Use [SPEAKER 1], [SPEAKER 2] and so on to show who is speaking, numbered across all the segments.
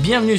[SPEAKER 1] Bienvenue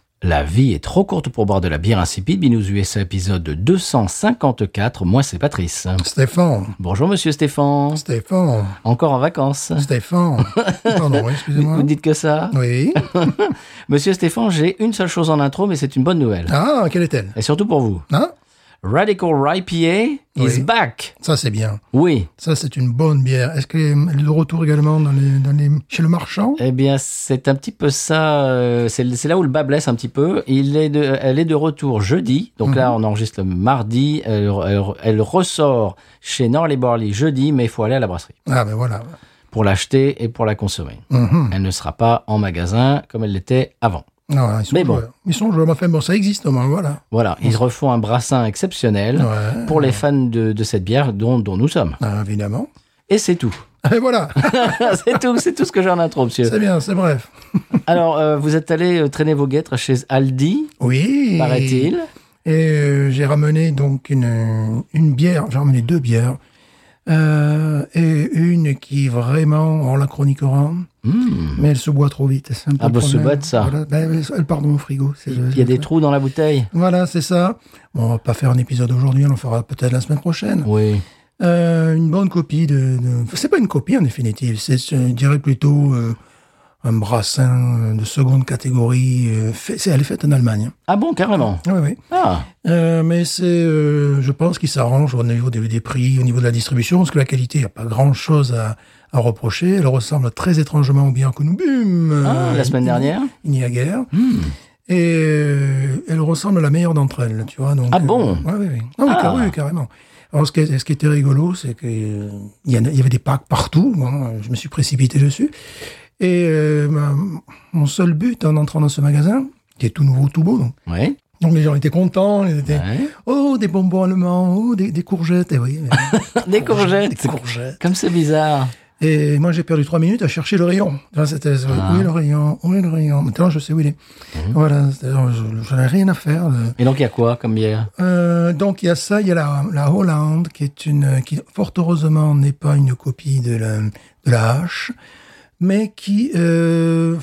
[SPEAKER 1] La vie est trop courte pour boire de la bière insipide. Binous USA épisode 254. Moi, c'est Patrice.
[SPEAKER 2] Stéphane.
[SPEAKER 1] Bonjour, monsieur Stéphane.
[SPEAKER 2] Stéphane.
[SPEAKER 1] Encore en vacances.
[SPEAKER 2] Stéphane. Pardon, oui, excusez-moi.
[SPEAKER 1] Vous dites que ça
[SPEAKER 2] Oui.
[SPEAKER 1] Monsieur Stéphane, j'ai une seule chose en intro, mais c'est une bonne nouvelle.
[SPEAKER 2] Ah, quelle est-elle
[SPEAKER 1] Et surtout pour vous.
[SPEAKER 2] Hein
[SPEAKER 1] Radical IPA is
[SPEAKER 2] Oui.
[SPEAKER 1] back.
[SPEAKER 2] Ça, c'est bien.
[SPEAKER 1] Oui.
[SPEAKER 2] Ça, c'est une bonne bière. Est-ce qu'elle est de retour également dans les, dans les- chez le marchand
[SPEAKER 1] Eh bien, c'est un petit peu ça. euh, c'est c'est là où le bas blesse un petit peu. Il est de, elle est de retour jeudi. Donc
[SPEAKER 2] Mhm.
[SPEAKER 1] là, on enregistre le mardi. Elle, elle- elle ressort chez Norley Borley jeudi, mais il faut aller à la brasserie
[SPEAKER 2] Ah, ben voilà.
[SPEAKER 1] pour l'acheter et pour la consommer.
[SPEAKER 2] Mhm.
[SPEAKER 1] Elle ne sera pas en magasin comme elle l'était avant.
[SPEAKER 2] Ah, ils sont
[SPEAKER 1] Mais bon.
[SPEAKER 2] joueurs. Ils sont joueurs. Enfin, bon, ça existe au moins, voilà.
[SPEAKER 1] Voilà, ils refont un brassin exceptionnel
[SPEAKER 2] Mhm. Ouais.
[SPEAKER 1] pour les fans de, de cette bière dont, dont nous sommes.
[SPEAKER 2] Ah, évidemment.
[SPEAKER 1] Et c'est tout.
[SPEAKER 2] Et voilà.
[SPEAKER 1] c'est tout, c'est tout ce que j'ai en intro, monsieur.
[SPEAKER 2] c'est bien, c'est bref.
[SPEAKER 1] Alors, euh, vous êtes allé euh, traîner vos guêtres chez Aldi,
[SPEAKER 2] Oui.
[SPEAKER 1] paraît-il.
[SPEAKER 2] Et euh, j'ai ramené donc une, une bière, j'ai ramené deux bières. Euh, et une qui vraiment, on la chroniquera,
[SPEAKER 1] Hmm.
[SPEAKER 2] mais elle se boit trop vite. c'est un peu
[SPEAKER 1] Ah,
[SPEAKER 2] le
[SPEAKER 1] bah, se
[SPEAKER 2] problème.
[SPEAKER 1] boit, ça.
[SPEAKER 2] Voilà, ben, elle- elle part dans mon frigo. c'est le-
[SPEAKER 1] Il y a des trous dans la bouteille.
[SPEAKER 2] Voilà, c'est ça. Bon, on va pas faire un épisode aujourd'hui, on en fera peut-être la semaine prochaine.
[SPEAKER 1] Oui.
[SPEAKER 2] Euh, une bonne copie de... de- C'est pas une copie en définitive, c'est, je dirais plutôt euh, un brassin euh, de seconde catégorie. euh, fait- c'est, elle est faite en Allemagne.
[SPEAKER 1] Ah bon, carrément.
[SPEAKER 2] Oui, oui.
[SPEAKER 1] Ah,
[SPEAKER 2] Euh, mais c'est, euh, je pense qu'il s'arrange au niveau des, des prix, au niveau de la distribution, parce que la qualité, il n'y a pas grand-chose à, à reprocher. Elle ressemble très étrangement au bien que nous bûmes.
[SPEAKER 1] Ah, la semaine dernière Hmm.
[SPEAKER 2] Il n'y a guère. Et euh, elle ressemble à la meilleure d'entre elles, tu vois. Donc,
[SPEAKER 1] Ah bon
[SPEAKER 2] euh, ouais, ouais, ouais. Ah oui,
[SPEAKER 1] Ah.
[SPEAKER 2] car- oui, carrément. Alors, ce qui, est- ce qui était rigolo, c'est que euh, il y, en a- il y avait des packs partout. hein. je me suis précipité dessus. Et euh, ma- mon seul but en entrant dans ce magasin, qui est tout nouveau, tout beau, donc,
[SPEAKER 1] oui.
[SPEAKER 2] donc les gens étaient contents, ils étaient
[SPEAKER 1] Ouais.
[SPEAKER 2] oh des bonbons allemands, oh des, des courgettes, et oui,
[SPEAKER 1] Des courgettes.
[SPEAKER 2] des courgettes.
[SPEAKER 1] Comme c'est bizarre.
[SPEAKER 2] Et moi j'ai perdu trois minutes à chercher le rayon. Enfin, c'était euh, où est le rayon, où est le rayon. Maintenant je sais où il est. Voilà, c'est- je, je n'ai rien à faire.
[SPEAKER 1] Et donc, il y a quoi comme bière
[SPEAKER 2] Euh, donc il y a ça, il y a la, la Hollande qui est une, qui fort heureusement n'est pas une copie de la, de la hache, mais qui euh,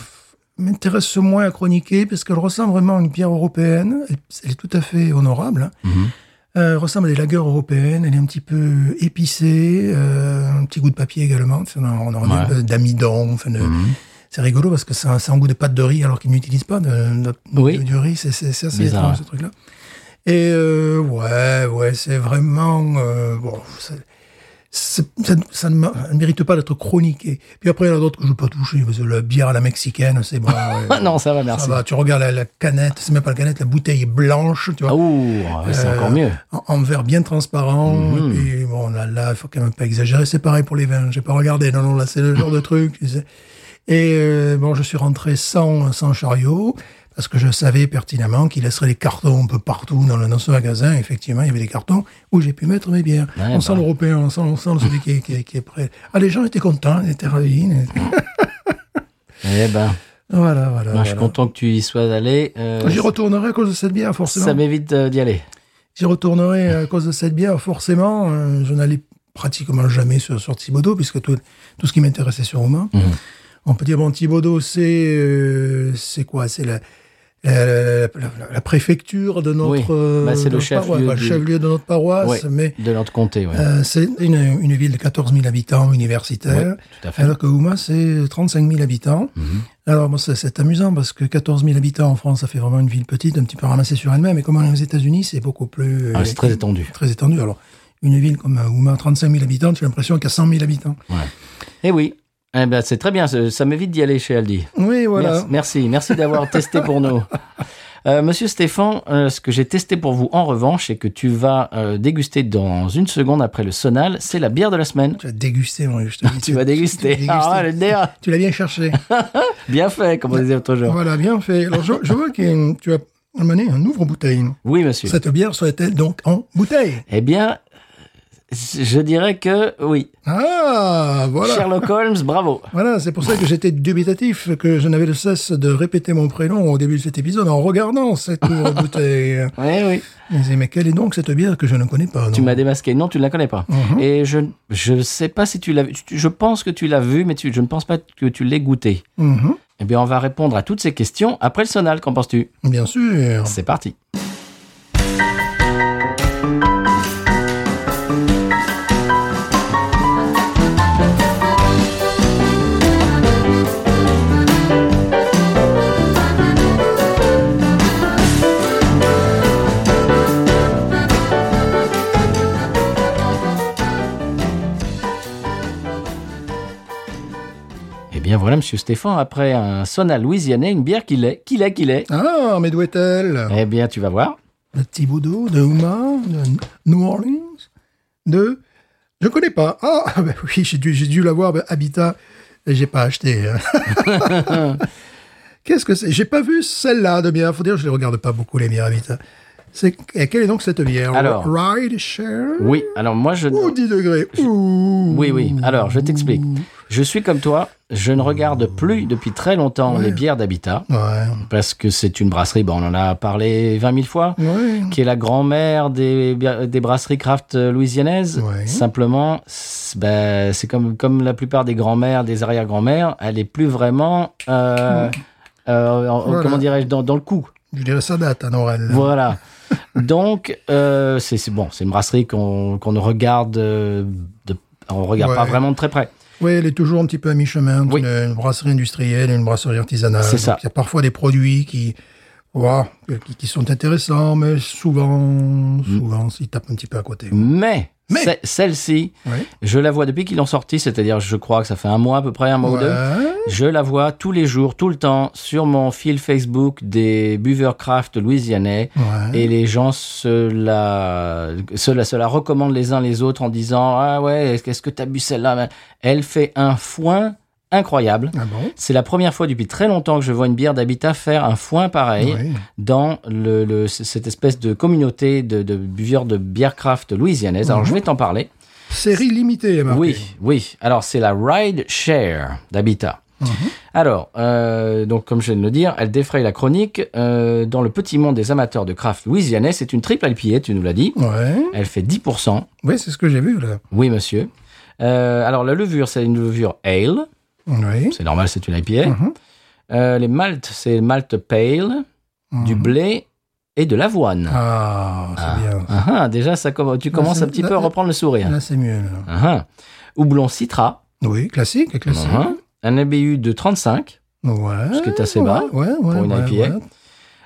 [SPEAKER 2] m'intéresse moins à chroniquer parce qu'elle ressemble vraiment à une bière européenne. Elle, elle est tout à fait honorable. hein.
[SPEAKER 1] Mhm.
[SPEAKER 2] Euh, elle ressemble à des lagers européennes. Elle est un petit peu épicée, euh, un petit goût de papier également. Enfin, on aura
[SPEAKER 1] Ouais. Mhm.
[SPEAKER 2] un peu d'amidon. Enfin, de- C'est rigolo parce que ça, ça a un goût de pâte de riz alors qu'ils n'utilisent pas de, de,
[SPEAKER 1] Oui.
[SPEAKER 2] de- du riz. C'est c'est- c'est assez
[SPEAKER 1] Bizarre,
[SPEAKER 2] étrange
[SPEAKER 1] ouais.
[SPEAKER 2] ce truc-là. Et euh, ouais, ouais, c'est vraiment euh, bon. c'est- c'est- Ça, ça ne m'a- ça ne mérite pas d'être chroniqué. Puis après, il y en a d'autres que je ne veux pas toucher, parce que la bière à la mexicaine, c'est bon.
[SPEAKER 1] Ah
[SPEAKER 2] ouais.
[SPEAKER 1] non, ça va, merci.
[SPEAKER 2] Euh, Ça va, tu regardes la, la canette, c'est même pas la canette, la bouteille est blanche, tu vois,
[SPEAKER 1] Ah, ouh, c'est
[SPEAKER 2] Euh,
[SPEAKER 1] encore mieux.
[SPEAKER 2] en, en verre bien transparent.
[SPEAKER 1] Mhm.
[SPEAKER 2] Et puis, bon, là, là, il faut quand même pas exagérer. C'est pareil pour les vins, j'ai pas regardé. Non, non, là, c'est le genre de truc. tu sais. Et euh, bon, je suis rentré sans, sans chariot, parce que je savais pertinemment qu'il laisserait des cartons un peu partout dans, le, dans ce magasin. Effectivement, il y avait des cartons où j'ai pu mettre mes bières.
[SPEAKER 1] Ouais,
[SPEAKER 2] on sent
[SPEAKER 1] bah.
[SPEAKER 2] l'européen, on sent, on sent celui qui est, qui, est, qui est prêt. Ah, les gens étaient contents, ils étaient ravis.
[SPEAKER 1] Eh ben,
[SPEAKER 2] Voilà, euh, voilà.
[SPEAKER 1] moi, je suis
[SPEAKER 2] voilà.
[SPEAKER 1] content que tu y sois allé. Euh,
[SPEAKER 2] J'y retournerai à cause de cette bière, forcément.
[SPEAKER 1] ça m'évite euh, d'y aller.
[SPEAKER 2] J'y retournerai euh, à cause de cette bière, forcément. Euh, Je n'allais pratiquement jamais sur, sur Thibaudot, puisque tout, tout ce qui m'intéressait sur Romain.
[SPEAKER 1] Mhm.
[SPEAKER 2] On peut dire, bon, Thibaudot, c'est euh, c'est quoi C'est la, la, la- la- la préfecture de notre,
[SPEAKER 1] Oui.
[SPEAKER 2] euh,
[SPEAKER 1] Bah, c'est le
[SPEAKER 2] notre
[SPEAKER 1] chef-lieu
[SPEAKER 2] paroisse, enfin,
[SPEAKER 1] du-
[SPEAKER 2] chef-lieu de notre paroisse,
[SPEAKER 1] Ouais.
[SPEAKER 2] mais
[SPEAKER 1] De l'autre comté, oui.
[SPEAKER 2] euh, c'est une, une ville de 14 000 habitants universitaires.
[SPEAKER 1] tout à fait.
[SPEAKER 2] Alors que Houma, c'est 35 000 habitants.
[SPEAKER 1] Mhm.
[SPEAKER 2] Alors, bon, c'est- c'est amusant parce que 14 000 habitants en France, ça fait vraiment une ville petite, un petit peu ramassée sur elle-même. Et comme on est aux États-Unis, c'est beaucoup plus.
[SPEAKER 1] Ah,
[SPEAKER 2] euh,
[SPEAKER 1] c'est très étendu.
[SPEAKER 2] Très étendu. Alors, une ville comme euh, Houma, 35 000 habitants, tu as l'impression qu'il y a 100 000 habitants.
[SPEAKER 1] Eh oui. Eh ben, c'est très bien. ça- Ça m'évite d'y aller chez Aldi.
[SPEAKER 2] Oui, voilà.
[SPEAKER 1] Merci, merci, merci d'avoir testé pour nous. Euh, Monsieur Stéphane, euh, ce que j'ai testé pour vous en revanche et que tu vas euh, déguster dans une seconde après le sonal, c'est la bière de la semaine.
[SPEAKER 2] Tu as dégusté, mon je te dis.
[SPEAKER 1] Tu vas déguster.
[SPEAKER 2] tu vas déguster.
[SPEAKER 1] Ah, le DA.
[SPEAKER 2] Tu l'as bien cherché.
[SPEAKER 1] Bien fait, comme on disait l'autre jour.
[SPEAKER 2] voilà, bien fait. Alors, je, je vois que euh, tu as amené un ouvre-bouteille.
[SPEAKER 1] Oui, monsieur.
[SPEAKER 2] Cette bière serait-elle donc en bouteille
[SPEAKER 1] Eh bien, je dirais que oui.
[SPEAKER 2] Ah, voilà.
[SPEAKER 1] Sherlock Holmes, bravo.
[SPEAKER 2] Voilà, c'est pour ça que j'étais dubitatif, que je n'avais le cesse de répéter mon prénom au début de cet épisode en regardant cette bouteille.
[SPEAKER 1] Oui, oui.
[SPEAKER 2] Je me disais, mais quelle est donc cette bière que je ne connais pas
[SPEAKER 1] Tu m'as démasqué. Non, tu ne la connais pas.
[SPEAKER 2] Mhm.
[SPEAKER 1] Et je je sais pas si tu l'as vu. Tu- Je pense que tu l'as vu, mais tu, je ne pense pas que tu l'aies goûté.
[SPEAKER 2] Mhm.
[SPEAKER 1] Eh bien, on va répondre à toutes ces questions après le sonal. Qu'en penses-tu
[SPEAKER 2] Bien sûr.
[SPEAKER 1] C'est parti. Eh bien voilà, Monsieur Stéphane, après un sonal louisianais, une bière qu'il est, qu'il est, qu'il est.
[SPEAKER 2] Ah, mais d'où est-elle
[SPEAKER 1] Eh bien, tu vas voir.
[SPEAKER 2] Le Thibaudot de Houma, de New Orleans, de... Je connais pas. Ah, ben oui, j'ai dû, j'ai dû l'avoir, ben, Habitat, et j'ai pas acheté. hein. Qu'est-ce que c'est J'ai pas vu celle-là de bière. Faut dire, je les regarde pas beaucoup, les bières Habitat. C'est, et quelle est donc cette bière
[SPEAKER 1] Alors.
[SPEAKER 2] Ride Share
[SPEAKER 1] Oui, alors moi, je...
[SPEAKER 2] Ou 10 degrés Ouh.
[SPEAKER 1] Oui, oui. Alors, je t'explique. Je suis comme toi. Je ne regarde plus depuis très longtemps les bières d'Habitat
[SPEAKER 2] Ouais.
[SPEAKER 1] parce que c'est une brasserie. Bon, on en a parlé 20 000 fois.
[SPEAKER 2] Ouais.
[SPEAKER 1] Qui est la grand-mère des, bi- des brasseries craft euh, louisianaises.
[SPEAKER 2] Ouais.
[SPEAKER 1] Simplement, c'est ben, c'est comme, comme la plupart des grand-mères, des arrière-grand-mères, elle est plus vraiment, euh, euh, en-
[SPEAKER 2] Voilà.
[SPEAKER 1] comment dirais-je, dans, dans le coup.
[SPEAKER 2] Je dirais ça date à Noël.
[SPEAKER 1] Voilà. Donc, euh, c'est c'est bon, c'est une brasserie qu'on qu'on ne regarde, euh, de, on regarde pas
[SPEAKER 2] Ouais.
[SPEAKER 1] vraiment de très près.
[SPEAKER 2] Oui, elle est toujours un petit peu à mi-chemin entre
[SPEAKER 1] Oui.
[SPEAKER 2] une, une brasserie industrielle et une brasserie artisanale.
[SPEAKER 1] C'est ça.
[SPEAKER 2] Donc, Il y a parfois des produits qui, ouah, qui, qui sont intéressants, mais
[SPEAKER 1] Mm.
[SPEAKER 2] souvent, souvent, ils tapent un petit peu à côté.
[SPEAKER 1] Mais,
[SPEAKER 2] Mais-
[SPEAKER 1] ce- celle-ci,
[SPEAKER 2] Ouais.
[SPEAKER 1] je la vois depuis qu'ils l'ont sortie, c'est-à-dire je crois que ça fait un mois à peu près, un mois ou deux.
[SPEAKER 2] Ouais.
[SPEAKER 1] Je la vois tous les jours, tout le temps, sur mon fil Facebook des buveurs craft louisianais.
[SPEAKER 2] Ouais.
[SPEAKER 1] Et les gens se la, se, la, se la recommandent les uns les autres en disant Ah ouais, est-ce que- est-ce que t'as bu celle-là Elle fait un foin incroyable.
[SPEAKER 2] Ah bon
[SPEAKER 1] C'est la première fois depuis très longtemps que je vois une bière d'habitat faire un foin pareil
[SPEAKER 2] Oui.
[SPEAKER 1] dans le, le- c- cette espèce de communauté de, de buveurs de bière craft louisianaise. Alors, je vais t'en parler.
[SPEAKER 2] Série limitée, marqué.
[SPEAKER 1] Oui, oui. Alors, c'est la Ride Share d'Habitat. Alors, euh, donc comme je viens de le dire, elle défraye la chronique. Euh, dans le petit monde des amateurs de craft louisianais, c'est une triple IPA, tu nous l'as dit.
[SPEAKER 2] Ouais.
[SPEAKER 1] Elle fait 10%.
[SPEAKER 2] Oui, c'est ce que j'ai vu, là.
[SPEAKER 1] Oui, monsieur. Euh, alors, la levure, c'est une levure ale.
[SPEAKER 2] Oui.
[SPEAKER 1] C'est normal, c'est une IPA.
[SPEAKER 2] Mhm.
[SPEAKER 1] Euh, les maltes, c'est malt pale, du
[SPEAKER 2] Mhm.
[SPEAKER 1] blé et de l'avoine.
[SPEAKER 2] Ah, c'est bien.
[SPEAKER 1] Ah, ah, déjà, ça, commence- tu commences
[SPEAKER 2] c'est-
[SPEAKER 1] un petit
[SPEAKER 2] là,
[SPEAKER 1] peu à
[SPEAKER 2] là-
[SPEAKER 1] reprendre le sourire.
[SPEAKER 2] Là, c'est mieux, là.
[SPEAKER 1] Ah, ah. Houblon citra,
[SPEAKER 2] Oui, classique, classique.
[SPEAKER 1] Ah, ah. un ABU de 35.
[SPEAKER 2] Ouais.
[SPEAKER 1] Ce qui est assez
[SPEAKER 2] ouais,
[SPEAKER 1] bas
[SPEAKER 2] ouais, ouais,
[SPEAKER 1] pour une
[SPEAKER 2] ouais,
[SPEAKER 1] IPA.
[SPEAKER 2] ouais.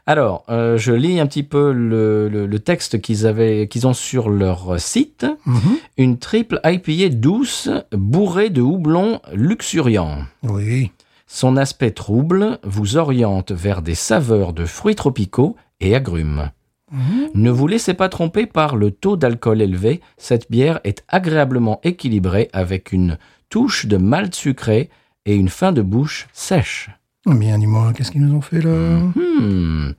[SPEAKER 1] Alors, euh, je lis un petit peu le, le- le texte qu'ils avaient, qu'ils ont sur leur site.
[SPEAKER 2] Mhm.
[SPEAKER 1] Une triple IPA douce, bourrée de houblon luxuriant.
[SPEAKER 2] Oui.
[SPEAKER 1] Son aspect trouble vous oriente vers des saveurs de fruits tropicaux et agrumes.
[SPEAKER 2] Mhm.
[SPEAKER 1] Ne vous laissez pas tromper par le taux d'alcool élevé, cette bière est agréablement équilibrée avec une touche de malt sucré et une fin de bouche sèche.
[SPEAKER 2] Bien, dis-moi, qu'est-ce qu'ils nous ont fait, là
[SPEAKER 1] Hmm.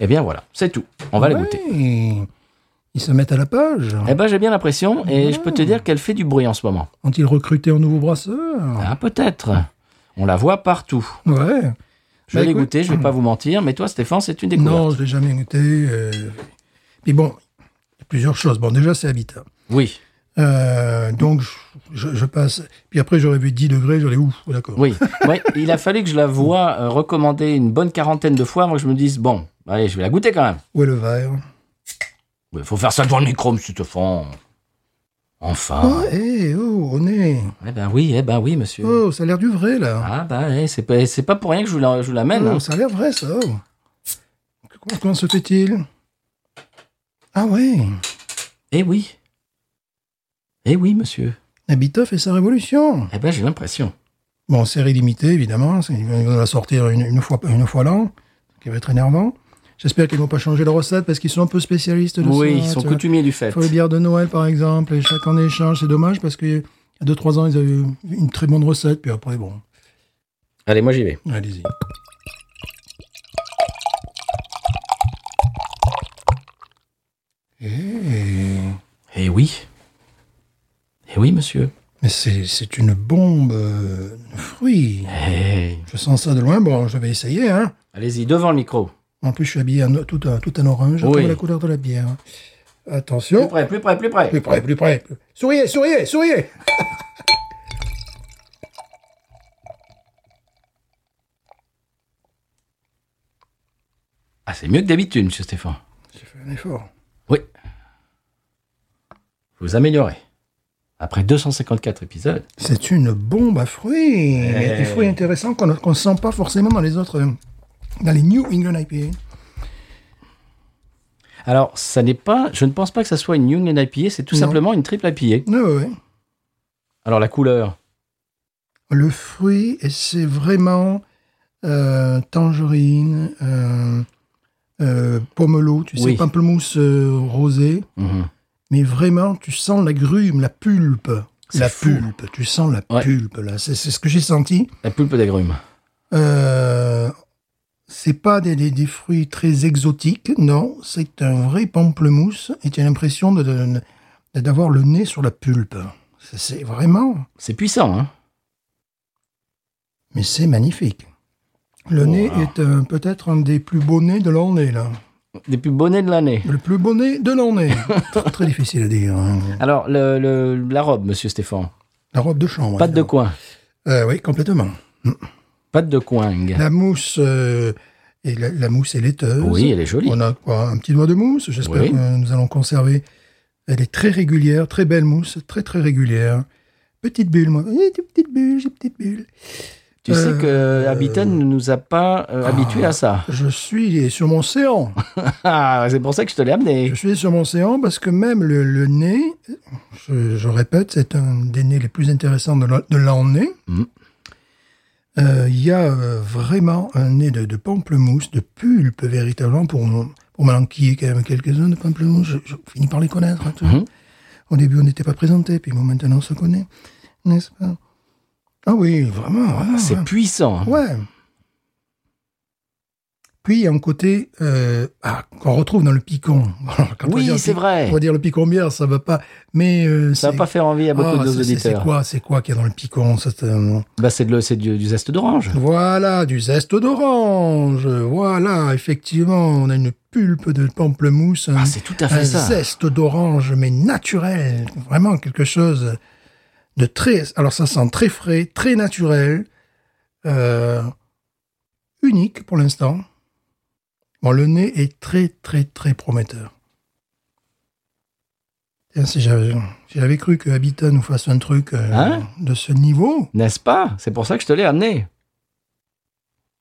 [SPEAKER 1] Eh bien voilà, c'est tout. On va la
[SPEAKER 2] Ouais.
[SPEAKER 1] goûter.
[SPEAKER 2] Ils se mettent à la page.
[SPEAKER 1] Eh ben j'ai bien l'impression et je peux te dire qu'elle fait du bruit en ce moment.
[SPEAKER 2] Ont-ils recruté un nouveau brasseur
[SPEAKER 1] Ah peut-être. On la voit partout.
[SPEAKER 2] Ouais.
[SPEAKER 1] Je
[SPEAKER 2] Bah,
[SPEAKER 1] vais l'ai
[SPEAKER 2] écoute-
[SPEAKER 1] goûter, je vais pas vous mentir, mais toi Stéphane, c'est une découverte.
[SPEAKER 2] Non, je l'ai jamais goûté. euh. Mais bon, il y a plusieurs choses. Bon, déjà, c'est Habitat.
[SPEAKER 1] Oui,
[SPEAKER 2] Euh, donc, je, je- je passe. Puis après, j'aurais vu 10 degrés, j'aurais ouf, oh, d'accord.
[SPEAKER 1] oui. Ouais, il a fallu que je la voie euh, recommander une bonne quarantaine de fois avant que je me dise bon, allez, je vais la goûter quand même.
[SPEAKER 2] Où est le verre
[SPEAKER 1] Il faut faire ça devant le micro, monsieur Stéphane. Enfin.
[SPEAKER 2] Oh, hé, oh, on est.
[SPEAKER 1] Eh ben oui, eh ben oui, monsieur.
[SPEAKER 2] Oh, ça a l'air du vrai, là.
[SPEAKER 1] Ah bah eh, c'est pas, c'est pas pour rien que je vous la, je vous la mène.
[SPEAKER 2] Oh,
[SPEAKER 1] hein.
[SPEAKER 2] ça a l'air vrai, ça. oh. Comment- Comment se fait-il Ah ouais
[SPEAKER 1] Eh oui. Eh oui, monsieur.
[SPEAKER 2] Habitat fait sa révolution.
[SPEAKER 1] Eh ben j'ai l'impression.
[SPEAKER 2] Bon, série limitée, évidemment. c'est- Ils vont la sortir une, une fois, une fois l'an, ce qui va être énervant. J'espère qu'ils vont pas changer leur recette parce qu'ils sont un peu spécialistes de ça.
[SPEAKER 1] Oui, ils sont
[SPEAKER 2] tu vois.
[SPEAKER 1] coutumiers du fait.
[SPEAKER 2] Sur les bières de Noël, par exemple, et chaque en échange, c'est dommage parce qu'il y a 2-3 ans, ils avaient une très bonne recette, puis après, bon,
[SPEAKER 1] Allez, moi j'y vais.
[SPEAKER 2] allez-y. Eh,
[SPEAKER 1] oui. Eh oui, monsieur.
[SPEAKER 2] Mais c'est c'est une bombe euh, de fruits.
[SPEAKER 1] Eh,
[SPEAKER 2] Je sens ça de loin. Bon, je vais essayer. Hein.
[SPEAKER 1] Allez-y, devant le micro.
[SPEAKER 2] En plus, je suis habillé en, tout, en, tout en orange,
[SPEAKER 1] Oui.
[SPEAKER 2] comme la couleur de la bière.
[SPEAKER 1] Plus
[SPEAKER 2] Attention.
[SPEAKER 1] près, plus près, plus près.
[SPEAKER 2] Plus près, plus près. Souriez, souriez, souriez.
[SPEAKER 1] Ah, c'est mieux que d'habitude, monsieur Stéphane.
[SPEAKER 2] J'ai fait un effort.
[SPEAKER 1] Oui. Vous améliorez. Après 254 épisodes.
[SPEAKER 2] C'est une bombe à fruits. Il y a des fruits intéressants qu'on ne sent pas forcément dans les autres, euh, dans les New England IPA.
[SPEAKER 1] Alors, ça n'est pas, je ne pense pas que ça soit une New England IPA, c'est tout
[SPEAKER 2] Non.
[SPEAKER 1] simplement une triple IPA.
[SPEAKER 2] Ouais, ouais, ouais.
[SPEAKER 1] Alors, la couleur.
[SPEAKER 2] Le fruit, et c'est vraiment euh, tangerine, euh, euh, pomelo, tu sais,
[SPEAKER 1] Oui.
[SPEAKER 2] pamplemousse euh, rosé.
[SPEAKER 1] Mhm.
[SPEAKER 2] Mais vraiment, tu sens la grume, la pulpe.
[SPEAKER 1] C'est
[SPEAKER 2] La
[SPEAKER 1] fou.
[SPEAKER 2] pulpe, tu sens la
[SPEAKER 1] Ouais.
[SPEAKER 2] pulpe, là. C'est c'est ce que j'ai senti.
[SPEAKER 1] La pulpe d'agrumes.
[SPEAKER 2] Euh, c'est pas des, des- des fruits très exotiques, non. C'est un vrai pamplemousse et tu as l'impression de- de- de- d'avoir le nez sur la pulpe. C'est- C'est vraiment,
[SPEAKER 1] C'est puissant, hein
[SPEAKER 2] mais c'est magnifique. Le
[SPEAKER 1] Oh,
[SPEAKER 2] nez
[SPEAKER 1] alors.
[SPEAKER 2] est euh, peut-être un des plus beaux nez de l'année, là.
[SPEAKER 1] Des plus beaux nez de l'année.
[SPEAKER 2] Le plus beau nez de l'année. très, très difficile à dire. hein.
[SPEAKER 1] Alors, le, le- la robe, monsieur Stéphane.
[SPEAKER 2] La robe de chambre.
[SPEAKER 1] Pâte de
[SPEAKER 2] évidemment.
[SPEAKER 1] coin.
[SPEAKER 2] Euh, Oui, complètement.
[SPEAKER 1] Pâte de coin.
[SPEAKER 2] La mousse, euh, et la, la mousse est laiteuse.
[SPEAKER 1] Oui, elle est jolie.
[SPEAKER 2] On a quoi, un petit doigt de mousse. J'espère
[SPEAKER 1] Oui.
[SPEAKER 2] que nous allons conserver. Elle est très régulière, très belle mousse, très très régulière. Petite bulle, moi. Eh, des petites bulles, j'ai des petites bulles.
[SPEAKER 1] Tu sais que Habitat ne nous a pas euh, habitués à ça.
[SPEAKER 2] Je suis sur mon séant.
[SPEAKER 1] Ah, c'est pour ça que je te l'ai amené.
[SPEAKER 2] Je suis sur mon séant parce que même le, le nez, je, je répète, c'est un des nez les plus intéressants de l'an- de l'année.
[SPEAKER 1] Mm.
[SPEAKER 2] Euh, Il y a euh, vraiment un nez de, de pamplemousse, de pulpe véritablement, pour, mon- pour m'en enquiller quand même quelques-uns de pamplemousse. Je, je finis par les connaître. hein, tu vois.
[SPEAKER 1] Mhm.
[SPEAKER 2] Au début, on n'était pas présenté, puis bon, maintenant, on se connaît. N'est-ce pas Ah oui, vraiment. vraiment,
[SPEAKER 1] C'est puissant. hein.
[SPEAKER 2] Ouais. Puis il y a un côté euh, ah, qu'on retrouve dans le picon. Quand on
[SPEAKER 1] Oui,
[SPEAKER 2] dit le
[SPEAKER 1] c'est
[SPEAKER 2] pic-
[SPEAKER 1] vrai.
[SPEAKER 2] On va dire le picon bière, ça va pas. Mais euh,
[SPEAKER 1] Ça
[SPEAKER 2] c'est-
[SPEAKER 1] va pas faire envie à beaucoup
[SPEAKER 2] Ah,
[SPEAKER 1] de nos
[SPEAKER 2] c'est- c'est- C'est
[SPEAKER 1] auditeurs.
[SPEAKER 2] quoi, c'est quoi qu'il y a dans le picon ça, c'est, euh,
[SPEAKER 1] Bah, c'est de l'eau- c'est du, du zeste d'orange.
[SPEAKER 2] Voilà, du zeste d'orange. Voilà, effectivement, on a une pulpe de pamplemousse. un-
[SPEAKER 1] Ah, c'est tout à fait
[SPEAKER 2] un
[SPEAKER 1] ça.
[SPEAKER 2] zeste d'orange, mais naturel. Vraiment quelque chose de très. Alors, ça sent très frais, très naturel, euh, unique pour l'instant. Bon, le nez est très, très, très prometteur. Tiens, si j'avais si j'avais cru que Habitat nous fasse un truc euh,
[SPEAKER 1] Hein
[SPEAKER 2] de ce niveau,
[SPEAKER 1] N'est-ce pas C'est pour ça que je te l'ai amené.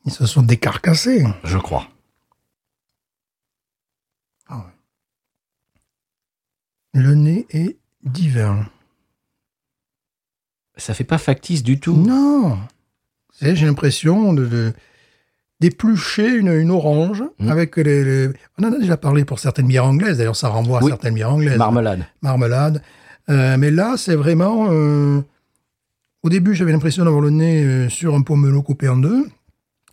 [SPEAKER 2] ils se sont décarcassés.
[SPEAKER 1] Je crois.
[SPEAKER 2] Le nez est divin.
[SPEAKER 1] Ça fait pas factice du tout.
[SPEAKER 2] Non. C'est- J'ai l'impression de, de- d'éplucher une, une orange
[SPEAKER 1] Mm.
[SPEAKER 2] avec les, les- On en a déjà parlé pour certaines bières anglaises. D'ailleurs, ça renvoie à
[SPEAKER 1] Oui.
[SPEAKER 2] certaines bières anglaises.
[SPEAKER 1] Marmelade.
[SPEAKER 2] Marmelade. Euh, mais là, c'est vraiment. euh, Au début, j'avais l'impression d'avoir le nez euh, sur un pomelo coupé en deux.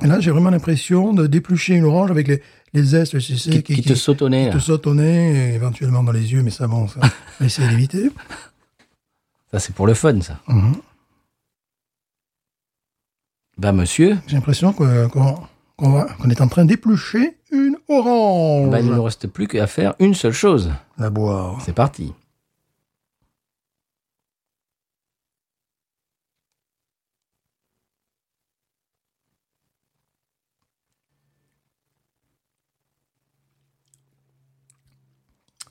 [SPEAKER 2] Et là, j'ai vraiment l'impression de d'éplucher une orange avec les, les zestes, tu sais,
[SPEAKER 1] Qui, qui te saute au nez.
[SPEAKER 2] qui te
[SPEAKER 1] là.
[SPEAKER 2] sautent au nez, et éventuellement dans les yeux, mais ça, bon, ça, on va essayer d'éviter.
[SPEAKER 1] Ça, c'est pour le fun, ça.
[SPEAKER 2] Mhm.
[SPEAKER 1] Bah, monsieur,
[SPEAKER 2] J'ai l'impression que- qu'on qu'on va- qu'on est en train d'éplucher une orange.
[SPEAKER 1] bah, il ne nous reste plus qu'à faire une seule chose.
[SPEAKER 2] La boire.
[SPEAKER 1] C'est parti.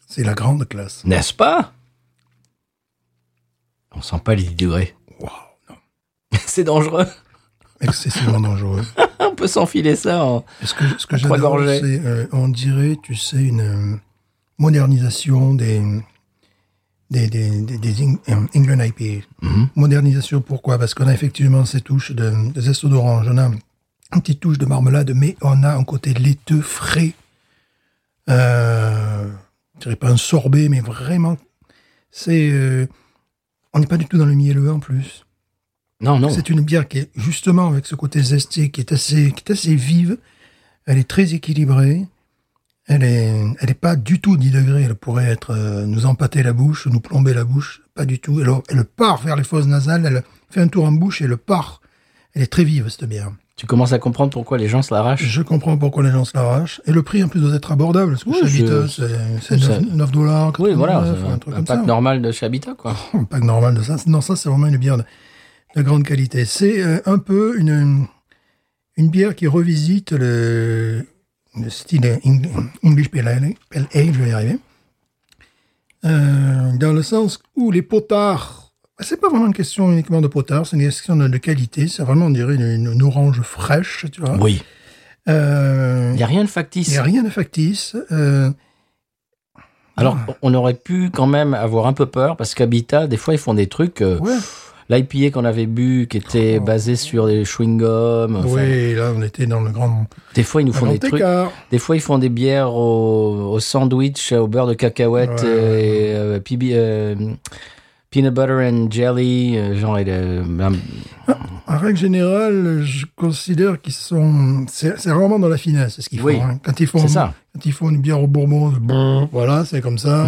[SPEAKER 2] C'est la grande classe.
[SPEAKER 1] N'est-ce pas On sent pas les 10 degrés.
[SPEAKER 2] Waouh, non.
[SPEAKER 1] c'est dangereux.
[SPEAKER 2] Excessivement dangereux.
[SPEAKER 1] On peut s'enfiler ça. en-
[SPEAKER 2] Ce que, ce que
[SPEAKER 1] À trois
[SPEAKER 2] j'adore,
[SPEAKER 1] gorgées.
[SPEAKER 2] c'est, euh, on dirait, tu sais, une euh, modernisation des, des, des, des- des Eng- euh, England IPA.
[SPEAKER 1] Mhm.
[SPEAKER 2] Modernisation, pourquoi Parce qu'on a effectivement ces touches de, de zeste d'orange, on a une petite touche de marmelade, mais on a un côté laiteux, frais. Euh, je dirais pas un sorbet, mais vraiment, c'est... euh, on n'est pas du tout dans le mielleux en plus.
[SPEAKER 1] Non, non.
[SPEAKER 2] C'est une bière qui est justement avec ce côté zesté qui est assez, qui est assez vive. Elle est très équilibrée. Elle est, elle est pas du tout 10 degrés. Elle pourrait être, euh, nous empâter la bouche, nous plomber la bouche. Pas du tout. Elle, elle part vers les fosses nasales. Elle fait un tour en bouche et elle part. Elle est très vive, cette bière.
[SPEAKER 1] Tu commences à comprendre pourquoi les gens se l'arrachent.
[SPEAKER 2] Je comprends pourquoi les gens se l'arrachent. Et le prix, en plus, doit être abordable. Parce que
[SPEAKER 1] Oui,
[SPEAKER 2] chez
[SPEAKER 1] je-
[SPEAKER 2] Vita, c'est- c'est
[SPEAKER 1] ça-
[SPEAKER 2] 9, dollars.
[SPEAKER 1] Oui, voilà, c'est
[SPEAKER 2] un
[SPEAKER 1] un,
[SPEAKER 2] truc
[SPEAKER 1] un
[SPEAKER 2] comme
[SPEAKER 1] pack
[SPEAKER 2] ça. hein.
[SPEAKER 1] normal de chez Habitat, quoi.
[SPEAKER 2] Un pack normal de ça. Non, ça, c'est vraiment une bière de, de grande qualité. C'est euh, un peu une, une bière qui revisite le, le style Eng- English Pale Ale, Pale Ale, je vais y arriver. Euh, dans le sens où les potards, c'est pas vraiment une question uniquement de potards, c'est une question de, de qualité. C'est vraiment, on dirait, une, une orange fraîche, tu vois.
[SPEAKER 1] Oui.
[SPEAKER 2] Euh,
[SPEAKER 1] Il n'y a rien de
[SPEAKER 2] il n'y
[SPEAKER 1] factice.
[SPEAKER 2] a rien de factice. Euh,
[SPEAKER 1] Alors,
[SPEAKER 2] Ah.
[SPEAKER 1] on aurait pu quand même avoir un peu peur parce qu'Habitat, des fois, ils font des trucs. euh,
[SPEAKER 2] ouais.
[SPEAKER 1] L'IPA qu'on avait bu, qui était
[SPEAKER 2] Oh.
[SPEAKER 1] basé sur des chewing-gums. enfin,
[SPEAKER 2] oui, hein. là, on était dans le grand,
[SPEAKER 1] Des fois, ils nous
[SPEAKER 2] le
[SPEAKER 1] font
[SPEAKER 2] grand
[SPEAKER 1] des trucs.
[SPEAKER 2] écart.
[SPEAKER 1] Des fois, ils font des bières au, au sandwich, euh, au beurre de cacahuète,
[SPEAKER 2] Ouais, ouais,
[SPEAKER 1] euh, et, euh, PB, euh, peanut butter and jelly, euh, genre. et le- ben,
[SPEAKER 2] En règle générale, je considère qu'ils sont. C'est c'est rarement dans la finesse, ce qu'ils
[SPEAKER 1] Oui,
[SPEAKER 2] font. hein. Quand, ils font
[SPEAKER 1] c'est ça.
[SPEAKER 2] quand ils font une bière au bourbon, c'est brrr, voilà, c'est comme ça.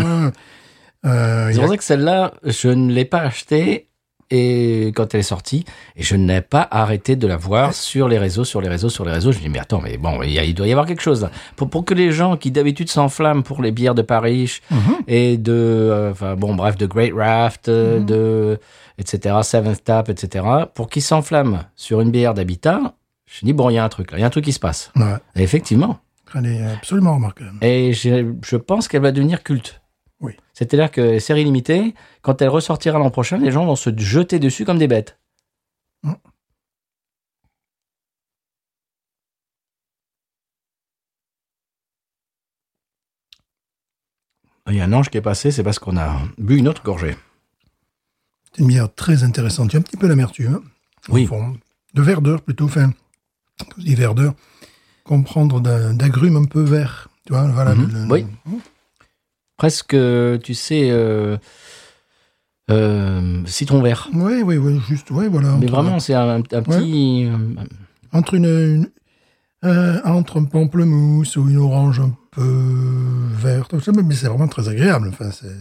[SPEAKER 2] Euh, il
[SPEAKER 1] C'est
[SPEAKER 2] y a-
[SPEAKER 1] pour ça que celle-là, je ne l'ai pas achetée et quand elle est sortie, et je n'ai pas arrêté de la voir sur les réseaux, sur les réseaux, sur les réseaux. Je me dis mais attends, mais bon, il, y a- il doit y avoir quelque chose là. Pour, pour que les gens qui d'habitude s'enflamment pour les bières de Paris et de, euh, enfin bon, bref, de Great Raft, euh, de etc. Seventh Tap, etc. Pour qu'ils s'enflamment sur une bière d'habitat, je dis bon, il y a un truc là, il y a un truc qui se passe.
[SPEAKER 2] Ouais,
[SPEAKER 1] Et effectivement.
[SPEAKER 2] elle est absolument remarquable.
[SPEAKER 1] Et je, je pense qu'elle va devenir culte.
[SPEAKER 2] Oui.
[SPEAKER 1] C'est-à-dire que les séries limitées, quand elle ressortira l'an prochain, les gens vont se jeter dessus comme des bêtes.
[SPEAKER 2] Mm.
[SPEAKER 1] Il y a un ange qui est passé, c'est parce qu'on a bu une autre gorgée.
[SPEAKER 2] C'est une bière très intéressante. Il y a un petit peu d'amertume. hein, au
[SPEAKER 1] Oui.
[SPEAKER 2] fond. de verdeur plutôt. Enfin, quand je dis verdeur, comprendre d'un- d'agrumes un peu vert. Tu vois, voilà.
[SPEAKER 1] Mhm.
[SPEAKER 2] le- le-
[SPEAKER 1] Oui. Presque, tu sais, euh, euh, citron vert.
[SPEAKER 2] Oui, oui, oui, juste, oui, voilà.
[SPEAKER 1] Mais
[SPEAKER 2] entre-
[SPEAKER 1] vraiment, c'est un, un petit... euh,
[SPEAKER 2] Entre une, une- euh, entre un pamplemousse ou une orange un peu verte, tout ça, mais c'est vraiment très agréable. Enfin, c'est.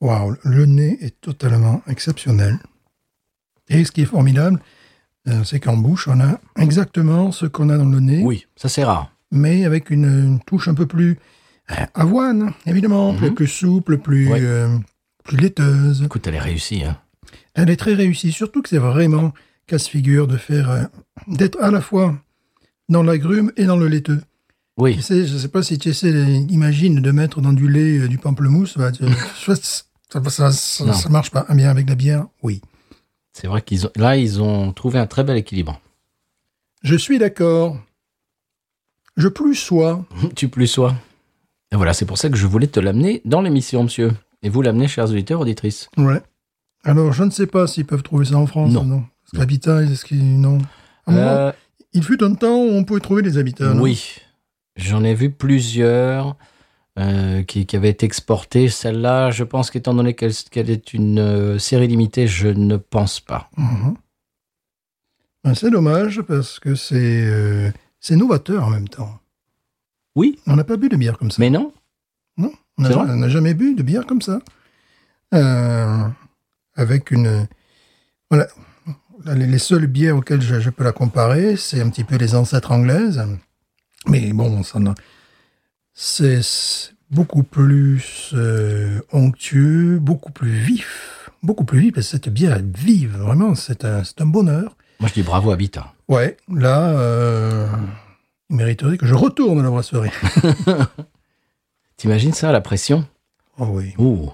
[SPEAKER 2] Waouh, le nez est totalement exceptionnel. Et ce qui est formidable, euh, c'est qu'en bouche, on a exactement ce qu'on a dans le nez,
[SPEAKER 1] Oui, ça c'est rare.
[SPEAKER 2] mais avec une, une touche un peu plus euh, avoine, évidemment, plus,
[SPEAKER 1] Mhm.
[SPEAKER 2] plus souple, plus,
[SPEAKER 1] Ouais.
[SPEAKER 2] euh, plus laiteuse.
[SPEAKER 1] Écoute, elle est réussie. Hein.
[SPEAKER 2] Elle est très réussie, surtout que c'est vraiment casse-figure de faire euh, d'être à la fois dans l'agrume et dans le laiteux.
[SPEAKER 1] Oui.
[SPEAKER 2] Tu sais, je ne sais pas si tu essaies, euh, imagine de mettre dans du lait euh, du pamplemousse, bah, tu- soit c- ça, ça, ça-
[SPEAKER 1] Non.
[SPEAKER 2] ça marche pas. Ah, bien avec la bière, oui.
[SPEAKER 1] C'est vrai qu'ils ont, là, ils ont trouvé un très bel équilibre.
[SPEAKER 2] Je suis d'accord. Je plus sois.
[SPEAKER 1] tu plus sois. Et voilà, c'est pour ça que je voulais te l'amener dans l'émission, monsieur. Et vous l'amener, chers auditeurs, auditrices.
[SPEAKER 2] Ouais. Alors, je ne sais pas s'ils peuvent trouver ça en France.
[SPEAKER 1] Non.
[SPEAKER 2] Parce que l'habitat, est-ce qu'ils. Non. À un moment,
[SPEAKER 1] Euh,
[SPEAKER 2] il fut un temps où on pouvait trouver des habitats. non
[SPEAKER 1] oui, j'en ai vu plusieurs euh, qui, qui avaient été exportées. Celle-là, je pense qu'étant donné qu'elle, qu'elle est une euh, série limitée, je ne pense pas.
[SPEAKER 2] Mhm. Ben, c'est dommage parce que c'est euh, c'est novateur en même temps.
[SPEAKER 1] Oui.
[SPEAKER 2] On n'a pas bu de bière comme ça.
[SPEAKER 1] Mais non,
[SPEAKER 2] on n'a
[SPEAKER 1] c'est
[SPEAKER 2] ja-
[SPEAKER 1] vrai.
[SPEAKER 2] on n'a jamais bu de bière comme ça. Euh, avec une. Voilà. Là, Les, les seules bières auxquelles je, je peux la comparer, c'est un petit peu les ancêtres anglaises. Mais bon, ça n'a- c'est c'est beaucoup plus euh, onctueux, beaucoup plus vif. Beaucoup plus vif, parce que cette bière est vive, vraiment, c'est un, c'est un bonheur.
[SPEAKER 1] moi je dis bravo Habitat.
[SPEAKER 2] Ouais, là, euh, il mériterait que je retourne à la brasserie.
[SPEAKER 1] T'imagines ça, la pression
[SPEAKER 2] Oh oui.
[SPEAKER 1] Ouh,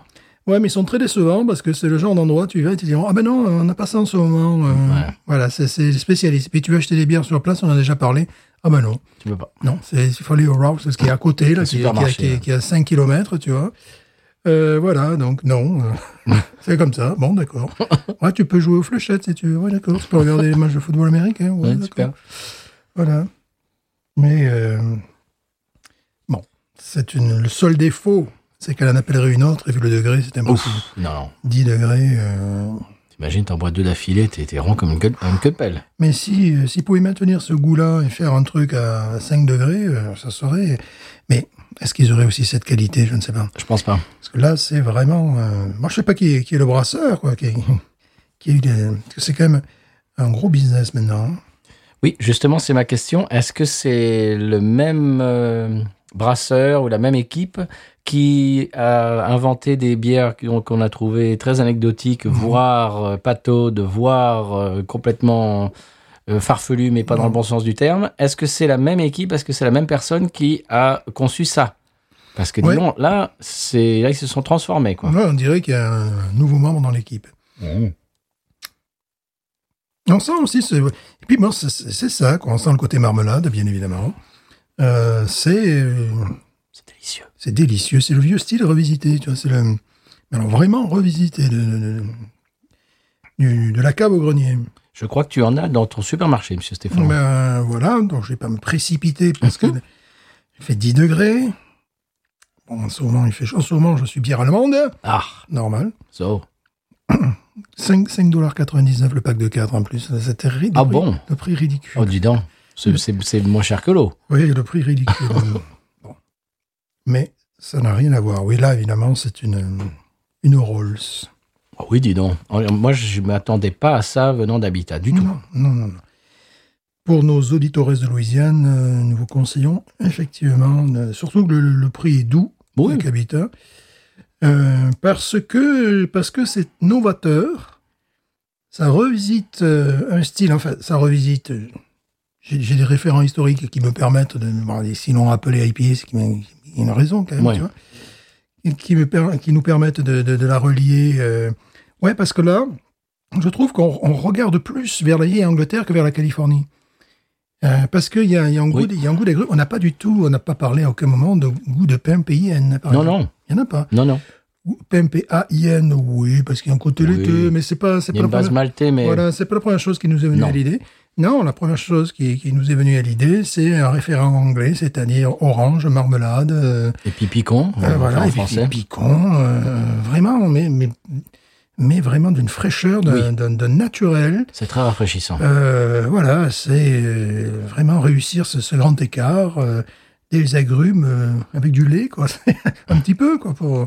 [SPEAKER 2] Ouais, mais ils sont très décevants parce que c'est le genre d'endroit, tu vas et tu diront Ah ben non, on n'a pas ça en ce moment. euh,
[SPEAKER 1] Ouais.
[SPEAKER 2] Voilà, c'est c'est spécialiste. Puis tu veux acheter des bières sur place, on en a déjà parlé. Ah ben non,
[SPEAKER 1] tu peux pas.
[SPEAKER 2] non, c'est- il faut aller au Rouse, c'est ce qui est à côté, là,
[SPEAKER 1] Le
[SPEAKER 2] qui, qui, qui,
[SPEAKER 1] supermarché, hein.
[SPEAKER 2] qui- qui est à 5 km, tu vois. Euh, voilà, donc non, euh, c'est comme ça. Bon, d'accord. Ouais, tu peux jouer aux fléchettes si tu veux. Ouais, d'accord. Tu peux regarder les matchs de football américain. Ouais,
[SPEAKER 1] Ouais,
[SPEAKER 2] d'accord.
[SPEAKER 1] super.
[SPEAKER 2] Voilà. Mais euh, bon, c'est une- le seul défaut, c'est qu'elle en appellerait une autre, et vu le degré, c'est impossible.
[SPEAKER 1] Ouf, non, non,
[SPEAKER 2] 10 degrés, euh,
[SPEAKER 1] T'imagines, t'en bois deux d'affilée, t'es t'es rond comme une queue, une queue de pelle.
[SPEAKER 2] Mais si, euh, s'ils pouvaient maintenir ce goût-là et faire un truc à 5 degrés, euh, ça serait. Mais est-ce qu'ils auraient aussi cette qualité Je ne sais pas.
[SPEAKER 1] Je pense pas.
[SPEAKER 2] Parce que là, c'est vraiment. euh, Moi, je sais pas qui est, qui est le brasseur, quoi. Qui, qui a eu des- parce que C'est quand même un gros business maintenant. hein.
[SPEAKER 1] Oui, justement, c'est ma question. Est-ce que c'est le même euh, brasseur ou la même équipe qui a inventé des bières qu'on qu'on a trouvées très anecdotiques, voire euh, pataudes, voire euh, complètement euh, farfelues, mais pas dans le bon sens du terme Est-ce que c'est la même équipe Est-ce que c'est la même personne qui a conçu ça Parce que
[SPEAKER 2] Ouais.
[SPEAKER 1] disons, là, c'est là ils se sont transformés, quoi.
[SPEAKER 2] Ouais, on dirait qu'il y a un nouveau membre dans l'équipe. On sent aussi ce. Et puis, bon, c'est- c'est c'est ça, quoi. On sent le côté marmelade, bien évidemment. Euh, c'est. euh,
[SPEAKER 1] C'est délicieux.
[SPEAKER 2] C'est délicieux. C'est le vieux style revisité. Tu vois, c'est le... mais Alors vraiment revisité de, de- de- du- de la cave au grenier.
[SPEAKER 1] Je crois que tu en as dans ton supermarché, Monsieur Stéphane.
[SPEAKER 2] Ben, voilà, donc je vais pas me précipiter parce
[SPEAKER 1] Mhm.
[SPEAKER 2] que il fait 10 degrés. Bon, sûrement il fait chaud. Sûrement je suis bière allemande. hein.
[SPEAKER 1] Ah,
[SPEAKER 2] Normal.
[SPEAKER 1] so.
[SPEAKER 2] 5 5,99$ le pack de 4 en plus. C'était ridicule.
[SPEAKER 1] Ah bon
[SPEAKER 2] Le prix ridicule.
[SPEAKER 1] Oh, dis donc.
[SPEAKER 2] Mm.
[SPEAKER 1] C'est- C'est c'est moins cher que l'eau.
[SPEAKER 2] Oui, le prix ridicule. Bon. Mais ça n'a rien à voir. Oui, là, évidemment, c'est une, une Rolls.
[SPEAKER 1] Ah oui, dis donc. En- Moi, je ne m'attendais pas à ça venant d'Habitat du tout.
[SPEAKER 2] Non, non, non. non. Pour nos auditeurs de Louisiane, euh, nous vous conseillons effectivement, euh, surtout que le, le prix est doux,
[SPEAKER 1] Oui.
[SPEAKER 2] avec Habitat, euh, parce que parce que c'est novateur. Ça revisite euh, un style, enfin, ça revisite. euh, J'ai j'ai des référents historiques qui me permettent de. Bon, et si l'on appelé IPA, c'est qu'il y a une- il y a une raison quand même,
[SPEAKER 1] Ouais.
[SPEAKER 2] tu vois. Et Qui, me per- qui nous permettent de, de- de la relier. euh, Ouais, parce que là, je trouve qu'on on regarde plus vers la Angleterre que vers la Californie. Euh, parce qu'il y a, il y a un goût,
[SPEAKER 1] Oui.
[SPEAKER 2] des- il y a un goût des grues. On n'a pas du tout, on n'a pas parlé à aucun moment de goût de pain PIN. par
[SPEAKER 1] Non,
[SPEAKER 2] exemple.
[SPEAKER 1] non,
[SPEAKER 2] Il n'y en a pas.
[SPEAKER 1] non, non.
[SPEAKER 2] Ou Pain PAIN, oui, parce qu'il y a un côté
[SPEAKER 1] Oui.
[SPEAKER 2] laiteux, mais c'est pas, c'est
[SPEAKER 1] Il y a
[SPEAKER 2] pas,
[SPEAKER 1] une
[SPEAKER 2] la
[SPEAKER 1] base
[SPEAKER 2] première-
[SPEAKER 1] maltée, mais
[SPEAKER 2] voilà, c'est pas la première chose qui nous est venue
[SPEAKER 1] Non.
[SPEAKER 2] à l'idée. Non, la première chose qui, qui nous est venue à l'idée, c'est un référent anglais, c'est-à-dire orange, marmelade, euh,
[SPEAKER 1] et puis piquant on va le
[SPEAKER 2] euh,
[SPEAKER 1] faire
[SPEAKER 2] voilà,
[SPEAKER 1] en
[SPEAKER 2] et puis
[SPEAKER 1] français.
[SPEAKER 2] piquant, euh, vraiment, mais, mais, mais vraiment d'une fraîcheur, d'un d'un- d'un naturel.
[SPEAKER 1] C'est très rafraîchissant.
[SPEAKER 2] Euh, voilà, c'est euh, vraiment réussir ce, ce grand écart euh, des agrumes euh, avec du lait, quoi. C'est un petit peu, quoi. Pour...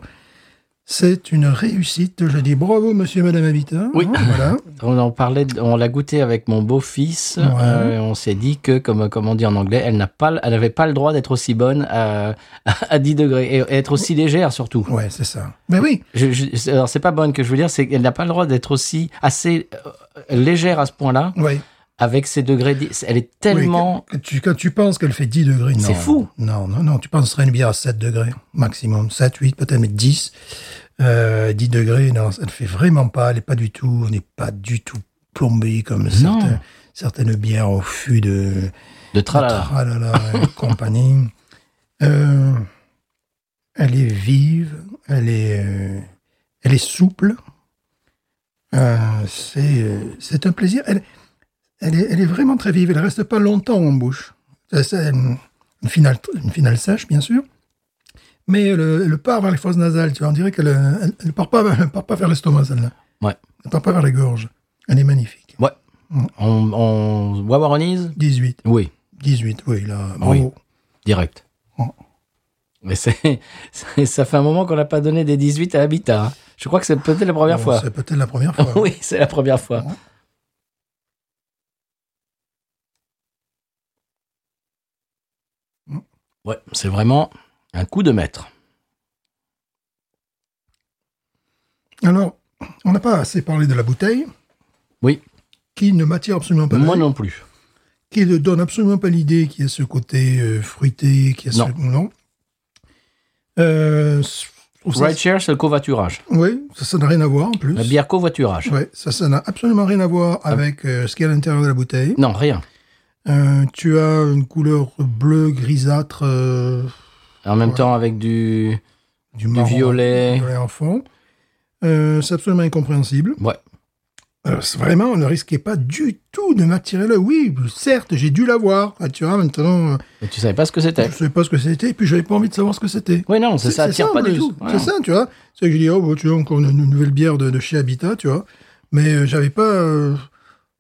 [SPEAKER 2] C'est une réussite. Je dis bravo, monsieur et madame Habitat.
[SPEAKER 1] Oui.
[SPEAKER 2] Hein, voilà.
[SPEAKER 1] On en parlait, on l'a goûté avec mon beau-fils.
[SPEAKER 2] Ouais.
[SPEAKER 1] euh, on s'est dit que, comme, comme on dit en anglais, elle n'a pas, le- elle n'avait pas le droit d'être aussi bonne à, à 10 degrés et, et être aussi légère surtout.
[SPEAKER 2] Ouais, c'est ça. Mais oui,
[SPEAKER 1] Je, je- alors c'est pas bonne que je veux dire, c'est qu'elle n'a pas le droit d'être aussi assez euh, légère à ce point-là
[SPEAKER 2] oui.
[SPEAKER 1] avec ses degrés. dix. Elle est tellement
[SPEAKER 2] Quand tu, quand tu penses qu'elle fait 10 degrés, non.
[SPEAKER 1] C'est fou.
[SPEAKER 2] Non, non, non. Tu penserais une bière à 7 degrés, maximum. 7, 8, peut-être, mais 10. Euh, 10 degrés, non, ça ne fait vraiment pas. Elle n'est pas du tout, on n'est pas du tout plombé comme
[SPEAKER 1] Non.
[SPEAKER 2] certains- certaines bières au fût de,
[SPEAKER 1] de tralala.
[SPEAKER 2] Tralala et compagnie. Euh, elle est vive, elle est, euh, elle est souple. Euh, c'est, euh, c'est un plaisir. Elle, elle, est, elle est vraiment très vive. Elle reste pas longtemps en bouche. Ça, C'est une une finale, une finale sèche, bien sûr. Mais le, le part vers les fosses nasales, tu vois, on dirait qu'elle euh, elle, elle part pas, elle part pas vers l'estomac, celle-là.
[SPEAKER 1] Ouais.
[SPEAKER 2] Elle part pas vers les gorges. Elle est magnifique.
[SPEAKER 1] On, on wawaronise
[SPEAKER 2] 18.
[SPEAKER 1] Oui,
[SPEAKER 2] 18, oui, là,
[SPEAKER 1] Oui.
[SPEAKER 2] bravo.
[SPEAKER 1] direct.
[SPEAKER 2] Oh.
[SPEAKER 1] Mais c'est, c'est- ça fait un moment qu'on n'a pas donné des 18 à Habitat. hein. Je crois que c'est peut-être la première
[SPEAKER 2] Bon,
[SPEAKER 1] fois.
[SPEAKER 2] Oh, C'est peut-être la première fois.
[SPEAKER 1] oui, c'est la première fois.
[SPEAKER 2] Mm.
[SPEAKER 1] Ouais, c'est vraiment un coup de maître.
[SPEAKER 2] Alors, on n'a pas assez parlé de la bouteille.
[SPEAKER 1] Oui.
[SPEAKER 2] Qui ne m'attire absolument pas.
[SPEAKER 1] Moi
[SPEAKER 2] l'œil,
[SPEAKER 1] non plus.
[SPEAKER 2] Qui ne donne absolument pas l'idée qu'il y a ce côté euh, fruité, qu'il y a
[SPEAKER 1] Non.
[SPEAKER 2] ce. Non. Euh, je trouve ça-
[SPEAKER 1] Rideshare, c'est le covoiturage.
[SPEAKER 2] Oui, ça ça n'a rien à voir en plus.
[SPEAKER 1] La bière covoiturage.
[SPEAKER 2] Ouais, ça, ça n'a absolument rien à voir avec euh, ce qu'il y a à l'intérieur de la bouteille.
[SPEAKER 1] Non, rien.
[SPEAKER 2] Euh, tu as une couleur bleue, grisâtre, euh,
[SPEAKER 1] En même
[SPEAKER 2] Ouais.
[SPEAKER 1] temps, avec du.
[SPEAKER 2] du marron.
[SPEAKER 1] violet.
[SPEAKER 2] du violet en fond. Euh, c'est absolument incompréhensible.
[SPEAKER 1] Ouais.
[SPEAKER 2] Euh, c'est vraiment, ne risquez pas du tout de m'attirer là. Oui, certes, j'ai dû l'avoir. Ah, tu vois, maintenant, euh,
[SPEAKER 1] Mais tu savais pas ce que
[SPEAKER 2] je
[SPEAKER 1] c'était.
[SPEAKER 2] ne savais pas ce que c'était, et puis j'avais pas envie de savoir ce que c'était.
[SPEAKER 1] Oui, non, ça,
[SPEAKER 2] C'est-
[SPEAKER 1] ça
[SPEAKER 2] c'est
[SPEAKER 1] attire
[SPEAKER 2] en
[SPEAKER 1] pas du
[SPEAKER 2] plus.
[SPEAKER 1] tout.
[SPEAKER 2] C'est
[SPEAKER 1] Voilà.
[SPEAKER 2] ça, tu vois. C'est que je dis, oh, bah, tu vois, encore une, une nouvelle bière de, de chez Habitat, tu vois. Mais euh, j'avais pas. euh,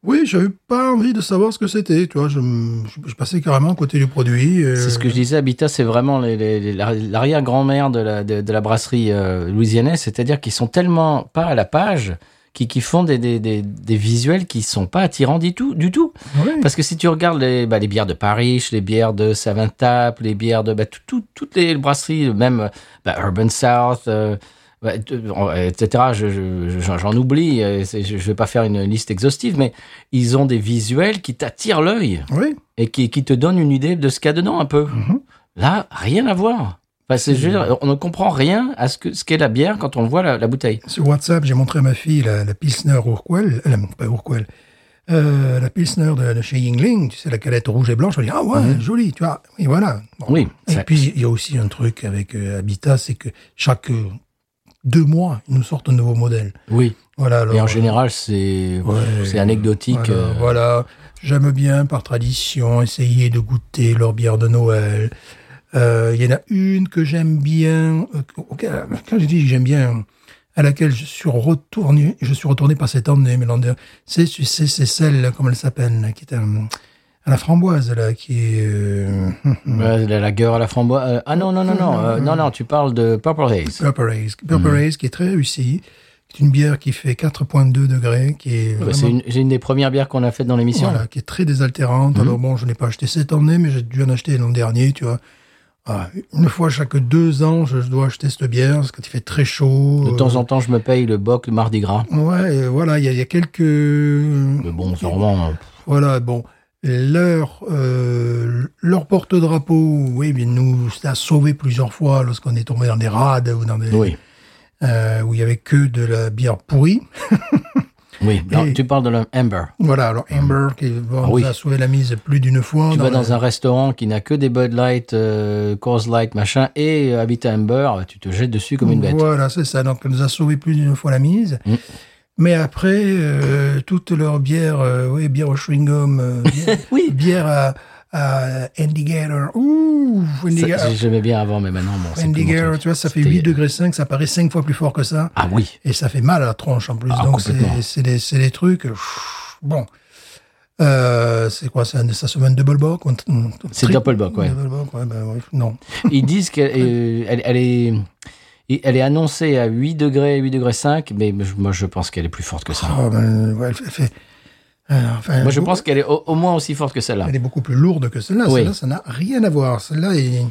[SPEAKER 2] oui, j'avais pas envie de savoir ce que c'était. Tu vois, je, m- je- je passais carrément à côté du produit. euh,
[SPEAKER 1] C'est ce que je disais, Habitat, c'est vraiment les- les- les- la- l'arrière-grand-mère de la, de, de la brasserie euh, louisianaise, c'est-à-dire qu'ils sont tellement pas à la page qu'ils qu'ils font des, des, des, des visuels qui sont pas attirants du tout. Du tout.
[SPEAKER 2] ouais.
[SPEAKER 1] Parce que si tu regardes les, bah, les bières de Paris, les bières de Savintap, les bières de bah, tout- tout- toutes les brasseries, même euh, bah, Urban South, euh, bah, de- en- etc. je- je- je- J'en oublie, euh, c'est- je, je vais pas faire une liste exhaustive, mais ils ont des visuels qui t'attirent l'œil
[SPEAKER 2] Oui,
[SPEAKER 1] et qui, qui te donne une idée de ce qu'il y a dedans un peu.
[SPEAKER 2] Mhm.
[SPEAKER 1] Là, rien à voir. Enfin, c'est- je veux dire, on ne comprend rien à ce que ce qu'est la bière quand on voit la, la bouteille.
[SPEAKER 2] sur WhatsApp, j'ai montré à ma fille la, la Pilsner Urquell, euh, pas Urquell, euh, la Pilsner de, de chez Yingling, tu sais, la calette rouge et blanche. Je lui ai dit, ah ouais, jolie, tu vois. Et voilà. Bon.
[SPEAKER 1] Mhm. Oui,
[SPEAKER 2] Et
[SPEAKER 1] ça-
[SPEAKER 2] puis, il y a aussi un truc avec euh, Habitat, c'est que chaque euh, deux mois, ils nous sortent un nouveau modèle.
[SPEAKER 1] oui.
[SPEAKER 2] Voilà.
[SPEAKER 1] et en
[SPEAKER 2] alors,
[SPEAKER 1] général, c'est
[SPEAKER 2] Ouais.
[SPEAKER 1] c'est anecdotique.
[SPEAKER 2] Voilà,
[SPEAKER 1] euh,
[SPEAKER 2] voilà. j'aime bien par tradition essayer de goûter leur bière de Noël. Euh, Il y en a une que j'aime bien. euh, auquel- Quand je dis que j'aime bien, à laquelle je suis retourné, je suis retourné par cette année, mais l'an dernier, c'est c'est c'est celle là, comment elle s'appelle, là, qui est à, à la framboise là, qui est. euh,
[SPEAKER 1] ouais, la lagueur à la framboise. euh, ah non, non, non, non. euh, non, non, tu parles de Purple Haze.
[SPEAKER 2] Purple Haze,
[SPEAKER 1] Mm.
[SPEAKER 2] Purple Haze, qui est très réussie, qui est une bière qui fait 4,2 degrés, qui est
[SPEAKER 1] Bah,
[SPEAKER 2] vraiment-
[SPEAKER 1] c'est une, c'est une des premières bières qu'on a faites dans l'émission.
[SPEAKER 2] Voilà, qui est très désaltérante.
[SPEAKER 1] Mhm.
[SPEAKER 2] Alors bon, je n'ai pas acheté cette année, mais j'ai dû en acheter l'an dernier, tu vois. Ah, une fois chaque deux ans, je dois acheter cette bière, parce que il fait très chaud.
[SPEAKER 1] De temps en temps, je me paye le boc le Mardi Gras.
[SPEAKER 2] temps. Ouais, et voilà, il y, a- il y a quelques...
[SPEAKER 1] Mais bon, euh, ça revend.
[SPEAKER 2] Voilà, bon. Leur, euh, leur porte-drapeau, oui, mais nous ça a sauvé plusieurs fois lorsqu'on est tombé dans des rades ou dans des...
[SPEAKER 1] Oui,
[SPEAKER 2] euh, où il y avait que de la bière pourrie.
[SPEAKER 1] oui. Non,
[SPEAKER 2] Et-
[SPEAKER 1] tu parles de l'Amber.
[SPEAKER 2] Voilà, alors Amber qui bon,
[SPEAKER 1] Ah
[SPEAKER 2] nous
[SPEAKER 1] oui.
[SPEAKER 2] a sauvé la mise plus d'une fois.
[SPEAKER 1] Tu vas
[SPEAKER 2] la-
[SPEAKER 1] dans un restaurant qui n'a que des Bud Light, euh, Coors Light, machin, et euh, Habitat Amber, tu te jettes dessus comme une bête.
[SPEAKER 2] Voilà, c'est ça. Donc, elle nous a sauvé plus d'une fois la mise.
[SPEAKER 1] Mm.
[SPEAKER 2] Mais après, euh, toutes leurs bières, euh, oui, bière au chewing-gum, euh, bière,
[SPEAKER 1] Oui.
[SPEAKER 2] bière à, à Indigator. Ouh, Indigator,
[SPEAKER 1] Ça, J'aimais bien avant, mais maintenant, bon, c'est plus mon
[SPEAKER 2] Indigator,
[SPEAKER 1] truc.
[SPEAKER 2] tu vois, ça fait
[SPEAKER 1] C'était-
[SPEAKER 2] 8 degrés 5, ça paraît 5 fois plus fort que ça.
[SPEAKER 1] Ah oui.
[SPEAKER 2] Et ça fait mal à la tronche en plus.
[SPEAKER 1] Ah,
[SPEAKER 2] Donc, c'est-
[SPEAKER 1] complètement.
[SPEAKER 2] c'est des, c'est des trucs. pff, Bon. Euh, c'est quoi ça, ça se met un double bock ou un- un-
[SPEAKER 1] C'est
[SPEAKER 2] tri-
[SPEAKER 1] Doppelbock, ouais.
[SPEAKER 2] Double bock, ouais, ben, ouais, non.
[SPEAKER 1] Ils disent qu'elle euh, elle, elle est... et Elle est annoncée à 8 degrés, 8 degrés 5, mais je- moi je pense qu'elle est plus forte que ça.
[SPEAKER 2] Oh, ben, ouais, elle fait- elle fait- euh, enfin,
[SPEAKER 1] Ah. moi je
[SPEAKER 2] beaucoup-
[SPEAKER 1] pense qu'elle est au, au moins aussi forte que celle-là.
[SPEAKER 2] Elle est beaucoup plus lourde que celle-là.
[SPEAKER 1] Oui.
[SPEAKER 2] Celle-là, ça n'a rien à voir. Celle-là est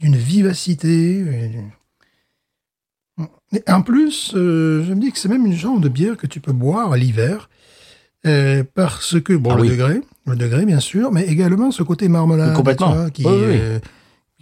[SPEAKER 2] d'une vivacité. euh, Et en plus, euh, je me dis que c'est même une genre de bière que tu peux boire l'hiver. euh, parce que, bon,
[SPEAKER 1] Ah
[SPEAKER 2] le
[SPEAKER 1] oui.
[SPEAKER 2] degré, le degré, bien sûr, mais également ce côté marmelade.
[SPEAKER 1] Complètement.
[SPEAKER 2] tu vois, qui,
[SPEAKER 1] Oui, oui, oui.
[SPEAKER 2] euh,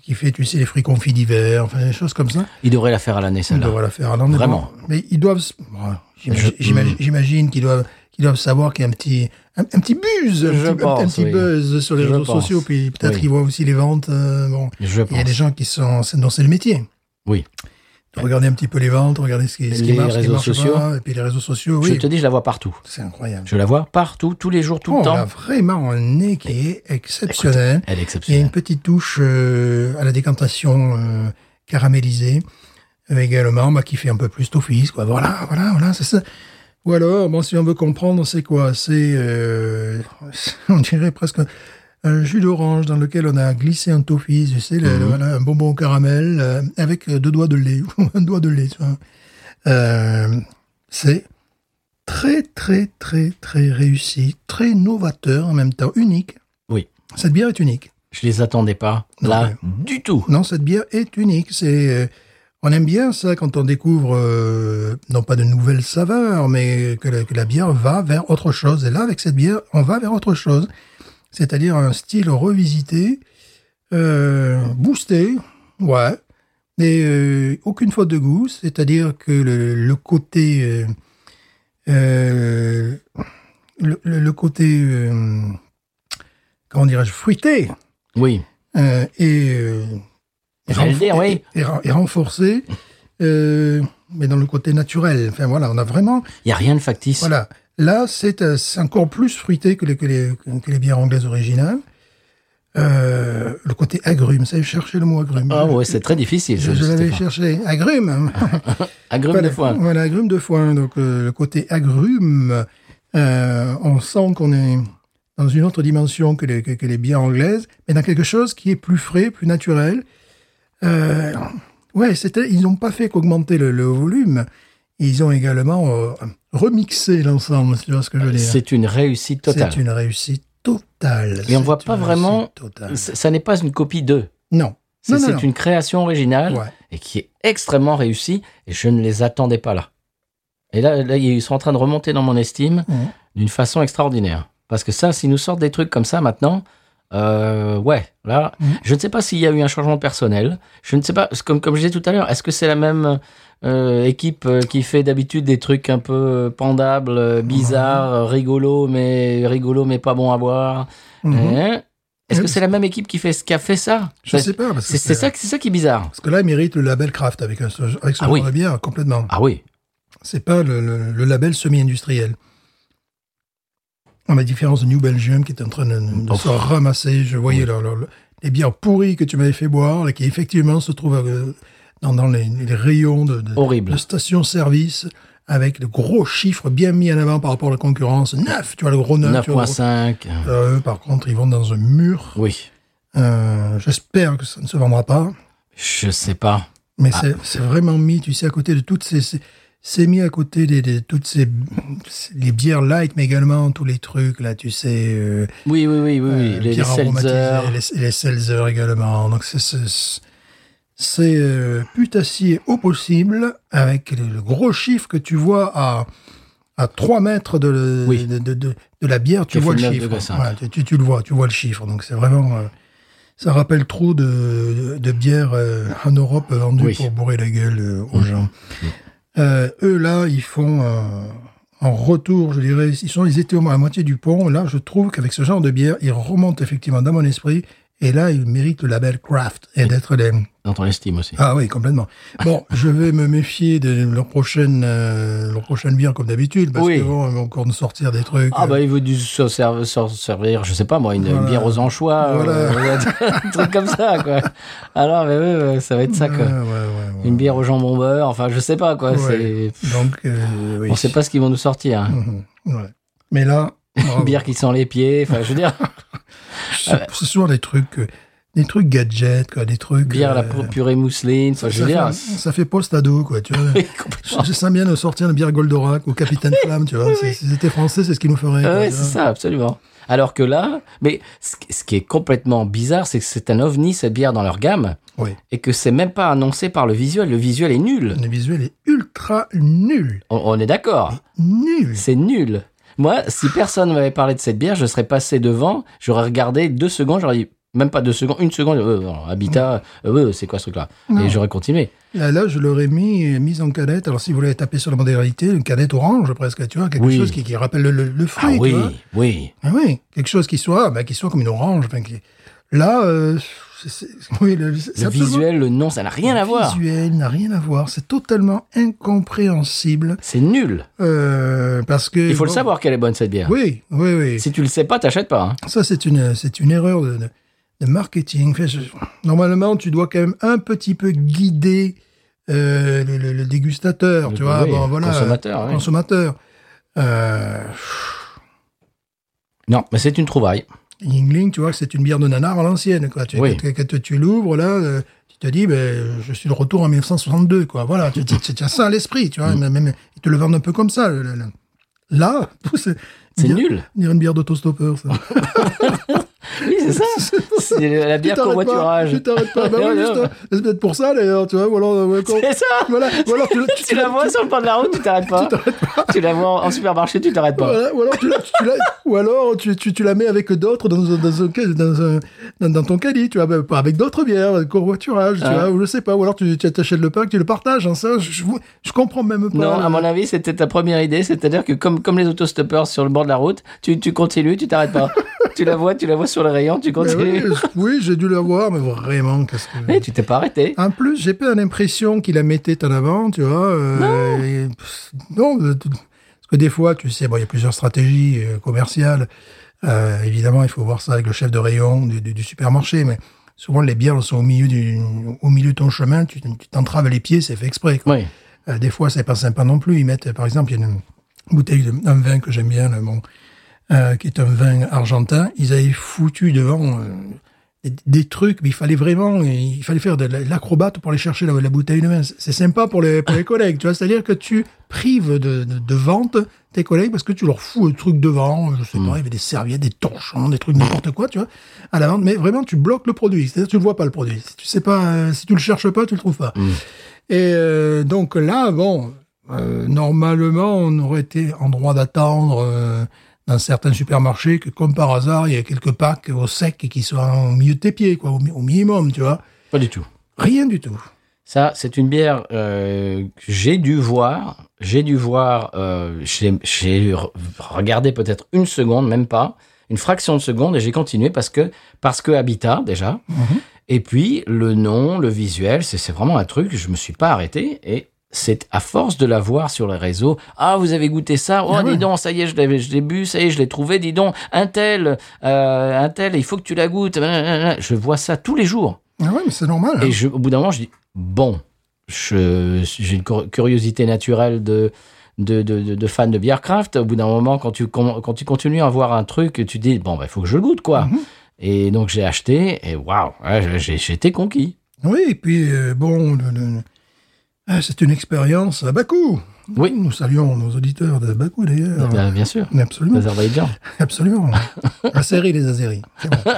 [SPEAKER 2] qui fait, tu sais, les fruits confits d'hiver, enfin, des choses comme ça.
[SPEAKER 1] Ils devraient la faire à l'année
[SPEAKER 2] Ils
[SPEAKER 1] celle-là.
[SPEAKER 2] doivent la faire à l'an, mais
[SPEAKER 1] Vraiment.
[SPEAKER 2] bon. Mais ils doivent. bon, j'imagine-
[SPEAKER 1] Je- Hmm.
[SPEAKER 2] j'imagine- J'imagine qu'ils doivent, qu'ils doivent savoir qu'il y a un petit, un, un petit buzz, un
[SPEAKER 1] Je
[SPEAKER 2] petit, un-
[SPEAKER 1] pense,
[SPEAKER 2] un petit
[SPEAKER 1] oui.
[SPEAKER 2] buzz sur les
[SPEAKER 1] Je
[SPEAKER 2] réseaux
[SPEAKER 1] pense.
[SPEAKER 2] sociaux. Puis peut-être
[SPEAKER 1] Oui.
[SPEAKER 2] qu'ils voient aussi les ventes. euh, bon,
[SPEAKER 1] Je
[SPEAKER 2] il y a des
[SPEAKER 1] pense.
[SPEAKER 2] gens qui sont, c'est- dont c'est le métier.
[SPEAKER 1] Oui.
[SPEAKER 2] De Regarder un petit peu les ventes, regarder ce qui, ce
[SPEAKER 1] Les
[SPEAKER 2] qui marche, ce qui
[SPEAKER 1] réseaux
[SPEAKER 2] marche
[SPEAKER 1] sociaux.
[SPEAKER 2] pas, et puis les réseaux sociaux.
[SPEAKER 1] Je
[SPEAKER 2] Oui,
[SPEAKER 1] te dis, je la vois partout.
[SPEAKER 2] c'est incroyable.
[SPEAKER 1] Je la vois partout, tous les jours, tout
[SPEAKER 2] On
[SPEAKER 1] le temps.
[SPEAKER 2] a vraiment un nez qui est exceptionnel.
[SPEAKER 1] Elle est
[SPEAKER 2] Oh, Il y a
[SPEAKER 1] exceptionnelle.
[SPEAKER 2] une petite touche euh, à la décantation euh, caramélisée euh, également, bah, qui fait un peu plus office. Quoi. Voilà, voilà, voilà, c'est ça. Ou alors, bon, si on veut comprendre, c'est quoi C'est, euh, on dirait presque un jus d'orange dans lequel on a glissé un toffee, tu sais, le- le- voilà, un bonbon au caramel euh, avec deux doigts de lait, ou un doigt de lait. tu vois. Euh, c'est très, très, très, très réussi, très novateur en même temps, unique.
[SPEAKER 1] Oui.
[SPEAKER 2] Cette bière est unique.
[SPEAKER 1] Je les attendais pas
[SPEAKER 2] Non,
[SPEAKER 1] là
[SPEAKER 2] mais-
[SPEAKER 1] du tout.
[SPEAKER 2] Non, cette bière est unique. C'est, euh, on aime bien ça quand on découvre, euh, non pas de nouvelles saveurs, mais que la, que la bière va vers autre chose. Et là, avec cette bière, on va vers autre chose. C'est-à-dire un style revisité, euh, boosté, ouais. Et euh, aucune faute de goût, c'est-à-dire que le, le côté... euh, euh, le, le- le côté... euh, comment dirais-je Fruité
[SPEAKER 1] Oui.
[SPEAKER 2] euh, et, euh, et
[SPEAKER 1] J'allais le
[SPEAKER 2] renfor-
[SPEAKER 1] dire, oui.
[SPEAKER 2] et- et ren- et renforcé, euh, mais dans le côté naturel. Enfin voilà, on a vraiment
[SPEAKER 1] Il n'y a rien de factice.
[SPEAKER 2] voilà. Là, c'est euh, c'est encore plus fruité que les, que les, que les bières anglaises originales. Euh, le côté agrume, ça, chercher le mot agrume.
[SPEAKER 1] Ah ouais, c'est très difficile.
[SPEAKER 2] Je,
[SPEAKER 1] Ah je-
[SPEAKER 2] je
[SPEAKER 1] c'était
[SPEAKER 2] l'avais
[SPEAKER 1] pas-
[SPEAKER 2] cherché. Agrume
[SPEAKER 1] Agrumes
[SPEAKER 2] Voilà,
[SPEAKER 1] de foin.
[SPEAKER 2] Voilà, agrumes de foin. Donc, euh, le côté agrumes, euh, on sent qu'on est dans une autre dimension que les, que, que les bières anglaises, mais dans quelque chose qui est plus frais, plus naturel. Euh, ouais, c'était, ils n'ont pas fait qu'augmenter le, le volume. Ils ont également euh, remixé l'ensemble, si tu vois ce que je veux dire.
[SPEAKER 1] C'est une réussite totale.
[SPEAKER 2] C'est une réussite totale.
[SPEAKER 1] Et on
[SPEAKER 2] C'est
[SPEAKER 1] voit pas
[SPEAKER 2] une
[SPEAKER 1] vraiment-
[SPEAKER 2] réussite totale.
[SPEAKER 1] C- Ça n'est pas une copie d'eux.
[SPEAKER 2] Non.
[SPEAKER 1] C'est
[SPEAKER 2] Non, non,
[SPEAKER 1] c'est
[SPEAKER 2] non.
[SPEAKER 1] une création originale
[SPEAKER 2] Ouais.
[SPEAKER 1] et qui est extrêmement réussie et je ne les attendais pas là. Et là, là ils sont en train de remonter dans mon estime
[SPEAKER 2] Mhm.
[SPEAKER 1] d'une façon extraordinaire. Parce que ça, s'ils nous sortent des trucs comme ça maintenant, euh, ouais, là,
[SPEAKER 2] Mhm.
[SPEAKER 1] je ne sais pas s'il y a eu un changement de personnel. Je ne sais pas, c'est comme, comme je disais tout à l'heure, est-ce que c'est la même euh, équipe euh, qui fait d'habitude des trucs un peu euh, pendables, euh, bizarres,
[SPEAKER 2] Mmh.
[SPEAKER 1] euh, rigolos, mais rigolos, mais pas bon à boire
[SPEAKER 2] Mhm.
[SPEAKER 1] Hein Est-ce
[SPEAKER 2] Oui,
[SPEAKER 1] que c'est la même équipe qui, fait, qui a fait ça
[SPEAKER 2] Je sais pas. parce que
[SPEAKER 1] C'est c'est ça, qui- c'est ça qui est bizarre.
[SPEAKER 2] Parce que là, il mérite le label craft avec, un- avec ce
[SPEAKER 1] Ah
[SPEAKER 2] genre
[SPEAKER 1] oui.
[SPEAKER 2] de bière complètement.
[SPEAKER 1] Ah oui.
[SPEAKER 2] C'est pas le, le- le label semi-industriel. À la différence de New Belgium qui est en train de, de
[SPEAKER 1] Oh.
[SPEAKER 2] se ramasser, je voyais leur- leur- leur- les bières pourries que tu m'avais fait boire, et qui effectivement se trouvent euh, dans, dans les, les rayons de, de,
[SPEAKER 1] Horrible.
[SPEAKER 2] de stations-service avec de gros chiffres bien mis en avant par rapport à la concurrence. 9, tu vois, le gros 9. tu vois, le gros-
[SPEAKER 1] 9.5.
[SPEAKER 2] Euh, eux, par contre, ils vont dans un mur.
[SPEAKER 1] Oui.
[SPEAKER 2] Euh, J'espère que ça ne se vendra pas.
[SPEAKER 1] Je sais pas.
[SPEAKER 2] Mais
[SPEAKER 1] Ah.
[SPEAKER 2] c'est- c'est vraiment mis, tu sais, à côté de toutes ces... ces- C'est mis à côté des, des- toutes ces, ces- les bières light, mais également tous les trucs, là, tu sais... euh,
[SPEAKER 1] Oui, oui, oui, oui. oui.
[SPEAKER 2] euh,
[SPEAKER 1] les les
[SPEAKER 2] bières aromatisées,
[SPEAKER 1] seltzer.
[SPEAKER 2] Les, les seltzer également. Donc, c'est- c'est... C'est euh, putassier au possible, avec le, le gros chiffre que tu vois à, à 3 mètres de, le-
[SPEAKER 1] Oui.
[SPEAKER 2] de, de, de- de la bière, tu
[SPEAKER 1] Qui
[SPEAKER 2] vois le
[SPEAKER 1] fait 9
[SPEAKER 2] chiffre.
[SPEAKER 1] degrés cinq.
[SPEAKER 2] Voilà, tu, tu- tu le vois, tu vois le chiffre. Donc c'est vraiment... euh, ça rappelle trop de, de, de bières euh, en Europe vendues
[SPEAKER 1] Oui.
[SPEAKER 2] pour bourrer la gueule euh, aux gens. Euh, eux, là, ils font... euh, en retour, je dirais, ils, sont, ils étaient au moins à la moitié du pont. Là, je trouve qu'avec ce genre de bière, ils remontent effectivement dans mon esprit. Et là, ils méritent le label craft et d'être les,
[SPEAKER 1] Dans ton estime aussi.
[SPEAKER 2] ah oui, complètement. Bon, je vais me méfier de leur prochaine, euh, leur prochaine bière comme d'habitude, parce
[SPEAKER 1] Oui.
[SPEAKER 2] qu'ils vont encore nous sortir des trucs. euh,
[SPEAKER 1] Ah bah il veut du se servir, se servir, je sais pas moi, une, une
[SPEAKER 2] Voilà.
[SPEAKER 1] bière aux anchois,
[SPEAKER 2] Voilà.
[SPEAKER 1] euh, un truc comme ça quoi. Alors mais ouais, ça va être ça
[SPEAKER 2] Ouais,
[SPEAKER 1] quoi.
[SPEAKER 2] ouais, ouais, ouais.
[SPEAKER 1] Une bière au jambon beurre, enfin je sais pas quoi.
[SPEAKER 2] Ouais.
[SPEAKER 1] c'est-
[SPEAKER 2] Donc, euh, oui.
[SPEAKER 1] On sait pas ce qu'ils vont nous sortir. hein.
[SPEAKER 2] Mhm. Ouais. Mais là, bravo.
[SPEAKER 1] Une bière Ah qui sent les pieds, enfin je veux dire,
[SPEAKER 2] c'est c'est souvent des trucs, euh, des trucs gadgets, quoi, des trucs.
[SPEAKER 1] bière à la
[SPEAKER 2] euh,
[SPEAKER 1] pu- purée mousseline, enfin je
[SPEAKER 2] ça,
[SPEAKER 1] veux
[SPEAKER 2] fait,
[SPEAKER 1] dire.
[SPEAKER 2] ça fait post-ado, quoi, tu vois.
[SPEAKER 1] complètement.
[SPEAKER 2] Je je sens bien de sortir une bière Goldorak ou Capitaine Flamme, tu vois. Si si c'était français, c'est ce qu'ils nous ferait.
[SPEAKER 1] Ah
[SPEAKER 2] quoi,
[SPEAKER 1] ouais,
[SPEAKER 2] tu
[SPEAKER 1] c'est
[SPEAKER 2] vois.
[SPEAKER 1] ça, absolument. Alors que là, mais ce, qui- ce qui est complètement bizarre, c'est que c'est un ovni cette bière dans leur gamme
[SPEAKER 2] Oui.
[SPEAKER 1] et que c'est même pas annoncé par le visuel. Le visuel est nul.
[SPEAKER 2] Le visuel est ultra nul.
[SPEAKER 1] On, on est d'accord.
[SPEAKER 2] Nul.
[SPEAKER 1] C'est nul. Moi, si personne m'avait parlé de cette bière, je serais passé devant, j'aurais regardé deux secondes, j'aurais dit, même pas deux secondes, une seconde, euh, non, Habitat, euh, euh, c'est quoi ce truc-là
[SPEAKER 2] Non.
[SPEAKER 1] Et j'aurais continué.
[SPEAKER 2] Là, là, je l'aurais mis mise en canette. Alors, si vous voulez taper sur la modalité, une canette orange, presque, tu vois, quelque
[SPEAKER 1] Oui.
[SPEAKER 2] chose qui, qui rappelle le, le- le
[SPEAKER 1] Ah
[SPEAKER 2] fruit, tu
[SPEAKER 1] oui,
[SPEAKER 2] vois.
[SPEAKER 1] oui.
[SPEAKER 2] Ah oui, quelque chose qui soit, bah, qui soit comme une orange. Enfin, qui- Là, euh, c'est- c'est- oui, le, c'est
[SPEAKER 1] Le
[SPEAKER 2] absolument-
[SPEAKER 1] visuel, le nom, ça n'a rien à voir.
[SPEAKER 2] Le visuel n'a rien à voir. C'est totalement incompréhensible
[SPEAKER 1] C'est nul.
[SPEAKER 2] euh, parce que
[SPEAKER 1] Il faut le
[SPEAKER 2] bon,
[SPEAKER 1] savoir qu'elle est bonne cette bière.
[SPEAKER 2] Oui, oui, oui.
[SPEAKER 1] Si tu le sais pas, t'achètes pas. hein.
[SPEAKER 2] Ça, c'est une, c'est une erreur de, de- de marketing. Enfin, je- normalement, tu dois quand même un petit peu guider euh, le, le- le dégustateur, tu
[SPEAKER 1] Oui,
[SPEAKER 2] vois.
[SPEAKER 1] oui,
[SPEAKER 2] bon, voilà,
[SPEAKER 1] consommateur, oui.
[SPEAKER 2] Consommateur. Euh,
[SPEAKER 1] Non, mais c'est une trouvaille.
[SPEAKER 2] Yingling, tu vois, c'est une bière de nanar à l'ancienne. Quoi. Tu,
[SPEAKER 1] Oui.
[SPEAKER 2] quand- quand tu- tu l'ouvres, là, euh, tu te dis, ben, je suis de retour en 1962, quoi. Voilà, tu, tu- tu- tu as ça à l'esprit, tu vois.
[SPEAKER 1] Mm.
[SPEAKER 2] Même, même, ils te le vendent un peu comme ça. le- le- le- Là, c'est,
[SPEAKER 1] C'est
[SPEAKER 2] dire-
[SPEAKER 1] nul.
[SPEAKER 2] dire une bière d'autostoppeur, ça.
[SPEAKER 1] Oui, c'est ça. C'est la bière
[SPEAKER 2] Tu t'arrêtes pas,
[SPEAKER 1] covoiturage.
[SPEAKER 2] Tu t'arrêtes pas. Bah oui,
[SPEAKER 1] Non, non.
[SPEAKER 2] juste, hein. C'est peut-être pour ça d'ailleurs, tu vois. Ou alors, euh, quand-
[SPEAKER 1] C'est ça.
[SPEAKER 2] voilà, ou alors tu, tu-
[SPEAKER 1] Tu la vois sur le bord de la route, tu t'arrêtes pas. Tu la vois en supermarché, tu t'arrêtes pas.
[SPEAKER 2] voilà, ou alors, tu, la- tu- tu la, ou alors tu, tu- tu la mets avec d'autres dans, un- dans, un ca- dans, un- dans- dans ton caddie, tu vois, bah, pas avec d'autres bières, avec covoiturage, tu
[SPEAKER 1] Ah.
[SPEAKER 2] vois, ou je sais pas, ou alors tu, tu t'achètes le pack, tu le partages, hein, ça, je, je, je comprends même pas.
[SPEAKER 1] Non,
[SPEAKER 2] le-
[SPEAKER 1] à mon avis, c'était ta première idée, c'est-à-dire que comme, comme les autostoppeurs sur le bord de la route, tu, tu continues, tu t'arrêtes pas. tu la vois, tu la vois sur le rayon, tu
[SPEAKER 2] Mais oui,
[SPEAKER 1] continues.
[SPEAKER 2] je- oui, j'ai dû l'avoir, mais vraiment, qu'est-ce que.
[SPEAKER 1] Mais tu t'es pas arrêté.
[SPEAKER 2] En plus, j'ai pas l'impression qu'il la mettait en avant, tu vois. euh, et, pff, non, euh, tout- parce que des fois, tu sais, bon, il y a plusieurs stratégies euh, commerciales. Euh, évidemment, il faut voir ça avec le chef de rayon du, du- du supermarché, mais souvent les bières elles sont au milieu du, au milieu de ton chemin. Tu tu t'entraves les pieds, c'est fait exprès. quoi.
[SPEAKER 1] Oui.
[SPEAKER 2] Euh, des fois, c'est pas sympa non plus. Ils mettent, par exemple, il y a une bouteille d'un vin que j'aime bien, le bon, euh, qui est un vin argentin. Ils avaient foutu devant euh, des, des trucs, mais il fallait vraiment, il fallait faire de la- l'acrobate pour aller chercher la, la bouteille de vin. C'est c'est sympa pour les, pour les collègues, tu vois. C'est-à-dire que tu prives de, de, de vente tes collègues parce que tu leur fous le truc devant. Je sais pas, il y avait des serviettes, des torchons, des trucs n'importe quoi, tu vois, à la vente. Mais vraiment, tu bloques le produit. C'est-à-dire que tu le vois pas le produit. Si tu sais pas, euh, si tu le cherches pas, tu le trouves pas. Et euh, donc là, bon, euh, normalement, on aurait été en droit d'attendre euh, dans certains supermarchés que, comme par hasard, il y a quelques packs au sec qui sont au milieu de tes pieds, quoi, au, mi- au minimum, tu vois.
[SPEAKER 1] Pas du tout.
[SPEAKER 2] Rien du tout.
[SPEAKER 1] Ça, c'est une bière euh, que j'ai dû voir. J'ai dû voir, euh, j'ai j'ai re- regardé peut-être une seconde, même pas, une fraction de seconde, et j'ai continué parce que, parce que Habitat, déjà.
[SPEAKER 2] Mhm.
[SPEAKER 1] Et puis, le nom, le visuel, c'est c'est vraiment un truc, je me suis pas arrêté. Et c'est à force de la voir sur les réseaux. Ah, vous avez goûté ça Oh,
[SPEAKER 2] Ah ouais.
[SPEAKER 1] dis donc, ça y est, je l'avais- je l'ai bu, ça y est, je l'ai trouvé, dis donc, un tel, euh, un tel, il faut que tu la goûtes. Je vois ça tous les jours.
[SPEAKER 2] Ah ouais, mais c'est normal.
[SPEAKER 1] Et je, au bout d'un moment, je dis bon, je- j'ai une cur- curiosité naturelle de de, de, de- de fan de bière craft. Au bout d'un moment, quand tu com- quand tu continues à voir un truc, tu dis bon, il faut que je le goûte quoi.
[SPEAKER 2] Mhm.
[SPEAKER 1] Et donc j'ai acheté et waouh, ouais, j'ai- j'étais conquis.
[SPEAKER 2] Oui, et puis, euh, bon, le- le- ah, c'est une expérience à Bakou.
[SPEAKER 1] Oui.
[SPEAKER 2] Nous saluons nos auditeurs de Bakou, d'ailleurs.
[SPEAKER 1] Ben, bien sûr,
[SPEAKER 2] Absolument,
[SPEAKER 1] l'Azerbaïdjan,
[SPEAKER 2] absolument. Azérie, les Azéries. C'est bon.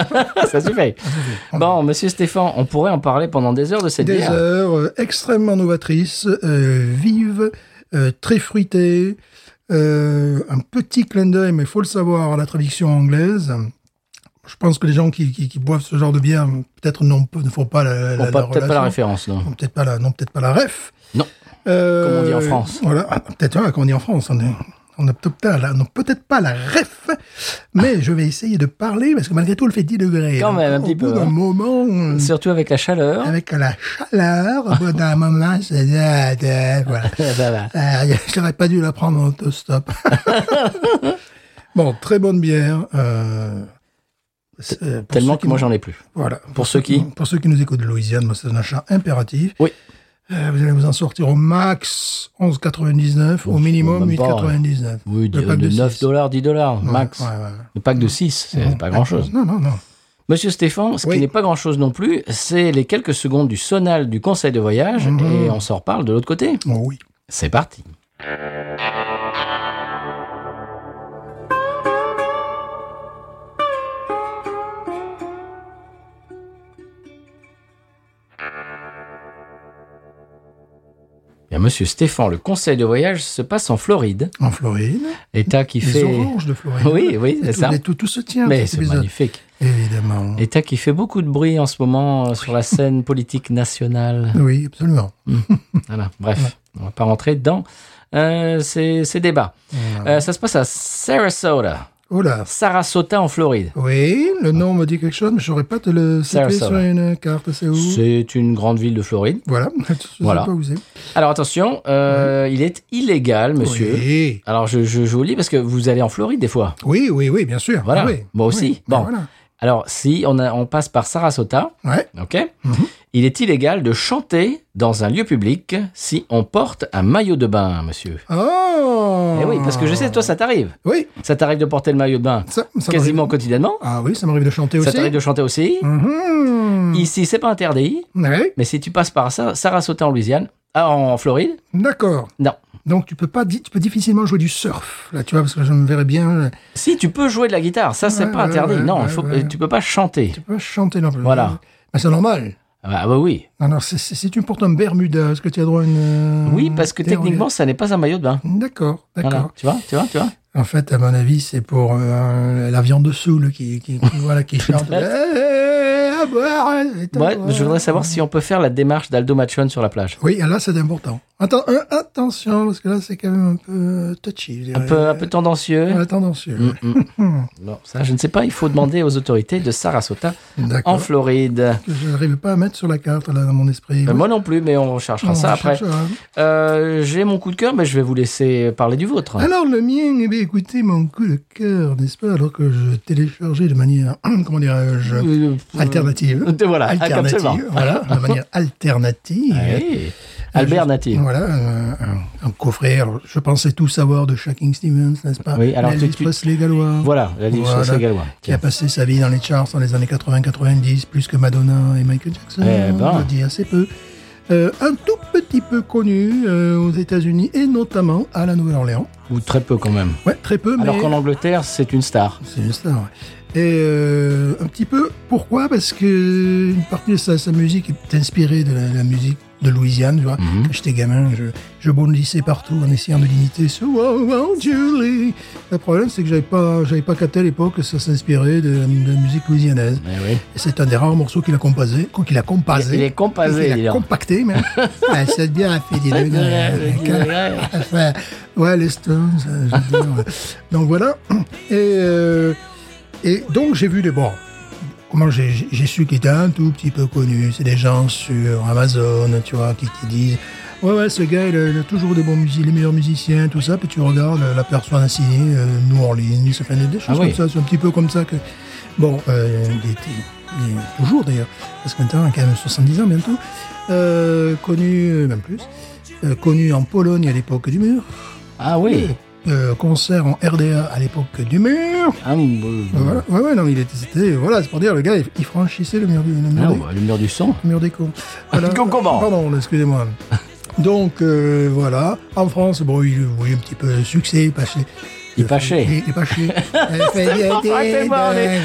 [SPEAKER 1] ça suffit. Bon, Monsieur Stéphane, on pourrait en parler pendant des heures de cette
[SPEAKER 2] Des
[SPEAKER 1] bière.
[SPEAKER 2] heures euh, extrêmement novatrices, euh, vives, euh, très fruitées. euh, un petit clin d'œil, mais faut le savoir, à la traduction anglaise. Je pense que les gens qui, qui- qui boivent ce genre de bière, peut-être non, ne font pas la,
[SPEAKER 1] Bon,
[SPEAKER 2] la,
[SPEAKER 1] pas-
[SPEAKER 2] la
[SPEAKER 1] peut-être pas la
[SPEAKER 2] relation.
[SPEAKER 1] référence, non.
[SPEAKER 2] Ou peut-être pas la, non, peut-être pas la ref.
[SPEAKER 1] Non.
[SPEAKER 2] Euh,
[SPEAKER 1] Comme on dit en France.
[SPEAKER 2] Voilà, Ah, peut-être ouais, comme on dit en France. On est- on n'a peut-être pas, la- on n'a peut-être pas la ref, mais je vais essayer de parler parce que malgré tout, il fait 10 degrés.
[SPEAKER 1] Quand même, un
[SPEAKER 2] au
[SPEAKER 1] petit
[SPEAKER 2] bout
[SPEAKER 1] peu,
[SPEAKER 2] d'un
[SPEAKER 1] hein.
[SPEAKER 2] moment, on-
[SPEAKER 1] Surtout avec la chaleur.
[SPEAKER 2] avec la chaleur, au bout d'un moment, c'est ah, voilà.
[SPEAKER 1] Eh ben, ben.
[SPEAKER 2] Euh, J'aurais pas dû la prendre en autostop. bon, très bonne bière. euh, c'est- euh, pour
[SPEAKER 1] Tellement
[SPEAKER 2] ceux
[SPEAKER 1] que moi
[SPEAKER 2] nous-
[SPEAKER 1] j'en ai plus.
[SPEAKER 2] voilà.
[SPEAKER 1] Pour ceux qui
[SPEAKER 2] Pour ceux qui nous écoutent de Louisiane, moi, c'est un achat impératif.
[SPEAKER 1] Oui.
[SPEAKER 2] Euh, vous allez vous en sortir au max 11,99, au
[SPEAKER 1] Ouf,
[SPEAKER 2] minimum
[SPEAKER 1] même pas,
[SPEAKER 2] 8,99.
[SPEAKER 1] Oui,
[SPEAKER 2] Le
[SPEAKER 1] de,
[SPEAKER 2] pack
[SPEAKER 1] de
[SPEAKER 2] de
[SPEAKER 1] 9
[SPEAKER 2] six.
[SPEAKER 1] dollars, 10 dollars,
[SPEAKER 2] Ouais,
[SPEAKER 1] max.
[SPEAKER 2] ouais, Mm. ouais.
[SPEAKER 1] Le pack de 6, c'est pas grand-chose.
[SPEAKER 2] Non, non, non.
[SPEAKER 1] Monsieur Stéphane, ce
[SPEAKER 2] Oui.
[SPEAKER 1] qui n'est pas grand-chose non plus, c'est les quelques secondes du sonal du conseil de voyage et on s'en reparle de l'autre côté.
[SPEAKER 2] Oh oui.
[SPEAKER 1] C'est parti. Bien, Monsieur Stéphane, le conseil de voyage se passe en Floride,
[SPEAKER 2] En Floride.
[SPEAKER 1] État qui
[SPEAKER 2] Les
[SPEAKER 1] fait...
[SPEAKER 2] oranges de Floride.
[SPEAKER 1] Oui, oui,
[SPEAKER 2] Et
[SPEAKER 1] c'est
[SPEAKER 2] tout,
[SPEAKER 1] ça.
[SPEAKER 2] et Tout, tout se tient.
[SPEAKER 1] Mais
[SPEAKER 2] cet
[SPEAKER 1] c'est
[SPEAKER 2] épisode.
[SPEAKER 1] magnifique.
[SPEAKER 2] Évidemment.
[SPEAKER 1] État qui fait beaucoup de bruit en ce moment euh, sur la scène politique nationale.
[SPEAKER 2] Oui, absolument.
[SPEAKER 1] Voilà, bref, on va pas rentrer dans euh, ces, ces débats. Euh, ça se passe à Sarasota,
[SPEAKER 2] Oh là.
[SPEAKER 1] Sarasota en Floride.
[SPEAKER 2] Oui, le nom me dit quelque chose, mais je saurais pas te le situer
[SPEAKER 1] Sarasota.
[SPEAKER 2] sur une carte. C'est où
[SPEAKER 1] C'est une grande ville de Floride.
[SPEAKER 2] Voilà. Je sais
[SPEAKER 1] Voilà.
[SPEAKER 2] pas où c'est.
[SPEAKER 1] Alors attention, euh, il est illégal, monsieur.
[SPEAKER 2] Oui.
[SPEAKER 1] Alors je, je, je vous lis parce que vous allez en Floride des fois.
[SPEAKER 2] oui, oui, oui, bien sûr.
[SPEAKER 1] Voilà.
[SPEAKER 2] Ah oui.
[SPEAKER 1] Moi aussi.
[SPEAKER 2] Oui.
[SPEAKER 1] Bon.
[SPEAKER 2] Voilà.
[SPEAKER 1] Alors si on, a- on passe par Sarasota,
[SPEAKER 2] Ouais.
[SPEAKER 1] ok Il est illégal de chanter dans un lieu public si on porte un maillot de bain, monsieur.
[SPEAKER 2] Oh
[SPEAKER 1] Eh oui, parce que je sais, toi, ça t'arrive.
[SPEAKER 2] Oui,
[SPEAKER 1] Ça t'arrive de porter le maillot de bain
[SPEAKER 2] ça, ça
[SPEAKER 1] quasiment
[SPEAKER 2] m'arrive.
[SPEAKER 1] quotidiennement.
[SPEAKER 2] Ah oui, ça m'arrive de chanter
[SPEAKER 1] Ça
[SPEAKER 2] aussi.
[SPEAKER 1] t'arrive de chanter aussi.
[SPEAKER 2] Mhm.
[SPEAKER 1] Ici, c'est pas interdit,
[SPEAKER 2] Ouais,
[SPEAKER 1] mais si tu passes par Sa- Sarasota en Louisiane, ah, en Floride,
[SPEAKER 2] D'accord.
[SPEAKER 1] non.
[SPEAKER 2] Donc tu peux pas, di- tu peux difficilement jouer du surf là, tu vois, parce que je me verrais bien.
[SPEAKER 1] Si tu peux jouer de la guitare, ça c'est
[SPEAKER 2] Ouais,
[SPEAKER 1] pas
[SPEAKER 2] ouais,
[SPEAKER 1] interdit.
[SPEAKER 2] ouais,
[SPEAKER 1] non,
[SPEAKER 2] ouais,
[SPEAKER 1] il faut-
[SPEAKER 2] ouais.
[SPEAKER 1] tu peux pas chanter.
[SPEAKER 2] Tu peux pas chanter non plus.
[SPEAKER 1] Voilà.
[SPEAKER 2] Mais c'est normal.
[SPEAKER 1] Ah bah oui,
[SPEAKER 2] Non, non, c'est- c'est- si tu portes un Bermuda, est-ce que tu as droit à une. euh,
[SPEAKER 1] oui, parce que
[SPEAKER 2] t'es
[SPEAKER 1] techniquement,
[SPEAKER 2] relié-
[SPEAKER 1] ça n'est pas un maillot de bain.
[SPEAKER 2] D'accord, d'accord.
[SPEAKER 1] Voilà, tu vois, tu vois, tu vois.
[SPEAKER 2] En fait, à mon avis, c'est pour euh, la viande de saoul qui, qui, qui- voilà, qui chante. Eh, eh, à boire, eh, attends,
[SPEAKER 1] Ouais,
[SPEAKER 2] voilà.
[SPEAKER 1] je voudrais savoir si on peut faire la démarche d'Aldo Machon sur la plage.
[SPEAKER 2] Oui, ah, là, c'est important. Attends, euh, attention, parce que là, c'est quand même un peu euh, touchy. je
[SPEAKER 1] Un
[SPEAKER 2] dirais.
[SPEAKER 1] peu, Mm, un peu tendancieux.
[SPEAKER 2] Voilà, tendancieux.
[SPEAKER 1] Non, ça, je ne sais pas. Il faut demander aux autorités de Sarasota en
[SPEAKER 2] D'accord.
[SPEAKER 1] Floride.
[SPEAKER 2] Que Je n'arrive pas à mettre sur la carte, là, dans mon esprit.
[SPEAKER 1] Ben,
[SPEAKER 2] Oui.
[SPEAKER 1] Moi non plus, mais on recherchera
[SPEAKER 2] On
[SPEAKER 1] ça après.
[SPEAKER 2] cherchera.
[SPEAKER 1] Euh, J'ai mon coup de cœur, mais je vais vous laisser parler du vôtre.
[SPEAKER 2] Alors, le mien, eh bien, écoutez, mon coup de cœur, n'est-ce pas Alors que je téléchargeais de manière, comment dirais-je,
[SPEAKER 1] Euh, euh,
[SPEAKER 2] alternative.
[SPEAKER 1] De- voilà, absolument.
[SPEAKER 2] alternative. Voilà, de manière alternative.
[SPEAKER 1] Hey, euh, Albert
[SPEAKER 2] Juste-
[SPEAKER 1] Nati.
[SPEAKER 2] Voilà, un, un- un coffret. Alors, je pensais tout savoir de Shaking Stevens, n'est-ce pas
[SPEAKER 1] Oui, alors,
[SPEAKER 2] Elvis
[SPEAKER 1] tu- tu-
[SPEAKER 2] Presley gallois.
[SPEAKER 1] Voilà, la livre
[SPEAKER 2] Voilà.
[SPEAKER 1] sur Ségallois.
[SPEAKER 2] Qui a
[SPEAKER 1] Tiens.
[SPEAKER 2] passé sa vie dans les charts dans les années 80-90, plus que Madonna et Michael Jackson.
[SPEAKER 1] Eh ben.
[SPEAKER 2] On le dit assez peu. Euh, un tout petit peu connu euh, aux États-Unis et notamment à la Nouvelle-Orléans.
[SPEAKER 1] Ou très peu quand même.
[SPEAKER 2] Ouais, très peu,
[SPEAKER 1] Alors
[SPEAKER 2] mais
[SPEAKER 1] qu'en Angleterre, c'est une star.
[SPEAKER 2] c'est une star. ouais. Et euh, un petit peu, pourquoi Parce que une partie de sa, sa musique est inspirée de la, la musique de Louisiane. Tu vois,
[SPEAKER 1] Mhm.
[SPEAKER 2] quand j'étais gamin, je, je bondissais partout en essayant de l'imiter. So, oh, oh, Julie. Le problème, c'est que j'avais pas, j'avais pas capté à l'époque que ça s'inspirait de, la- de la musique louisianaise.
[SPEAKER 1] Eh oui.
[SPEAKER 2] Et C'est un des rares morceaux qu'il a composé. Qu'il a compasé.
[SPEAKER 1] Il est compasé,
[SPEAKER 2] Il
[SPEAKER 1] dis
[SPEAKER 2] a
[SPEAKER 1] donc.
[SPEAKER 2] compacté, même. Ah, c'est bien fait, dis donc. euh, Enfin, ouais, les Stones. euh, je veux dire, ouais. donc voilà. Et, euh, et donc j'ai vu les bords. Comment j'ai j'ai- j'ai su qu'il était un tout petit peu connu. C'est des gens sur Amazon, tu vois, qui, qui disent Ouais, ouais, ce gars, il a, il a toujours des bons musiciens, les meilleurs musiciens, tout ça. Puis tu regardes euh, la personne assignée, euh, New Orleans, enfin, des- des choses
[SPEAKER 1] Ah
[SPEAKER 2] comme
[SPEAKER 1] oui.
[SPEAKER 2] ça. C'est un petit peu comme ça que. Bon, euh, il était. il est toujours d'ailleurs, parce que maintenant, il a quand même 70 ans bientôt, euh, connu, euh, même plus, euh, connu en Pologne à l'époque du mur,
[SPEAKER 1] Ah oui.
[SPEAKER 2] euh, concert en RDA à l'époque du mur.
[SPEAKER 1] Ah, euh,
[SPEAKER 2] Voilà, ouais, ouais, non, mais il était, c'était, voilà, c'est pour dire, le gars, il, il franchissait le mur du, le mur
[SPEAKER 1] ah,
[SPEAKER 2] des,
[SPEAKER 1] bah, le mur du son.
[SPEAKER 2] le mur des cons. Voilà.
[SPEAKER 1] Con- comment
[SPEAKER 2] Pardon, excusez-moi. Donc, euh, voilà, en France, bon, il a eu un petit peu de succès, il passait.
[SPEAKER 1] Il pâchait.
[SPEAKER 2] Il, il pâchait. Euh,
[SPEAKER 1] Arrêtez-moi, allez.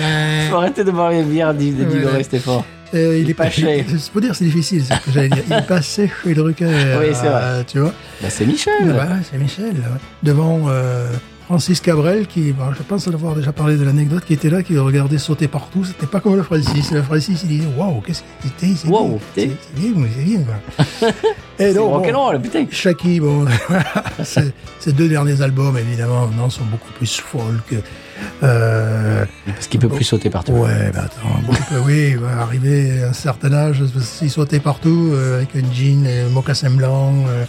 [SPEAKER 1] Faut arrêter de boire les bières, dis- dis-
[SPEAKER 2] Voilà.
[SPEAKER 1] Dinoré Stéphane.
[SPEAKER 2] Euh, il,
[SPEAKER 1] Il
[SPEAKER 2] est pas
[SPEAKER 1] passait.
[SPEAKER 2] cher. C'est pour dire, c'est difficile, c'est ce que j'allais dire. Il passait chez Drucker.
[SPEAKER 1] Oui, c'est vrai.
[SPEAKER 2] euh, Tu vois
[SPEAKER 1] Bah, c'est Michel.
[SPEAKER 2] Bah, c'est Michel. ouais. Devant euh, Francis Cabrel, qui, bon, je pense avoir déjà parlé de l'anecdote, qui était là, qui le regardait sauter partout. C'était pas comme le Francis. Le Francis, il disait Waouh, qu'est-ce qu'il était c'est
[SPEAKER 1] Waouh,
[SPEAKER 2] bien,
[SPEAKER 1] t'es-
[SPEAKER 2] c'est c'est bien, mais c'est bien. quoi. Et
[SPEAKER 1] C'est
[SPEAKER 2] donc, bon,
[SPEAKER 1] rock'n'roll, putain.
[SPEAKER 2] Shaki, bon, ces ces deux derniers albums, évidemment, non, sont beaucoup plus folk. Euh,
[SPEAKER 1] Parce qu'il peut plus sauter partout.
[SPEAKER 2] Ouais, bah attends, bon, bah oui, il va arriver à un certain âge, s'il sautait partout euh, avec un jean, et un mocassin blanc, euh,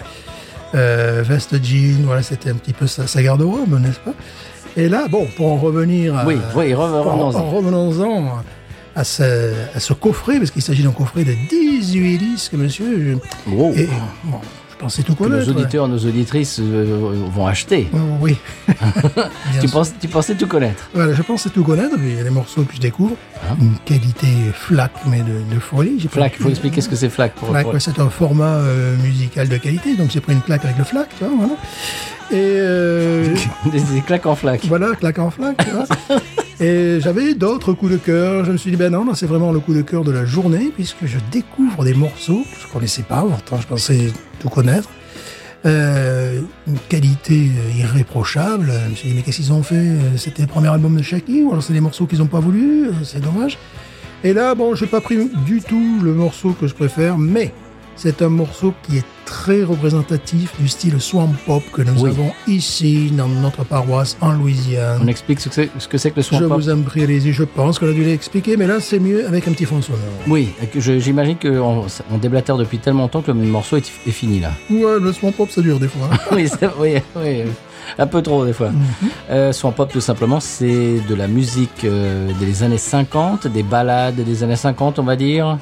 [SPEAKER 2] euh, veste jean, voilà, c'était un petit peu sa, sa garde-robe, n'est-ce pas Et là, bon, pour en revenir à,
[SPEAKER 1] Oui, oui,
[SPEAKER 2] en- en
[SPEAKER 1] revenons-en.
[SPEAKER 2] revenons-en à ce, à ce coffret, parce qu'il s'agit d'un coffret de 18 disques, monsieur,
[SPEAKER 1] Gros.
[SPEAKER 2] je, et bon, je pensais tout
[SPEAKER 1] Que nos
[SPEAKER 2] connaître.
[SPEAKER 1] Oh. auditeurs, nos auditrices euh, vont acheter.
[SPEAKER 2] Ouais, Oui. Bien
[SPEAKER 1] Tu,
[SPEAKER 2] sûr.
[SPEAKER 1] penses, tu pensais tout connaître.
[SPEAKER 2] Voilà, je pense que c'est tout connaître, mais il y a des morceaux que je découvre. Une qualité flaque, mais de, de folie. J'ai
[SPEAKER 1] Flac,
[SPEAKER 2] pris-
[SPEAKER 1] Ah. faut expliquer ce que c'est Flac. Pour,
[SPEAKER 2] Flac,
[SPEAKER 1] pour-
[SPEAKER 2] ouais, c'est un format euh, musical de qualité, donc j'ai pris une claque avec le flac, tu vois, voilà. Et euh,
[SPEAKER 1] Des, des claques en Flac.
[SPEAKER 2] voilà, claque en flac, tu vois. Et j'avais d'autres coups de cœur. Je me suis dit, ben non, non, c'est vraiment le coup de cœur de la journée, puisque je découvre des morceaux que je connaissais pas, pourtant je pensais tout connaître. Euh, une qualité euh, irréprochable. Je me suis dit, mais qu'est-ce qu'ils ont fait Euh, C'était le premier album de Shaki, ou alors c'est des morceaux qu'ils ont pas voulu, euh, c'est dommage. Et là, bon, j'ai pas pris du tout le morceau que je préfère, mais c'est un morceau qui est très représentatif du style swamp pop que nous
[SPEAKER 1] Oui.
[SPEAKER 2] avons ici, dans notre paroisse, en Louisiane.
[SPEAKER 1] On explique ce que c'est ce que, c'est que le
[SPEAKER 2] Je
[SPEAKER 1] swamp pop.
[SPEAKER 2] vous en prie, allez-y, je pense qu'on a dû l'expliquer, mais là c'est mieux avec un petit fond sonore.
[SPEAKER 1] Oui, que je- j'imagine qu'on on déblatère depuis tellement longtemps que le morceau est, est fini là.
[SPEAKER 2] Ouais, euh, le swamp pop ça dure des fois. hein.
[SPEAKER 1] oui, c'est- oui, oui, un peu trop des fois.
[SPEAKER 2] Mhm.
[SPEAKER 1] Euh, swamp pop, tout simplement, c'est de la musique euh, des années 50, des ballades des années 50, on va dire.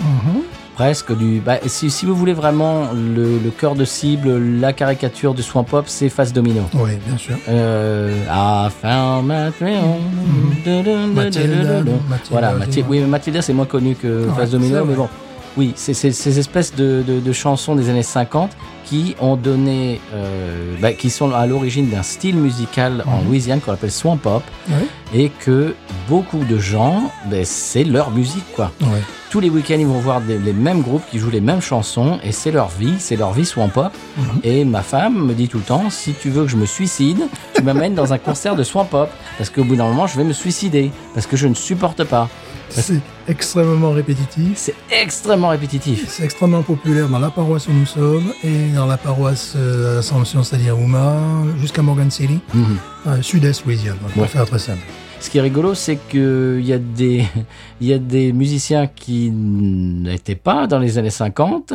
[SPEAKER 1] Presque du. bah, si, si vous voulez vraiment le, le cœur de cible, la caricature du swamp pop, c'est Face Domino.
[SPEAKER 2] oui, bien sûr.
[SPEAKER 1] Euh, I found my thrill.
[SPEAKER 2] Mhm.
[SPEAKER 1] Du- du- du-
[SPEAKER 2] Mathilda,
[SPEAKER 1] du- du- du.
[SPEAKER 2] Mathilda,
[SPEAKER 1] Voilà,
[SPEAKER 2] je
[SPEAKER 1] Mathilda.
[SPEAKER 2] vois.
[SPEAKER 1] Oui, mais Mathilda, c'est moins connu que
[SPEAKER 2] Ouais,
[SPEAKER 1] Face Domino,
[SPEAKER 2] Ah, c'est vrai.
[SPEAKER 1] mais bon. Oui, c'est c'est- ces espèces de, de- de chansons des années 50 qui ont donné, euh, bah, qui sont à l'origine d'un style musical en
[SPEAKER 2] Mhm.
[SPEAKER 1] Louisiane qu'on appelle swamp pop
[SPEAKER 2] Ouais.
[SPEAKER 1] et que beaucoup de gens, ben, c'est leur musique quoi.
[SPEAKER 2] Ouais.
[SPEAKER 1] Tous les week-ends, ils vont voir des- les mêmes groupes qui jouent les mêmes chansons et c'est leur vie, c'est leur vie swamp pop.
[SPEAKER 2] Mhm.
[SPEAKER 1] Et ma femme me dit tout le temps si tu veux que je me suicide, tu m'amènes dans un concert de swamp pop parce qu'au bout d'un moment, je vais me suicider parce que je ne supporte pas.
[SPEAKER 2] C'est extrêmement répétitif.
[SPEAKER 1] C'est extrêmement répétitif.
[SPEAKER 2] C'est extrêmement populaire dans la paroisse où nous sommes et dans la paroisse euh, Assomption, c'est-à-dire Houma, jusqu'à Morgan City,
[SPEAKER 1] Mhm.
[SPEAKER 2] euh, sud-est Louisiane, on
[SPEAKER 1] Ouais. Mmh.
[SPEAKER 2] va faire très simple.
[SPEAKER 1] Ce qui est rigolo, c'est que il y a des il y a des musiciens qui n'étaient pas dans les années 50,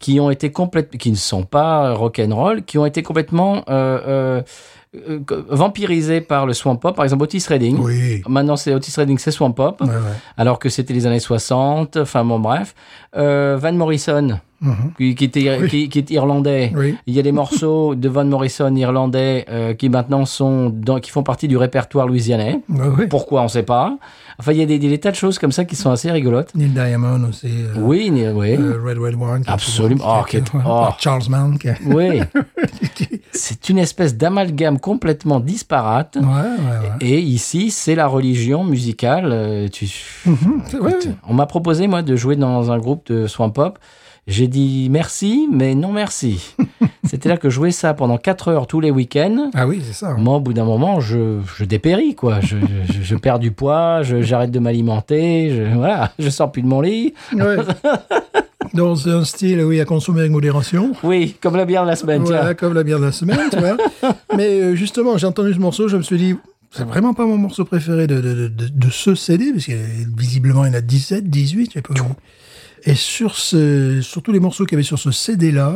[SPEAKER 1] qui ont été complètement, qui ne sont pas rock and roll, qui ont été complètement euh, euh, euh, que- vampirisé par le Swamp Pop, par exemple Otis Redding.
[SPEAKER 2] Oui.
[SPEAKER 1] Maintenant, c'est Otis Redding, c'est Swamp Pop,
[SPEAKER 2] Ouais, ouais.
[SPEAKER 1] alors que c'était les années 60, enfin bon, bref. Euh, Van Morrison,
[SPEAKER 2] Mhm.
[SPEAKER 1] qui, qui était,
[SPEAKER 2] Oui.
[SPEAKER 1] qui, qui est irlandais.
[SPEAKER 2] Oui.
[SPEAKER 1] Il y a des morceaux de Van Morrison irlandais euh, qui maintenant sont dans, qui font partie du répertoire louisianais.
[SPEAKER 2] Ouais, ouais.
[SPEAKER 1] Pourquoi on sait pas. Enfin, il y a des, des, des tas de choses comme ça qui sont assez rigolotes.
[SPEAKER 2] Neil Diamond aussi. euh,
[SPEAKER 1] Oui, ni- oui,
[SPEAKER 2] euh, Red Red One. qui-
[SPEAKER 1] Absolument. Oh,
[SPEAKER 2] qui-
[SPEAKER 1] qui est- oh.
[SPEAKER 2] Charles Mann. qui- ouais,
[SPEAKER 1] oui. C'est une espèce d'amalgame complètement disparate.
[SPEAKER 2] ouais, ouais.
[SPEAKER 1] Et ici, c'est la religion musicale. euh, Tu...
[SPEAKER 2] Mhm, c'est- ouais, ouais.
[SPEAKER 1] On m'a proposé, moi, de jouer dans un groupe de Swamp Pop. J'ai dit merci, mais non merci. C'était là que je jouais ça pendant 4 heures tous les week-ends.
[SPEAKER 2] Ah oui, c'est ça.
[SPEAKER 1] Moi, au bout d'un moment, je, je dépéris, quoi. Je, je, je perds du poids, je- j'arrête de m'alimenter, je, voilà, je sors plus de mon lit.
[SPEAKER 2] Ouais. Dans un style, oui, à consommer avec modération.
[SPEAKER 1] Oui, comme la bière de la semaine,
[SPEAKER 2] Voilà,
[SPEAKER 1] Ben, tiens.
[SPEAKER 2] comme la bière de la semaine, tu vois. Mais euh, justement, j'ai entendu ce morceau, je me suis dit, c'est vraiment pas mon morceau préféré de, de, de- de, de ce CD, parce que euh, visiblement, il y en a 17, 18, j'ai pas vu. Et sur ce, surtout les morceaux qu'il y avait sur ce CD-là,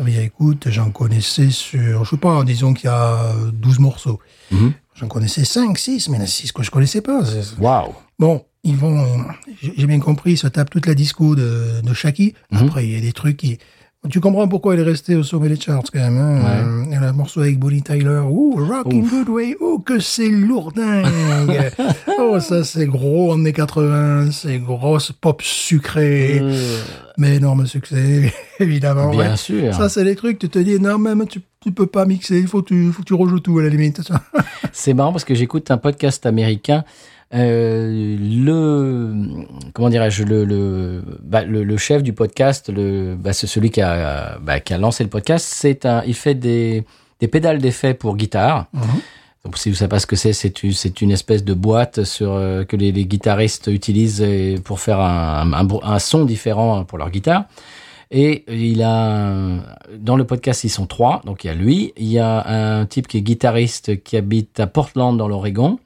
[SPEAKER 2] eh bien, écoute, j'en connaissais sur, je sais pas, disons qu'il y a euh, 12 morceaux. J'en connaissais 5, 6, mais il y en a 6 que je connaissais pas. C'est-
[SPEAKER 1] Waouh.
[SPEAKER 2] Bon, ils vont. euh, J'ai j'ai bien compris, ils se tapent toute la disco de, de Shaki.
[SPEAKER 1] Mhm.
[SPEAKER 2] Après, il y a des trucs qui. Tu comprends pourquoi il est resté au sommet des charts quand même. Hein? Euh, Il y a le morceau avec Bonnie Tyler. Ouh, Rockin' Good Way. Oh, que c'est lourdingue. oh, ça, c'est gros années 80. C'est grosse pop sucrée. Mais énorme succès, évidemment.
[SPEAKER 1] Euh. Bien
[SPEAKER 2] ouais.
[SPEAKER 1] sûr.
[SPEAKER 2] Ça, c'est des trucs, tu te dis, non, même, tu, tu peux pas mixer. Il faut que tu, faut que tu rejoues tout à la limite.
[SPEAKER 1] C'est marrant parce que j'écoute un podcast américain. Euh, le comment dirais-je le le, bah, le le chef du podcast le bah, c'est celui qui a bah, qui a lancé le podcast c'est un il fait des des pédales d'effet pour guitare donc si vous savez pas ce que c'est c'est une c'est une espèce de boîte sur euh, que les, les guitaristes utilisent euh, pour faire un, un br- un son différent hein, pour leur guitare et il a un- dans le podcast ils sont trois, donc il y a lui, il y a un type qui est guitariste qui habite à Portland dans l'Oregon,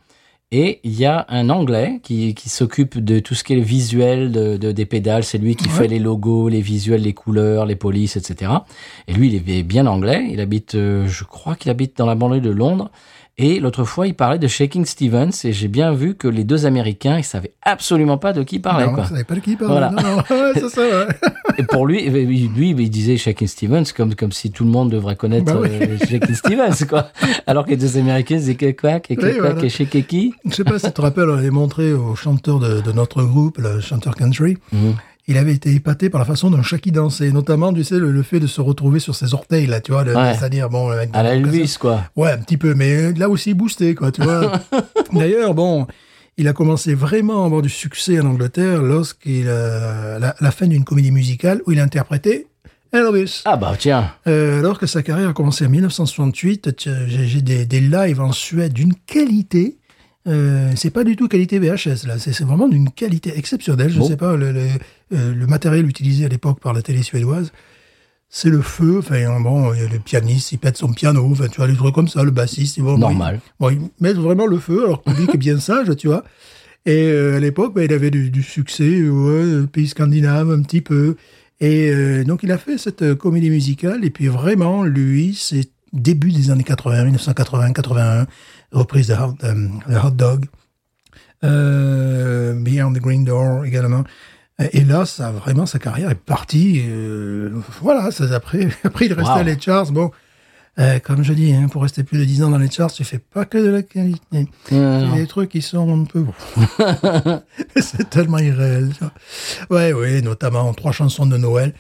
[SPEAKER 1] et il y a un Anglais qui, qui s'occupe de tout ce qui est visuel de, de- des pédales. C'est lui qui fait les logos, les visuels, les couleurs, les polices, etc. Et lui, il est bien anglais. Il habite, euh, je crois qu'il habite dans la banlieue de Londres. Et l'autre fois, il parlait de Shaking Stevens, et j'ai bien vu que les deux Américains, ils savaient absolument pas de qui ils parlaient.
[SPEAKER 2] non,
[SPEAKER 1] quoi.
[SPEAKER 2] ça n'est pas le qui parle.
[SPEAKER 1] Voilà.
[SPEAKER 2] Non, non. Ouais, c'est ça, ouais.
[SPEAKER 1] Et pour lui, eh bien, lui, lui, il disait Shakin' Stevens comme, comme si tout le monde devrait connaître
[SPEAKER 2] Bah oui.
[SPEAKER 1] euh, Shakin' Stevens, quoi. Alors que les deux Américains disaient que quoi, que
[SPEAKER 2] Oui,
[SPEAKER 1] quoi,
[SPEAKER 2] voilà.
[SPEAKER 1] que Shakeki.
[SPEAKER 2] Je sais pas si tu te rappelles, on l'avait montré au chanteur de, de notre groupe, le chanteur country.
[SPEAKER 1] Mhm.
[SPEAKER 2] Il avait été épaté par la façon dont Shaki dansait, notamment, tu sais, le, le fait de se retrouver sur ses orteils, là, tu vois. le-
[SPEAKER 1] Ouais.
[SPEAKER 2] C'est-à-dire, bon, le mec-
[SPEAKER 1] À la Elvis, quoi.
[SPEAKER 2] Ouais, un petit peu, mais euh, là aussi boosté, quoi, tu vois. D'ailleurs, bon, il a commencé vraiment à avoir du succès en Angleterre lorsqu'il euh, à la, à la fin d'une comédie musicale où il interprétait Elvis.
[SPEAKER 1] Ah bah tiens,
[SPEAKER 2] Euh, alors que sa carrière a commencé en 1968, tu- j'ai j'ai des, des lives en Suède d'une qualité. euh, c'est pas du tout qualité VHS là, c'est c'est vraiment d'une qualité exceptionnelle. Je
[SPEAKER 1] Bon.
[SPEAKER 2] sais pas le, le, euh, le matériel utilisé à l'époque par la télé suédoise, c'est le feu. Enfin hein, bon, il y a le pianiste il pète son piano, enfin tu vois des trucs comme ça, le bassiste, ils vont-
[SPEAKER 1] Normal.
[SPEAKER 2] ils- bon, ils mettent vraiment le feu alors que le public est bien sage, tu vois. Et euh, à l'époque, bah, il avait du, du succès, euh, ouais, pays scandinave un petit peu. Et euh, donc il a fait cette euh, comédie musicale. Et puis vraiment, lui, c'est début des années 80, 1980, 81, reprise de Hot, euh, de Hot Dog, euh, Beyond the Green Door également. Et là, ça vraiment sa carrière est partie. euh, voilà, ça après, après il restait
[SPEAKER 1] Wow.
[SPEAKER 2] à les charts. Bon, euh, comme je dis, hein, pour rester plus de 10 ans dans les charts, tu fais pas que de la qualité.
[SPEAKER 1] Euh,
[SPEAKER 2] Il y a des trucs qui sont un peu. c'est tellement irréel. ça. Ouais, oui, notamment trois chansons de Noël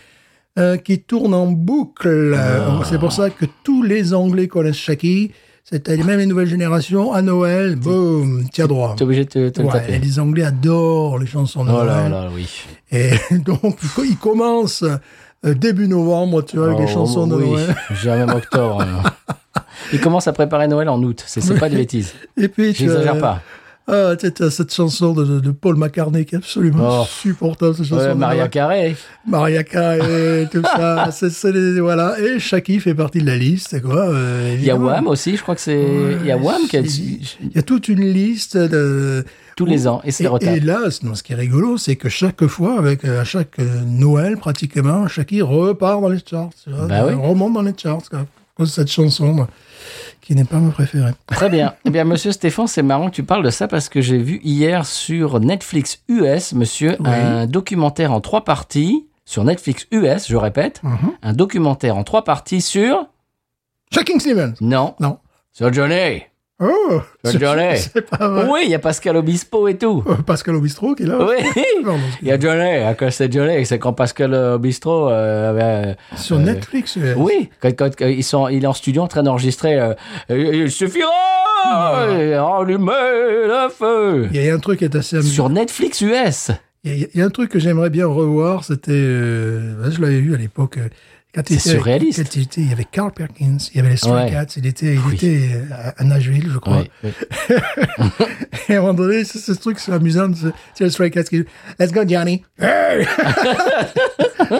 [SPEAKER 2] euh, qui tournent en boucle.
[SPEAKER 1] Ah.
[SPEAKER 2] Donc, C'est pour ça que tous les Anglais connaissent Shaki. C'est-à-dire même les nouvelles générations, à Noël, boum, tiens droit.
[SPEAKER 1] t'es obligé de te, te le
[SPEAKER 2] Ouais, et
[SPEAKER 1] taper.
[SPEAKER 2] les Anglais adorent les chansons de
[SPEAKER 1] Oh
[SPEAKER 2] Noël.
[SPEAKER 1] là là, oui.
[SPEAKER 2] Et donc, ils commencent euh, début novembre, tu vois, avec les
[SPEAKER 1] Oh,
[SPEAKER 2] chansons de
[SPEAKER 1] oui.
[SPEAKER 2] Noël.
[SPEAKER 1] J'ai un même octobre. euh. Ils commencent à préparer Noël en août, c'est c'est pas des bêtises.
[SPEAKER 2] Et puis, tu
[SPEAKER 1] J'exagère
[SPEAKER 2] as-
[SPEAKER 1] pas.
[SPEAKER 2] Ah, tu sais, t'as cette chanson de, de- de Paul McCartney qui est absolument
[SPEAKER 1] Oh.
[SPEAKER 2] insupportable, cette chanson.
[SPEAKER 1] Ouais,
[SPEAKER 2] de
[SPEAKER 1] Maria
[SPEAKER 2] Noël.
[SPEAKER 1] Carré.
[SPEAKER 2] Mariah Carey, tout ça. c'est- c'est les- voilà. Et Shaki fait partie de la liste, quoi. euh,
[SPEAKER 1] Il y a
[SPEAKER 2] évidemment.
[SPEAKER 1] Wham aussi, je crois que c'est. Il y a Wham qui a dit
[SPEAKER 2] Il y a toute une liste de.
[SPEAKER 1] tous les ans, et c'est
[SPEAKER 2] Et,
[SPEAKER 1] le retard.
[SPEAKER 2] et là, ce non, ce qui est rigolo, c'est que chaque fois, avec, à euh, chaque euh, Noël, pratiquement, Shaki repart dans les charts. tu vois,
[SPEAKER 1] Bah oui.
[SPEAKER 2] remonte dans les charts. quoi. propose cette chanson, moi, qui n'est pas ma préférée.
[SPEAKER 1] Très bien. Eh bien, monsieur Stéphane, c'est marrant que tu parles de ça parce que j'ai vu hier sur Netflix US, monsieur,
[SPEAKER 2] Oui.
[SPEAKER 1] un documentaire en trois parties. Sur Netflix US, je répète,
[SPEAKER 2] Mhm.
[SPEAKER 1] un documentaire en trois parties sur.
[SPEAKER 2] Shocking Stevens
[SPEAKER 1] Non.
[SPEAKER 2] Non.
[SPEAKER 1] Sur Johnny.
[SPEAKER 2] Oh
[SPEAKER 1] Le
[SPEAKER 2] c'est-
[SPEAKER 1] Johnny.
[SPEAKER 2] C'est pas vrai.
[SPEAKER 1] Oui, il y a Pascal Obispo et tout.
[SPEAKER 2] Euh, Pascal Obistro qui est là.
[SPEAKER 1] Oui.
[SPEAKER 2] Pardon,
[SPEAKER 1] Il y a Johnny, à cause de Johnny, c'est quand Pascal Obispo euh, avait,
[SPEAKER 2] Sur
[SPEAKER 1] Euh,
[SPEAKER 2] Netflix. euh,
[SPEAKER 1] Oui, quand, quand- quand ils sont, il est en studio en train d'enregistrer. euh, Euh, il suffira euh, Allumer le feu
[SPEAKER 2] Il y a un truc qui est assez amusant.
[SPEAKER 1] Sur Netflix US
[SPEAKER 2] Il y, a- il y a un truc que j'aimerais bien revoir, c'était, euh, je l'avais vu à l'époque. euh, quand il
[SPEAKER 1] C'est
[SPEAKER 2] était avec-
[SPEAKER 1] surréaliste.
[SPEAKER 2] quand il, était- il y avait Carl Perkins, il y avait les Stray
[SPEAKER 1] Ouais.
[SPEAKER 2] Cats, il était, il
[SPEAKER 1] Oui.
[SPEAKER 2] était euh, à à Nashville, je crois. Et à un moment donné, c'est ce truc c'est amusant, c'est c'est les Stray Cats qui disent Let's go Johnny. Hey!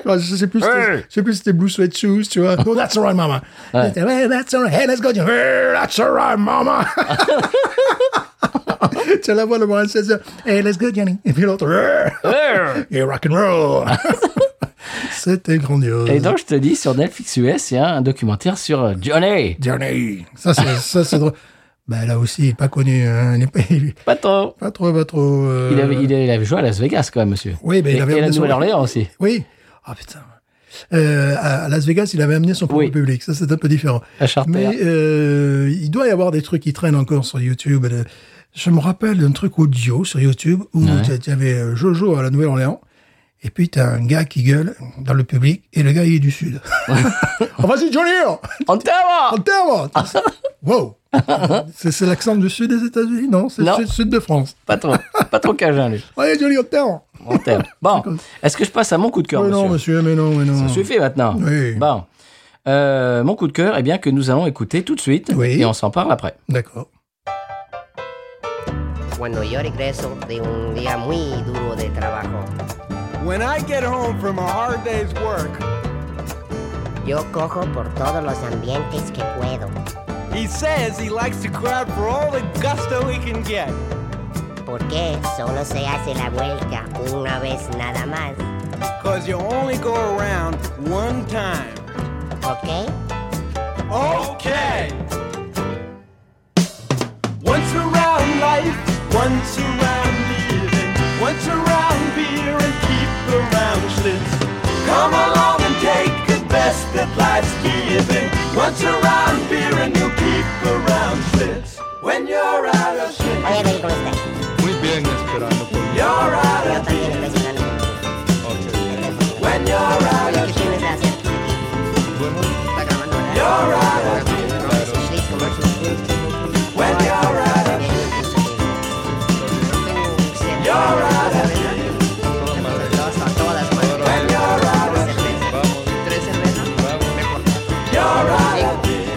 [SPEAKER 2] je sais plus, si c'était-
[SPEAKER 1] Hey!
[SPEAKER 2] je sais plus si c'était Blue Sweat Shoes, tu vois. Oh, that's alright, mama.
[SPEAKER 1] Ouais.
[SPEAKER 2] Hey, that's alright. Hey, let's go Johnny. Hey, that's alright, mama. tu la vois le moral 16 Hey, let's go Johnny. Et puis l'autre. Hey! et rock and roll. C'était grandiose.
[SPEAKER 1] Et donc, je te dis, sur Netflix US, il y a un documentaire sur euh, Johnny
[SPEAKER 2] Johnny, ça c'est ça c'est drôle. Ben là aussi, il est pas connu, hein. il est pas, il est
[SPEAKER 1] Pas trop
[SPEAKER 2] pas trop, pas trop. euh,
[SPEAKER 1] il avait, il avait- il avait joué à Las Vegas, quand même, monsieur.
[SPEAKER 2] Oui, ben, il
[SPEAKER 1] et,
[SPEAKER 2] avait
[SPEAKER 1] et à la
[SPEAKER 2] amené son-
[SPEAKER 1] Nouvelle-Orléans aussi.
[SPEAKER 2] Oui. Ah putain. Euh, à à Las Vegas, il avait amené son propre
[SPEAKER 1] Oui.
[SPEAKER 2] public. Ça, c'est un peu différent.
[SPEAKER 1] À Charter.
[SPEAKER 2] Mais euh, il doit y avoir des trucs qui traînent encore sur YouTube. Le- Je me rappelle d'un truc audio sur YouTube où
[SPEAKER 1] Ouais.
[SPEAKER 2] tu- tu avais euh, Jojo à la Nouvelle-Orléans. Et puis, t'as un gars qui gueule dans le public, et le gars, il est du Sud. enfin, c'est Johnny! hein.
[SPEAKER 1] En terre
[SPEAKER 2] En termes
[SPEAKER 1] Ah.
[SPEAKER 2] Wow C'est c'est l'accent du sud des États-Unis Non, c'est le
[SPEAKER 1] Non.
[SPEAKER 2] sud, sud de France.
[SPEAKER 1] Pas trop. Pas trop cajun, lui.
[SPEAKER 2] Ouais, joli octave
[SPEAKER 1] En terre. Bon. Est-ce que je passe à mon coup de cœur,
[SPEAKER 2] Mais non,
[SPEAKER 1] monsieur
[SPEAKER 2] monsieur, mais non, mais non.
[SPEAKER 1] Ça suffit Bah. maintenant.
[SPEAKER 2] Oui.
[SPEAKER 1] Bon. Euh, mon coup de cœur, eh bien, que nous allons écouter tout de suite.
[SPEAKER 2] Oui.
[SPEAKER 1] Et on s'en parle après.
[SPEAKER 2] D'accord.
[SPEAKER 3] cuando yo regreso de un día muy duro de trabajo.
[SPEAKER 4] When I get home from a hard day's work,
[SPEAKER 3] Yo cojo por todos los ambientes que puedo.
[SPEAKER 4] he says he likes to grab for all the gusto he can get.
[SPEAKER 3] Porque solo se hace la vuelta una vez nada más.
[SPEAKER 4] Cause you only go around one time.
[SPEAKER 3] ¿Ok?
[SPEAKER 4] Okay! Once around life, once around living, once around beer and keep around Schlitz. Come along and take the best that life's giving. Once around beer and you'll keep around Schlitz. When you're out of Schlitz.
[SPEAKER 3] Voy a venir con usted.
[SPEAKER 5] Muy bien, esperando por
[SPEAKER 4] You're out
[SPEAKER 3] Yo
[SPEAKER 4] of
[SPEAKER 3] también
[SPEAKER 4] here
[SPEAKER 3] estoy sacando el teléfono.
[SPEAKER 4] when you're out
[SPEAKER 3] Oye,
[SPEAKER 4] of
[SPEAKER 3] ¿qué tienes que hacer?
[SPEAKER 5] bueno,
[SPEAKER 3] Está grabando, ¿verdad?
[SPEAKER 4] You're
[SPEAKER 3] Pues
[SPEAKER 4] out of
[SPEAKER 3] Sí, Luis, como es un-
[SPEAKER 4] when you're out of
[SPEAKER 5] toda
[SPEAKER 3] Tengo cerveza.
[SPEAKER 5] madre.
[SPEAKER 3] Dos a todas, madre.
[SPEAKER 4] when you're out of
[SPEAKER 3] Cerveza.
[SPEAKER 5] Vamos,
[SPEAKER 3] Tres cervezas.
[SPEAKER 5] vamos,
[SPEAKER 4] you're out of
[SPEAKER 5] campeón.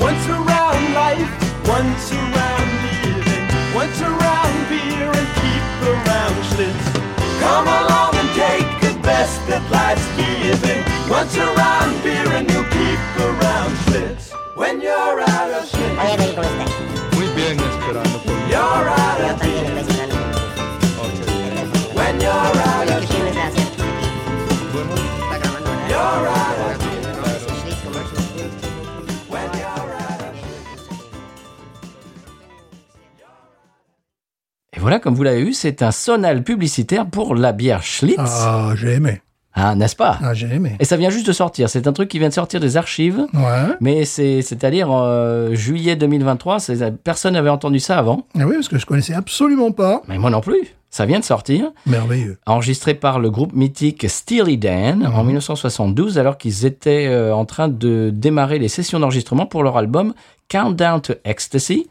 [SPEAKER 4] Once around life, once around living, once around beer and keep around Schlitz. Come along and take the best that life's giving. Once around beer and you'll keep around Schlitz. When you're out of Schlitz,
[SPEAKER 3] Voy a venir con usted.
[SPEAKER 5] Muy bien, esperando por
[SPEAKER 4] you're out
[SPEAKER 3] Yo
[SPEAKER 4] of
[SPEAKER 3] también estoy sacando
[SPEAKER 5] Ok,
[SPEAKER 3] el teléfono.
[SPEAKER 4] when you're out
[SPEAKER 3] Oye,
[SPEAKER 4] of
[SPEAKER 3] ¿qué tienes que hacer?
[SPEAKER 5] bueno,
[SPEAKER 3] Está grabando, ¿verdad?
[SPEAKER 4] you're out of
[SPEAKER 5] claro.
[SPEAKER 3] Sí, Luis, como es un-
[SPEAKER 4] when you're out of
[SPEAKER 1] Et voilà, comme vous l'avez eu, c'est un sonal publicitaire pour la bière Schlitz.
[SPEAKER 2] Ah, j'ai aimé.
[SPEAKER 1] Hein, n'est-ce pas
[SPEAKER 2] Ah, j'ai aimé.
[SPEAKER 1] Et ça vient juste de sortir. C'est un truc qui vient de sortir des archives.
[SPEAKER 2] Ouais.
[SPEAKER 1] Mais c'est, c'est-à-dire euh, juillet 2023, c'est- personne n'avait entendu ça avant.
[SPEAKER 2] Ah oui, parce que je connaissais absolument pas.
[SPEAKER 1] Mais moi non plus. Ça vient de sortir.
[SPEAKER 2] Merveilleux.
[SPEAKER 1] enregistré par le groupe mythique Steely Dan en 1972 alors qu'ils étaient euh, en train de démarrer les sessions d'enregistrement pour leur album Countdown to Ecstasy.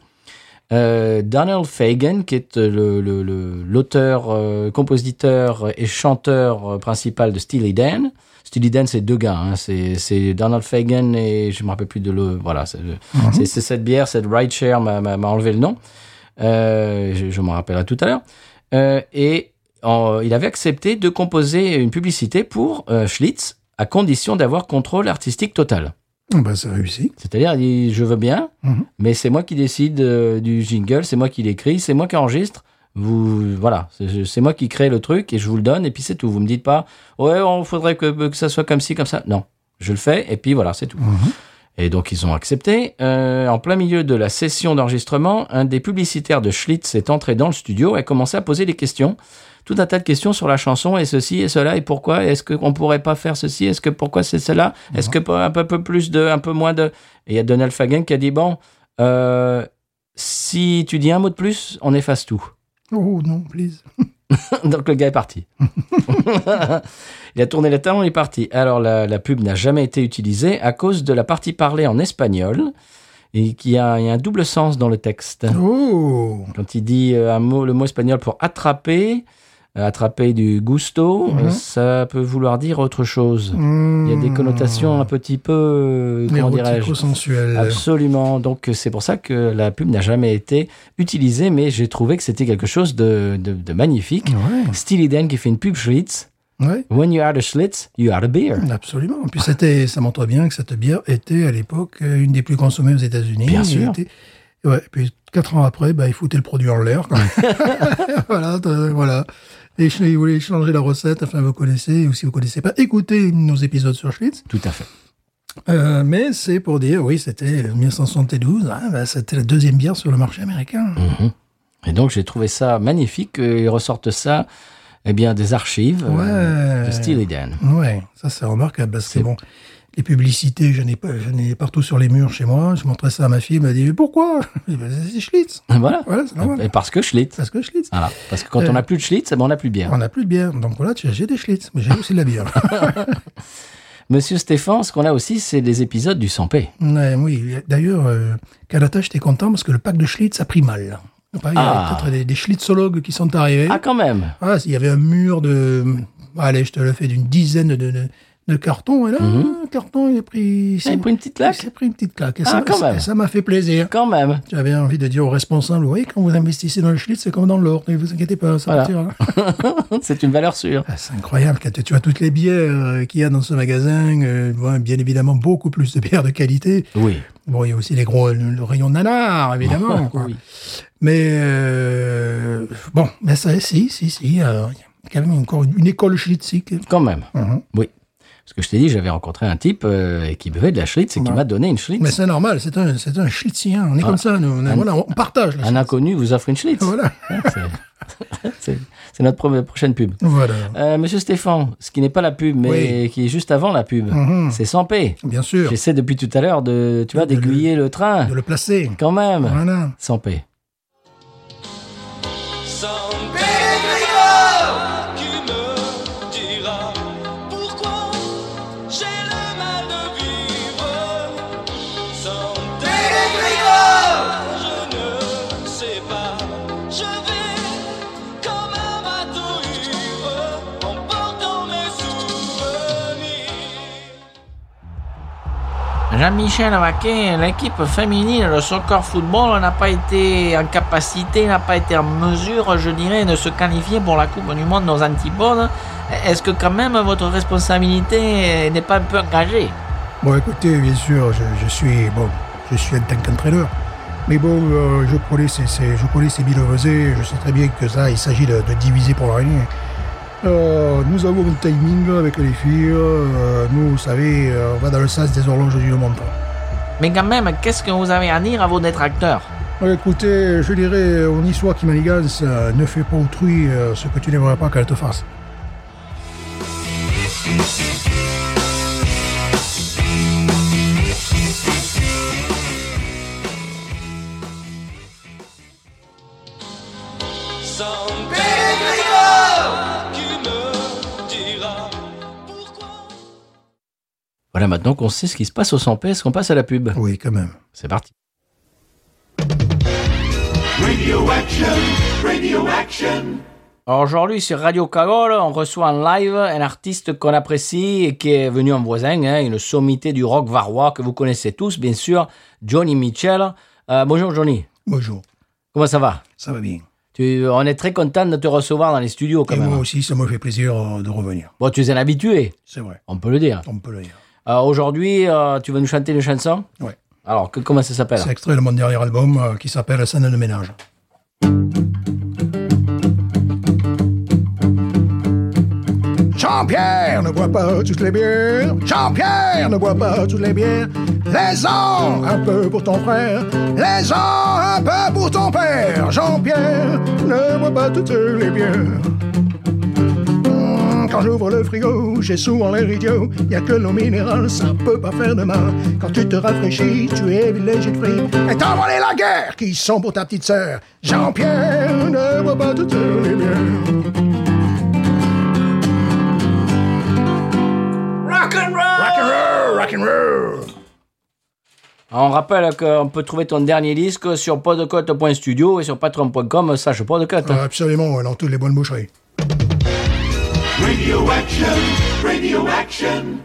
[SPEAKER 1] Euh, Donald Fagan, qui est euh, le- le- le- l'auteur, euh, compositeur et chanteur euh, principal de Steely Dan. Steely Dan, c'est deux gars. hein. C'est c'est Donald Fagan et je me rappelle plus de le. Voilà, c'est euh, c'est- c'est cette bière, cette rideshare m'a- m'a m'a enlevé le nom. Euh, je je m'en rappellerai tout à l'heure. Euh, et en- euh, il avait accepté de composer une publicité pour euh, Schlitz à condition d'avoir contrôle artistique total.
[SPEAKER 2] Ah, Ben, c'est réussi.
[SPEAKER 1] C'est-à-dire, il dit, je veux bien,
[SPEAKER 2] Mhm.
[SPEAKER 1] mais c'est moi qui décide euh, du jingle, c'est moi qui l'écris, c'est moi qui enregistre. Vous, voilà, c'est c'est moi qui crée le truc et je vous le donne et puis c'est tout. Vous me dites pas, ouais, on faudrait que, que ça soit comme ci, comme ça. Non, je le fais et puis voilà, c'est tout. Et donc ils ont accepté. Euh, en plein milieu de la session d'enregistrement, un des publicitaires de Schlitz est entré dans le studio et a commencé à poser des questions, tout un tas de questions sur la chanson et ceci et cela et pourquoi est-ce qu'on pourrait pas faire ceci, est-ce que pourquoi c'est cela, est-ce que pas un peu, peu plus de, un peu moins de. Et il y a Donald Fagen qui a dit bon, euh, si tu dis un mot de plus, on efface tout.
[SPEAKER 2] Oh non, please.
[SPEAKER 1] Donc le gars est parti. il a tourné la table, il est parti. Alors la, la pub n'a jamais été utilisée à cause de la partie parlée en espagnol et qui a, il y a un double sens dans le texte.
[SPEAKER 2] Oh
[SPEAKER 1] Quand il dit euh, un mot, le mot espagnol pour attraper, euh, attraper du gusto,
[SPEAKER 2] Mhm. Hmm.
[SPEAKER 1] euh, ça peut vouloir dire autre chose. Il
[SPEAKER 2] Il
[SPEAKER 1] y a des connotations un petit peu, euh, comment dirais-je,
[SPEAKER 2] sensuelles.
[SPEAKER 1] Absolument. Donc euh, c'est pour ça que la pub n'a jamais été utilisée, mais j'ai trouvé que c'était quelque chose de, de- de magnifique.
[SPEAKER 2] Ouais,
[SPEAKER 1] Steely Dan qui fait une pub Schlitz.
[SPEAKER 2] ouais,
[SPEAKER 1] When you are the Schlitz, you are the beer.
[SPEAKER 2] absolument. Puis c'était, ça montre bien que cette bière était à l'époque euh, une des plus consommées aux États-Unis.
[SPEAKER 1] Bien
[SPEAKER 2] Et
[SPEAKER 1] sûr.
[SPEAKER 2] était- ouais, puis quatre ans après, bah, ils foutaient le produit en l'air. quand même. voilà, euh, voilà. Et ch- ils voulaient changer la recette, enfin vous connaissez, ou si vous connaissez pas, écoutez nos épisodes sur Schlitz.
[SPEAKER 1] Tout à fait.
[SPEAKER 2] Euh, mais c'est pour dire, oui, c'était 1972, hein, bah, c'était la deuxième bière sur le marché américain.
[SPEAKER 1] Et donc j'ai trouvé ça magnifique. euh, Ils ressortent ça eh bien, des archives euh,
[SPEAKER 2] Ouais.
[SPEAKER 1] de Steely Dan.
[SPEAKER 2] Ouais, ça c'est remarquable parce que bon, les publicités, j'en ai, pas- j'en ai partout sur les murs chez moi. Je montrais ça à ma fille, elle m'a dit mais pourquoi Je dis, Bah, C'est Schlitz.
[SPEAKER 1] Voilà.
[SPEAKER 2] Voilà, c'est normal. Euh.
[SPEAKER 1] Et parce que Schlitz.
[SPEAKER 2] Parce que Schlitz.
[SPEAKER 1] Voilà. Parce que quand on n'a plus de Schlitz, eh ben, on n'a plus de bière.
[SPEAKER 2] On n'a plus de bière, donc voilà, tu as- j'ai des Schlitz, mais j'ai aussi de la bière.
[SPEAKER 1] Monsieur Stéphane, ce qu'on a aussi, c'est des épisodes du 100p.
[SPEAKER 2] Ouais, oui, d'ailleurs, euh, Kanata, j'étais content parce que le pack de Schlitz a pris mal. Après, Il y a
[SPEAKER 1] Ah.
[SPEAKER 2] peut-être des, des Schlitzologues qui sont arrivés.
[SPEAKER 1] Ah, quand même.
[SPEAKER 2] Ah, il y avait un mur de, ah, allez, je te le fais, d'une dizaine de, de, de cartons. Et là, le carton, il a pris...
[SPEAKER 1] Mhm. Il a pris une petite claque
[SPEAKER 2] Il a pris une petite claque. Et
[SPEAKER 1] Ah,
[SPEAKER 2] ça-
[SPEAKER 1] quand
[SPEAKER 2] ça-
[SPEAKER 1] même.
[SPEAKER 2] ça m'a fait plaisir.
[SPEAKER 1] Quand même.
[SPEAKER 2] J'avais envie de dire aux responsables, vous voyez, quand vous investissez dans le Schlitz, c'est comme dans l'or, ne vous inquiétez pas, ça
[SPEAKER 1] Voilà.
[SPEAKER 2] partira.
[SPEAKER 1] c'est une valeur sûre.
[SPEAKER 2] Ah, c'est incroyable, quand tu- tu vois toutes les bières euh, qu'il y a dans ce magasin, euh, bon, bien évidemment beaucoup plus de bières de qualité.
[SPEAKER 1] Oui.
[SPEAKER 2] Bon, il y a aussi les gros, le, le rayon nanar, évidemment. quoi.
[SPEAKER 1] Oui.
[SPEAKER 2] Mais euh, bon, mais ça, si, si, si, euh, il y a quand même encore une, une école schlitzique.
[SPEAKER 1] Quand même.
[SPEAKER 2] Mhm.
[SPEAKER 1] Oui. Parce que je t'ai dit, j'avais rencontré un type euh, qui buvait de la Schlitz et qui
[SPEAKER 2] Ouais.
[SPEAKER 1] m'a donné une Schlitz.
[SPEAKER 2] Mais c'est normal, c'est un, c'est un schlitzien, on est comme ça, nous, on, est-
[SPEAKER 1] Un-
[SPEAKER 2] voilà, on partage. la
[SPEAKER 1] Un inconnu vous offre une Schlitz.
[SPEAKER 2] Voilà.
[SPEAKER 1] Hein, c'est- C'est c'est notre pro- prochaine pub.
[SPEAKER 2] Voilà,
[SPEAKER 1] Euh, Monsieur Stéphane, ce qui n'est pas la pub, mais qui est juste avant la pub,
[SPEAKER 2] Mhm.
[SPEAKER 1] c'est 100p.
[SPEAKER 2] bien sûr,
[SPEAKER 1] J'essaie depuis tout à l'heure de, tu vois,
[SPEAKER 2] De le-
[SPEAKER 1] d'aiguiller le train.
[SPEAKER 2] de le placer.
[SPEAKER 1] Quand même.
[SPEAKER 2] Voilà.
[SPEAKER 1] 100p.
[SPEAKER 4] Sans bégrillard qui me dira pourquoi j'ai le mal de vivre. Sans bégrillard, je ne sais pas. Je vais comme un bateau ivre en portant mes souvenirs.
[SPEAKER 1] Jean-Michel Vaquet, l'équipe féminine de soccer football n'a pas été en capacité, n'a pas été en mesure, je dirais, de se qualifier pour la Coupe du Monde aux antipodes. Est-ce que quand même votre responsabilité euh, n'est pas un peu engagée
[SPEAKER 2] Bon, écoutez, bien sûr, je, je suis bon, je suis en tant qu'entraîneur, mais bon, euh, je connais ces, ces- je connais ces Biélorusses, je sais très bien que ça, il s'agit de, de diviser pour l'araignée. Euh, nous avons un timing avec les filles. euh, nous, vous savez, euh, on va dans le sens des horloges du monde.
[SPEAKER 1] Mais quand même, qu'est-ce que vous avez à dire à vos détracteurs
[SPEAKER 2] Ouais, Écoutez, je dirais, on y soit qui manigance, euh, ne fais pas autrui euh, ce que tu n'aimerais pas qu'elle te fasse.
[SPEAKER 4] Sans bégrillard qui me dira pourquoi.
[SPEAKER 1] Voilà, maintenant qu'on sait ce qui se passe au 100p, est-ce qu'on passe à la pub
[SPEAKER 2] Oui, quand même.
[SPEAKER 1] C'est parti. Aujourd'hui sur Radio Cagole, on reçoit en live un artiste qu'on apprécie et qui est venu en voisin, hein, une sommité du rock varois que vous connaissez tous, bien sûr, Johnny Mitchell. Euh, bonjour Johnny,
[SPEAKER 2] Bonjour,
[SPEAKER 1] comment ça va
[SPEAKER 2] ça va bien.
[SPEAKER 1] Tu- On est très content de te recevoir dans les studios quand
[SPEAKER 2] Et moi
[SPEAKER 1] même.
[SPEAKER 2] aussi, ça me fait plaisir euh, de revenir.
[SPEAKER 1] Bon, tu es un habitué,
[SPEAKER 2] C'est vrai,
[SPEAKER 1] on peut le dire.
[SPEAKER 2] on peut le dire.
[SPEAKER 1] Euh, Aujourd'hui, euh, tu vas nous chanter une chanson
[SPEAKER 2] Ouais.
[SPEAKER 1] Alors, que- comment ça s'appelle
[SPEAKER 2] C'est extrait de mon dernier album euh, qui s'appelle Scène de ménage. Jean-Pierre ne boit pas toutes les bières. Jean-Pierre ne boit pas toutes les bières. Les-en un peu pour ton frère. Les-en un peu pour ton père. Jean-Pierre ne boit pas toutes les bières. Quand j'ouvre le frigo, j'ai souvent l'air idiot. Y a que l'eau minérale, ça peut pas faire de mal. Quand tu te rafraîchis, tu es léger de frites. Et t'envoies les laguerres qui sont pour ta petite sœur. Jean-Pierre ne boit pas toutes les bières.
[SPEAKER 1] On rappelle qu'on peut trouver ton dernier disque sur podcote.studio et sur patreon.com slash podcote.
[SPEAKER 2] Ah, Absolument, dans toutes les bonnes boucheries.
[SPEAKER 4] Radio action, radio action.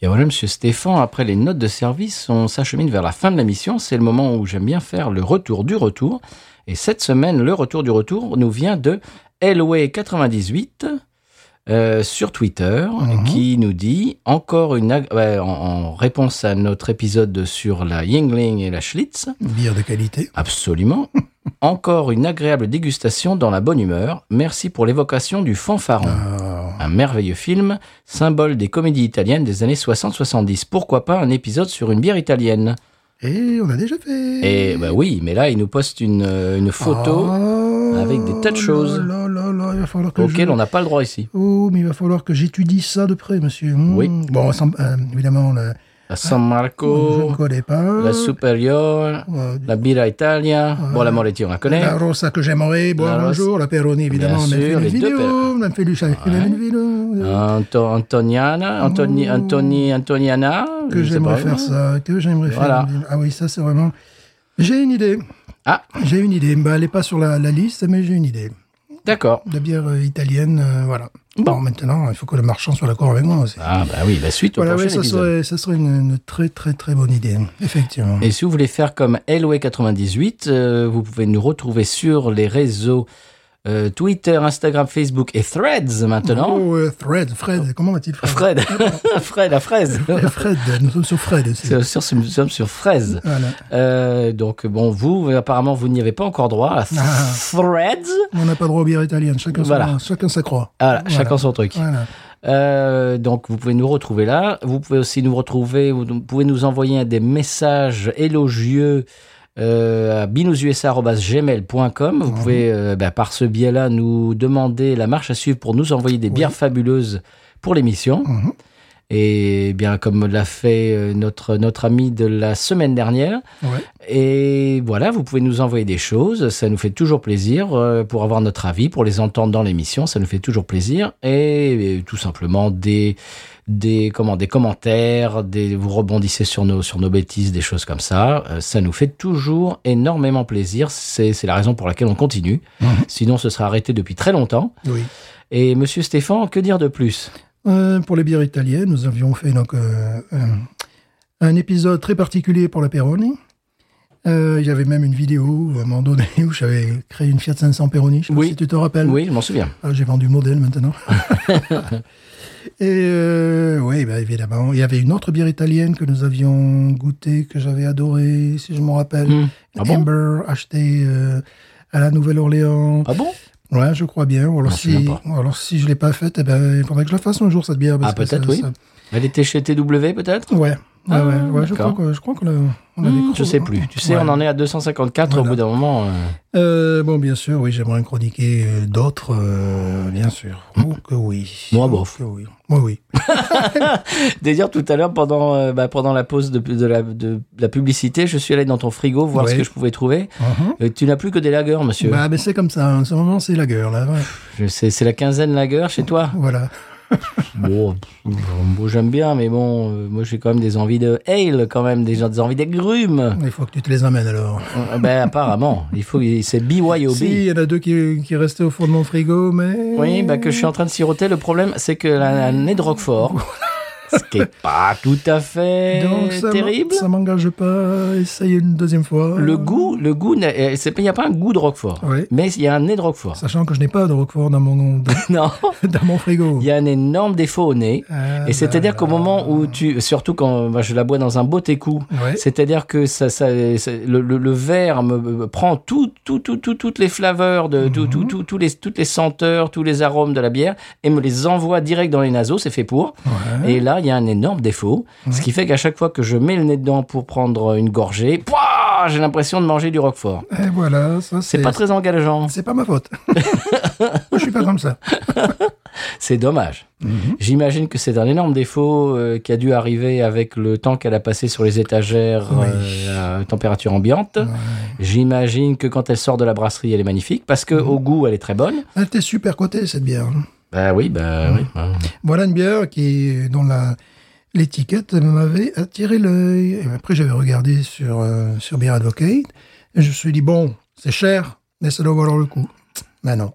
[SPEAKER 1] Bien voilà, monsieur Stéphane, après les notes de service, on s'achemine vers la fin de la mission. C'est le moment où j'aime bien faire le retour du retour. Et cette semaine, le retour du retour nous vient de LOE98 euh, sur Twitter, qui nous dit encore une. ag- ouais, en, en réponse à notre épisode sur la Yingling et la Schlitz.
[SPEAKER 2] Bière de qualité.
[SPEAKER 1] Absolument. Encore une agréable dégustation dans la bonne humeur. Merci pour l'évocation du fanfaron.
[SPEAKER 2] Ah,
[SPEAKER 1] Un merveilleux film, symbole des comédies italiennes des années 60-70. Pourquoi pas un épisode sur une bière italienne
[SPEAKER 2] Et on a déjà fait.
[SPEAKER 1] Et bah oui, mais là, il nous poste une, euh, une photo
[SPEAKER 2] Oh,
[SPEAKER 1] avec des tas de
[SPEAKER 2] là,
[SPEAKER 1] choses.
[SPEAKER 2] là, là, là, il va falloir que
[SPEAKER 1] auquel
[SPEAKER 2] je-
[SPEAKER 1] on n'a pas le droit ici.
[SPEAKER 2] Oh, mais il va falloir que j'étudie ça de près, monsieur. Hmm.
[SPEAKER 1] Oui.
[SPEAKER 2] Bon, ça- euh, évidemment, le-
[SPEAKER 1] La San
[SPEAKER 2] je ne
[SPEAKER 1] Marco,
[SPEAKER 2] connais pas.
[SPEAKER 1] la Superior,
[SPEAKER 2] Euh,
[SPEAKER 1] la Bira Italia. Bon, la Moretti, on la connaît.
[SPEAKER 2] La rossa que j'aimerais boire
[SPEAKER 1] La
[SPEAKER 2] un
[SPEAKER 1] Rossa.
[SPEAKER 2] jour, la Peroni évidemment,
[SPEAKER 1] Bien
[SPEAKER 2] on a
[SPEAKER 1] sûr,
[SPEAKER 2] fait
[SPEAKER 1] les
[SPEAKER 2] une
[SPEAKER 1] deux
[SPEAKER 2] vidéo,
[SPEAKER 1] Peroni.
[SPEAKER 2] on a fait du ça, on a fait une vidéo.
[SPEAKER 1] Anto- Antoniana, Antoni, Antoni, Antoniana.
[SPEAKER 2] Oh. Que
[SPEAKER 1] je sais
[SPEAKER 2] j'aimerais
[SPEAKER 1] Ah, pas.
[SPEAKER 2] faire ça, que j'aimerais
[SPEAKER 1] Voilà.
[SPEAKER 2] faire. une vidéo. Ah oui, ça c'est vraiment. J'ai une idée.
[SPEAKER 1] Ah.
[SPEAKER 2] J'ai une idée. Bah, elle n'est pas sur la, la liste, mais j'ai une idée.
[SPEAKER 1] D'accord.
[SPEAKER 2] La bière euh, italienne, euh, voilà. Bon.
[SPEAKER 1] Bon.
[SPEAKER 2] maintenant, il faut que le marchand soit d'accord avec moi aussi.
[SPEAKER 1] Ah bah oui, la suite au
[SPEAKER 2] voilà,
[SPEAKER 1] prochain
[SPEAKER 2] ouais, ça
[SPEAKER 1] épisode.
[SPEAKER 2] serait, ça serait une, une très très très bonne idée, effectivement.
[SPEAKER 1] Et si vous voulez faire comme LOE98, euh, vous pouvez nous retrouver sur les réseaux euh, Twitter, Instagram, Facebook et Threads maintenant.
[SPEAKER 2] Oh, euh, Fred, Fred, comment va-t-il Fred
[SPEAKER 1] Fred, Fred à fraise.
[SPEAKER 2] Euh, Fred, nous sommes sur Fred aussi.
[SPEAKER 1] Sur- sur- nous sommes sur fraise.
[SPEAKER 2] Voilà.
[SPEAKER 1] Euh, donc bon, vous, apparemment, vous n'y avez pas encore droit à
[SPEAKER 2] Ah.
[SPEAKER 1] Threads.
[SPEAKER 2] On n'a pas droit aux bières italiennes, chacun,
[SPEAKER 1] Voilà.
[SPEAKER 2] son, chacun sa croix.
[SPEAKER 1] Voilà,
[SPEAKER 2] Voilà.
[SPEAKER 1] chacun son truc.
[SPEAKER 2] Voilà.
[SPEAKER 1] Euh, donc vous pouvez nous retrouver là. Vous pouvez aussi nous retrouver, vous pouvez nous envoyer des messages élogieux euh, à binoususa.gmail.com. Vous pouvez euh, bah, par ce biais-là nous demander la marche à suivre pour nous envoyer des bières fabuleuses pour l'émission.
[SPEAKER 2] Mhm.
[SPEAKER 1] Et bien comme l'a fait euh, notre, notre ami de la semaine dernière,
[SPEAKER 2] Ouais.
[SPEAKER 1] et voilà, vous pouvez nous envoyer des choses, ça nous fait toujours plaisir euh, pour avoir notre avis, pour les entendre dans l'émission, ça nous fait toujours plaisir. Et, et tout simplement des des comment des commentaires, des vous rebondissez sur nos sur nos bêtises, des choses comme ça, euh, ça nous fait toujours énormément plaisir. C'est c'est la raison pour laquelle on continue. Sinon, ce serait arrêté depuis très longtemps.
[SPEAKER 2] Oui.
[SPEAKER 1] Et Monsieur Stéphane, que dire de plus
[SPEAKER 2] Euh, pour les bières italiennes, nous avions fait donc euh, un, un épisode très particulier pour la Peroni. Euh, il y avait même une vidéo à un moment donné où j'avais créé une Fiat 500 Peroni. Je sais pas
[SPEAKER 1] Oui.
[SPEAKER 2] si tu te rappelles.
[SPEAKER 1] Oui, je m'en souviens.
[SPEAKER 2] Ah, J'ai vendu le modèle maintenant. Et euh, oui, bah, évidemment. Il y avait une autre bière italienne que nous avions goûtée, que j'avais adorée, si je me rappelle.
[SPEAKER 1] Hmm. Ah bon
[SPEAKER 2] Amber, achetée euh, à la Nouvelle-Orléans.
[SPEAKER 1] Ah bon
[SPEAKER 2] Ouais, je crois bien. Ou alors,
[SPEAKER 1] Je m'en
[SPEAKER 2] si,
[SPEAKER 1] souviens pas.
[SPEAKER 2] ou alors si je l'ai pas faite, eh ben, il faudrait que je la fasse un jour, cette bière. parce
[SPEAKER 1] Ah,
[SPEAKER 2] que
[SPEAKER 1] peut-être,
[SPEAKER 2] ça-
[SPEAKER 1] oui.
[SPEAKER 2] ça-
[SPEAKER 1] Elle était chez TW peut-être
[SPEAKER 2] Ouais. Ouais,
[SPEAKER 1] Ah,
[SPEAKER 2] ouais, ouais, je crois
[SPEAKER 1] d'accord.
[SPEAKER 2] que- je crois qu'on l'a- on avait
[SPEAKER 1] Hmm,
[SPEAKER 2] cru-
[SPEAKER 1] Je sais plus. Tu sais,
[SPEAKER 2] Ouais.
[SPEAKER 1] on en est à 254 au
[SPEAKER 2] Voilà.
[SPEAKER 1] bout d'un moment. euh.
[SPEAKER 2] Euh, bon, bien sûr, oui, j'aimerais en chroniquer euh, d'autres, euh, bien sûr. Oh que oui.
[SPEAKER 1] Moi,
[SPEAKER 2] Oh
[SPEAKER 1] bof.
[SPEAKER 2] que oui. Moi, oui.
[SPEAKER 1] D'ailleurs, tout à l'heure, pendant, euh, bah, pendant la pause de, de la, de la publicité, je suis allé dans ton frigo voir
[SPEAKER 2] Ouais.
[SPEAKER 1] ce que je pouvais trouver.
[SPEAKER 2] Mhm.
[SPEAKER 1] Euh, tu n'as plus que des lagers, monsieur.
[SPEAKER 2] Bah, ben, c'est comme ça. En ce moment, c'est la gueule, là. ouais.
[SPEAKER 1] Je sais, c'est la quinzaine lagers chez toi.
[SPEAKER 2] Voilà.
[SPEAKER 1] bon, pff, bon, j'aime bien, mais bon, euh, moi j'ai quand même des envies de ale, quand même, des, des envies d'agrumes.
[SPEAKER 2] Il faut que tu te les amènes, alors.
[SPEAKER 1] Euh, ben, apparemment, il faut, c'est BYOB.
[SPEAKER 2] Si, il y en a deux qui, qui restaient au fond de mon frigo, mais.
[SPEAKER 1] bah, Oui, bah que je suis en train de siroter. Le problème, c'est que la, la nez de Roquefort, Ce qui n'est pas tout à fait
[SPEAKER 2] Donc, ça m'en-
[SPEAKER 1] terrible.
[SPEAKER 2] Ça m'engage pas. Essaye une deuxième fois.
[SPEAKER 1] Le goût, le goût, n'a- euh, c'est pas- il n'y a pas un goût de Roquefort,
[SPEAKER 2] Oui.
[SPEAKER 1] mais il y a un nez de Roquefort.
[SPEAKER 2] Sachant que je n'ai pas de Roquefort dans mon, dans,
[SPEAKER 1] Non,
[SPEAKER 2] dans mon frigo.
[SPEAKER 1] il y a un énorme défaut au nez.
[SPEAKER 2] Ah,
[SPEAKER 1] Et c'est-à-dire
[SPEAKER 2] bah,
[SPEAKER 1] qu'au moment où tu, surtout quand bah, je la bois dans un beau técou,
[SPEAKER 2] Ouais.
[SPEAKER 1] c'est-à-dire que ça, ça, ça- le, le- le verre me, me prend tout, tout, tout, tout- toutes les flaveurs, de,
[SPEAKER 2] Mhm.
[SPEAKER 1] tout, tout, tout- tous les, toutes les senteurs, tous les arômes de la bière et me les envoie direct dans les naseaux, c'est fait pour.
[SPEAKER 2] Ouais.
[SPEAKER 1] Et là, il y a un énorme défaut, ce qui fait qu'à chaque fois que je mets le nez dedans pour prendre une gorgée, pouah, j'ai l'impression de manger du roquefort.
[SPEAKER 2] Et voilà, ça c'est.
[SPEAKER 1] C'est pas très engageant.
[SPEAKER 2] C'est pas ma faute. Moi, je suis pas comme ça.
[SPEAKER 1] C'est dommage. J'imagine que c'est un énorme défaut euh, qui a dû arriver avec le temps qu'elle a passé sur les étagères
[SPEAKER 2] Oui.
[SPEAKER 1] euh, à température ambiante. J'imagine que quand elle sort de la brasserie, elle est magnifique parce que au goût, elle est très bonne.
[SPEAKER 2] Elle était super cotée cette bière.
[SPEAKER 1] Bah oui, bah oui. bah.
[SPEAKER 2] Voilà une bière qui dont la l'étiquette m'avait attiré l'œil. Et après j'avais regardé sur euh, sur Beer Advocate et je me suis dit bon c'est cher mais ça doit valoir le coup. Ben non.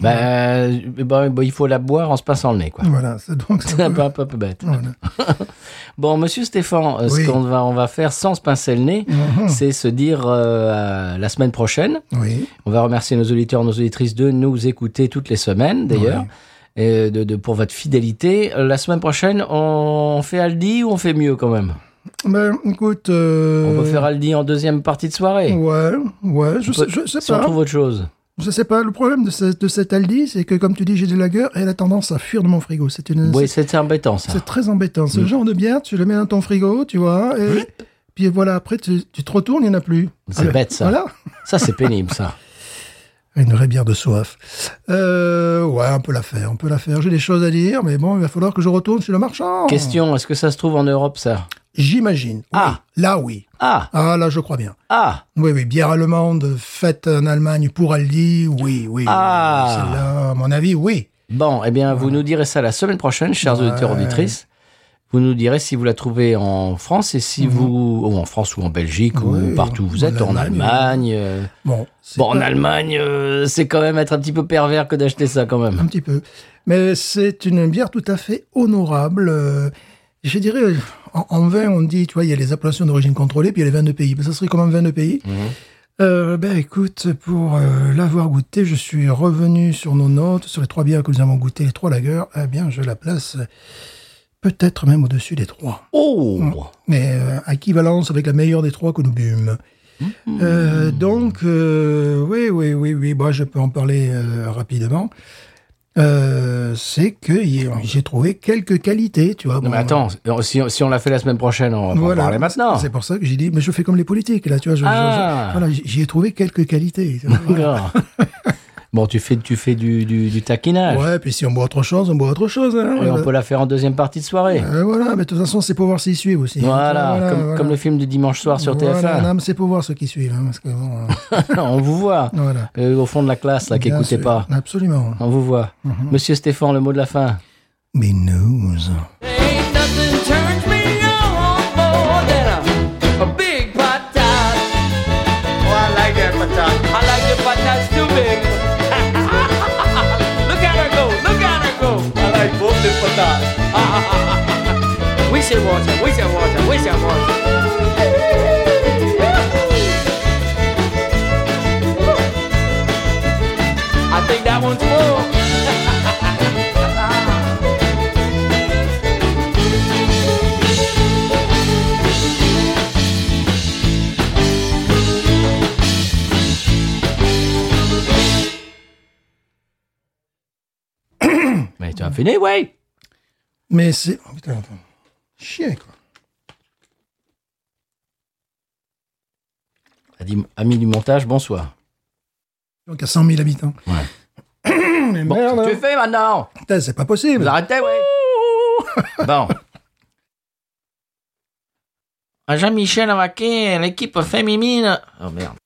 [SPEAKER 1] Bah, bah, bah, il faut la boire en se passant le nez, quoi.
[SPEAKER 2] Voilà c'est donc ça
[SPEAKER 1] C'est un
[SPEAKER 2] peut-
[SPEAKER 1] peu, un peu- un peu bête.
[SPEAKER 2] voilà.
[SPEAKER 1] Bon, monsieur Stéphane, euh,
[SPEAKER 2] Oui. Hmm.
[SPEAKER 1] ce qu'on va, on va faire sans se pincer le nez, c'est se dire euh, à la semaine prochaine.
[SPEAKER 2] Oui.
[SPEAKER 1] On va remercier nos auditeurs, nos auditrices de nous écouter toutes les semaines, d'ailleurs, et de, de- pour votre fidélité. Euh, La semaine prochaine, on fait Aldi ou on fait mieux quand même
[SPEAKER 2] Ben écoute. euh,
[SPEAKER 1] On peut faire Aldi en deuxième partie de soirée.
[SPEAKER 2] Ouais, ouais, je, sais- je sais
[SPEAKER 1] si on
[SPEAKER 2] pas.
[SPEAKER 1] trouve autre chose.
[SPEAKER 2] Je sais pas. Le problème de, cette de cette Aldi, c'est que comme tu dis, j'ai des lagueurs et elle a tendance à fuir de mon frigo. C'est une,
[SPEAKER 1] Oui, c'est embêtant ça.
[SPEAKER 2] C'est très embêtant. Ce genre de bière, tu le mets dans ton frigo, tu vois, et puis voilà, après, tu, tu te retournes, il n'y en a plus.
[SPEAKER 1] C'est
[SPEAKER 2] Ah,
[SPEAKER 1] bête, ça.
[SPEAKER 2] Voilà.
[SPEAKER 1] Ça, c'est pénible ça.
[SPEAKER 2] Une vraie bière de soif. Euh, ouais, on peut la faire, on peut la faire. J'ai des choses à dire, mais bon, il va falloir que je retourne chez le marchand.
[SPEAKER 1] Question est-ce que ça se trouve en Europe ça
[SPEAKER 2] J'imagine. Oui.
[SPEAKER 1] Ah.
[SPEAKER 2] Là, oui.
[SPEAKER 1] Ah
[SPEAKER 2] Ah, là, je crois bien.
[SPEAKER 1] Ah
[SPEAKER 2] Oui, oui, bière allemande faite en Allemagne pour Aldi, oui, oui.
[SPEAKER 1] Ah.
[SPEAKER 2] oui. Celle-là, à mon avis, oui.
[SPEAKER 1] Bon, eh bien, vous nous direz ça la semaine prochaine, chers auditeurs, auditrices. Vous nous direz si vous la trouvez en France et si vous. ou en France ou en Belgique
[SPEAKER 2] Oui,
[SPEAKER 1] ou partout où vous
[SPEAKER 2] Mhm. en
[SPEAKER 1] êtes, en
[SPEAKER 2] Allemagne.
[SPEAKER 1] Allemagne. euh,
[SPEAKER 2] Bon, c'est
[SPEAKER 1] Bon, en
[SPEAKER 2] pas-
[SPEAKER 1] Allemagne, euh, c'est quand même être un petit peu pervers que d'acheter ça quand même.
[SPEAKER 2] un petit peu. Mais c'est une bière tout à fait honorable. euh, je dirais, en, en vin, on dit, tu vois, il y a les appellations d'origine contrôlée, puis il y a les vins de pays. Ben, ça serait comme un vin de pays. Euh, ben écoute, pour euh, l'avoir goûté, je suis revenu sur nos notes, sur les trois bières que nous avons goûtées, les trois lagers. Eh bien, je la place euh, peut-être même au-dessus des trois.
[SPEAKER 1] Oh
[SPEAKER 2] Mais euh, à qui balance avec la meilleure des trois que nous bûmes
[SPEAKER 1] Mm.
[SPEAKER 2] Euh, donc, euh, oui, oui, oui, oui, moi je peux en parler euh, rapidement. Euh, c'est que y- j'ai trouvé quelques qualités, tu vois.
[SPEAKER 1] Non mais
[SPEAKER 2] Bon,
[SPEAKER 1] attends, euh, si on, si on la fait la semaine prochaine, on va pas en
[SPEAKER 2] voilà.
[SPEAKER 1] parler maintenant.
[SPEAKER 2] C'est pour ça que j'ai dit, mais je fais comme les politiques, là, tu vois. je- je-
[SPEAKER 1] Ah.
[SPEAKER 2] je- voilà, j'y ai trouvé quelques qualités.
[SPEAKER 1] D'accord. bon, tu fais, tu fais du, du, du taquinage.
[SPEAKER 2] ouais, puis si on boit autre chose, on boit autre chose. hein.
[SPEAKER 1] Et on peut la faire en deuxième partie de soirée.
[SPEAKER 2] Euh, voilà, mais de toute façon, c'est pour voir s'ils suivent aussi.
[SPEAKER 1] Voilà, comme,
[SPEAKER 2] voilà.
[SPEAKER 1] comme le film du dimanche soir sur
[SPEAKER 2] Voilà, non,
[SPEAKER 1] TF1.
[SPEAKER 2] mais c'est pour voir ceux qui suivent. hein, parce que, bon, euh,
[SPEAKER 1] on vous voit.
[SPEAKER 2] voilà.
[SPEAKER 1] Euh, au fond de la classe, là, qui
[SPEAKER 2] Bien
[SPEAKER 1] écoutait
[SPEAKER 2] sûr,
[SPEAKER 1] pas.
[SPEAKER 2] Absolument.
[SPEAKER 1] On vous voit. Monsieur Stéphane, le mot de la fin.
[SPEAKER 2] Mais hein. news.
[SPEAKER 4] Ain't nothing turns me on more than a, a big patat. Oh, I like that patat. I like the patats too big. look at her go, look at her go. I like both the patats. we should watch her, we should watch her, we should watch her. I think that one's full.
[SPEAKER 1] Mais tu as fini, ouais
[SPEAKER 2] Mais c'est. Oh, putain, attends. Chier, quoi.
[SPEAKER 1] A dit- Ami du montage, bonsoir.
[SPEAKER 2] Donc, il y a 100 000 habitants.
[SPEAKER 1] Ouais.
[SPEAKER 2] Mais
[SPEAKER 1] Bon,
[SPEAKER 2] merde,
[SPEAKER 1] tu
[SPEAKER 2] hein.
[SPEAKER 1] fais maintenant
[SPEAKER 2] Putain, c'est pas
[SPEAKER 1] Vous
[SPEAKER 2] possible.
[SPEAKER 1] arrêtez, oui. bon. Jean-Michel a marqué l'équipe féminine. Oh merde.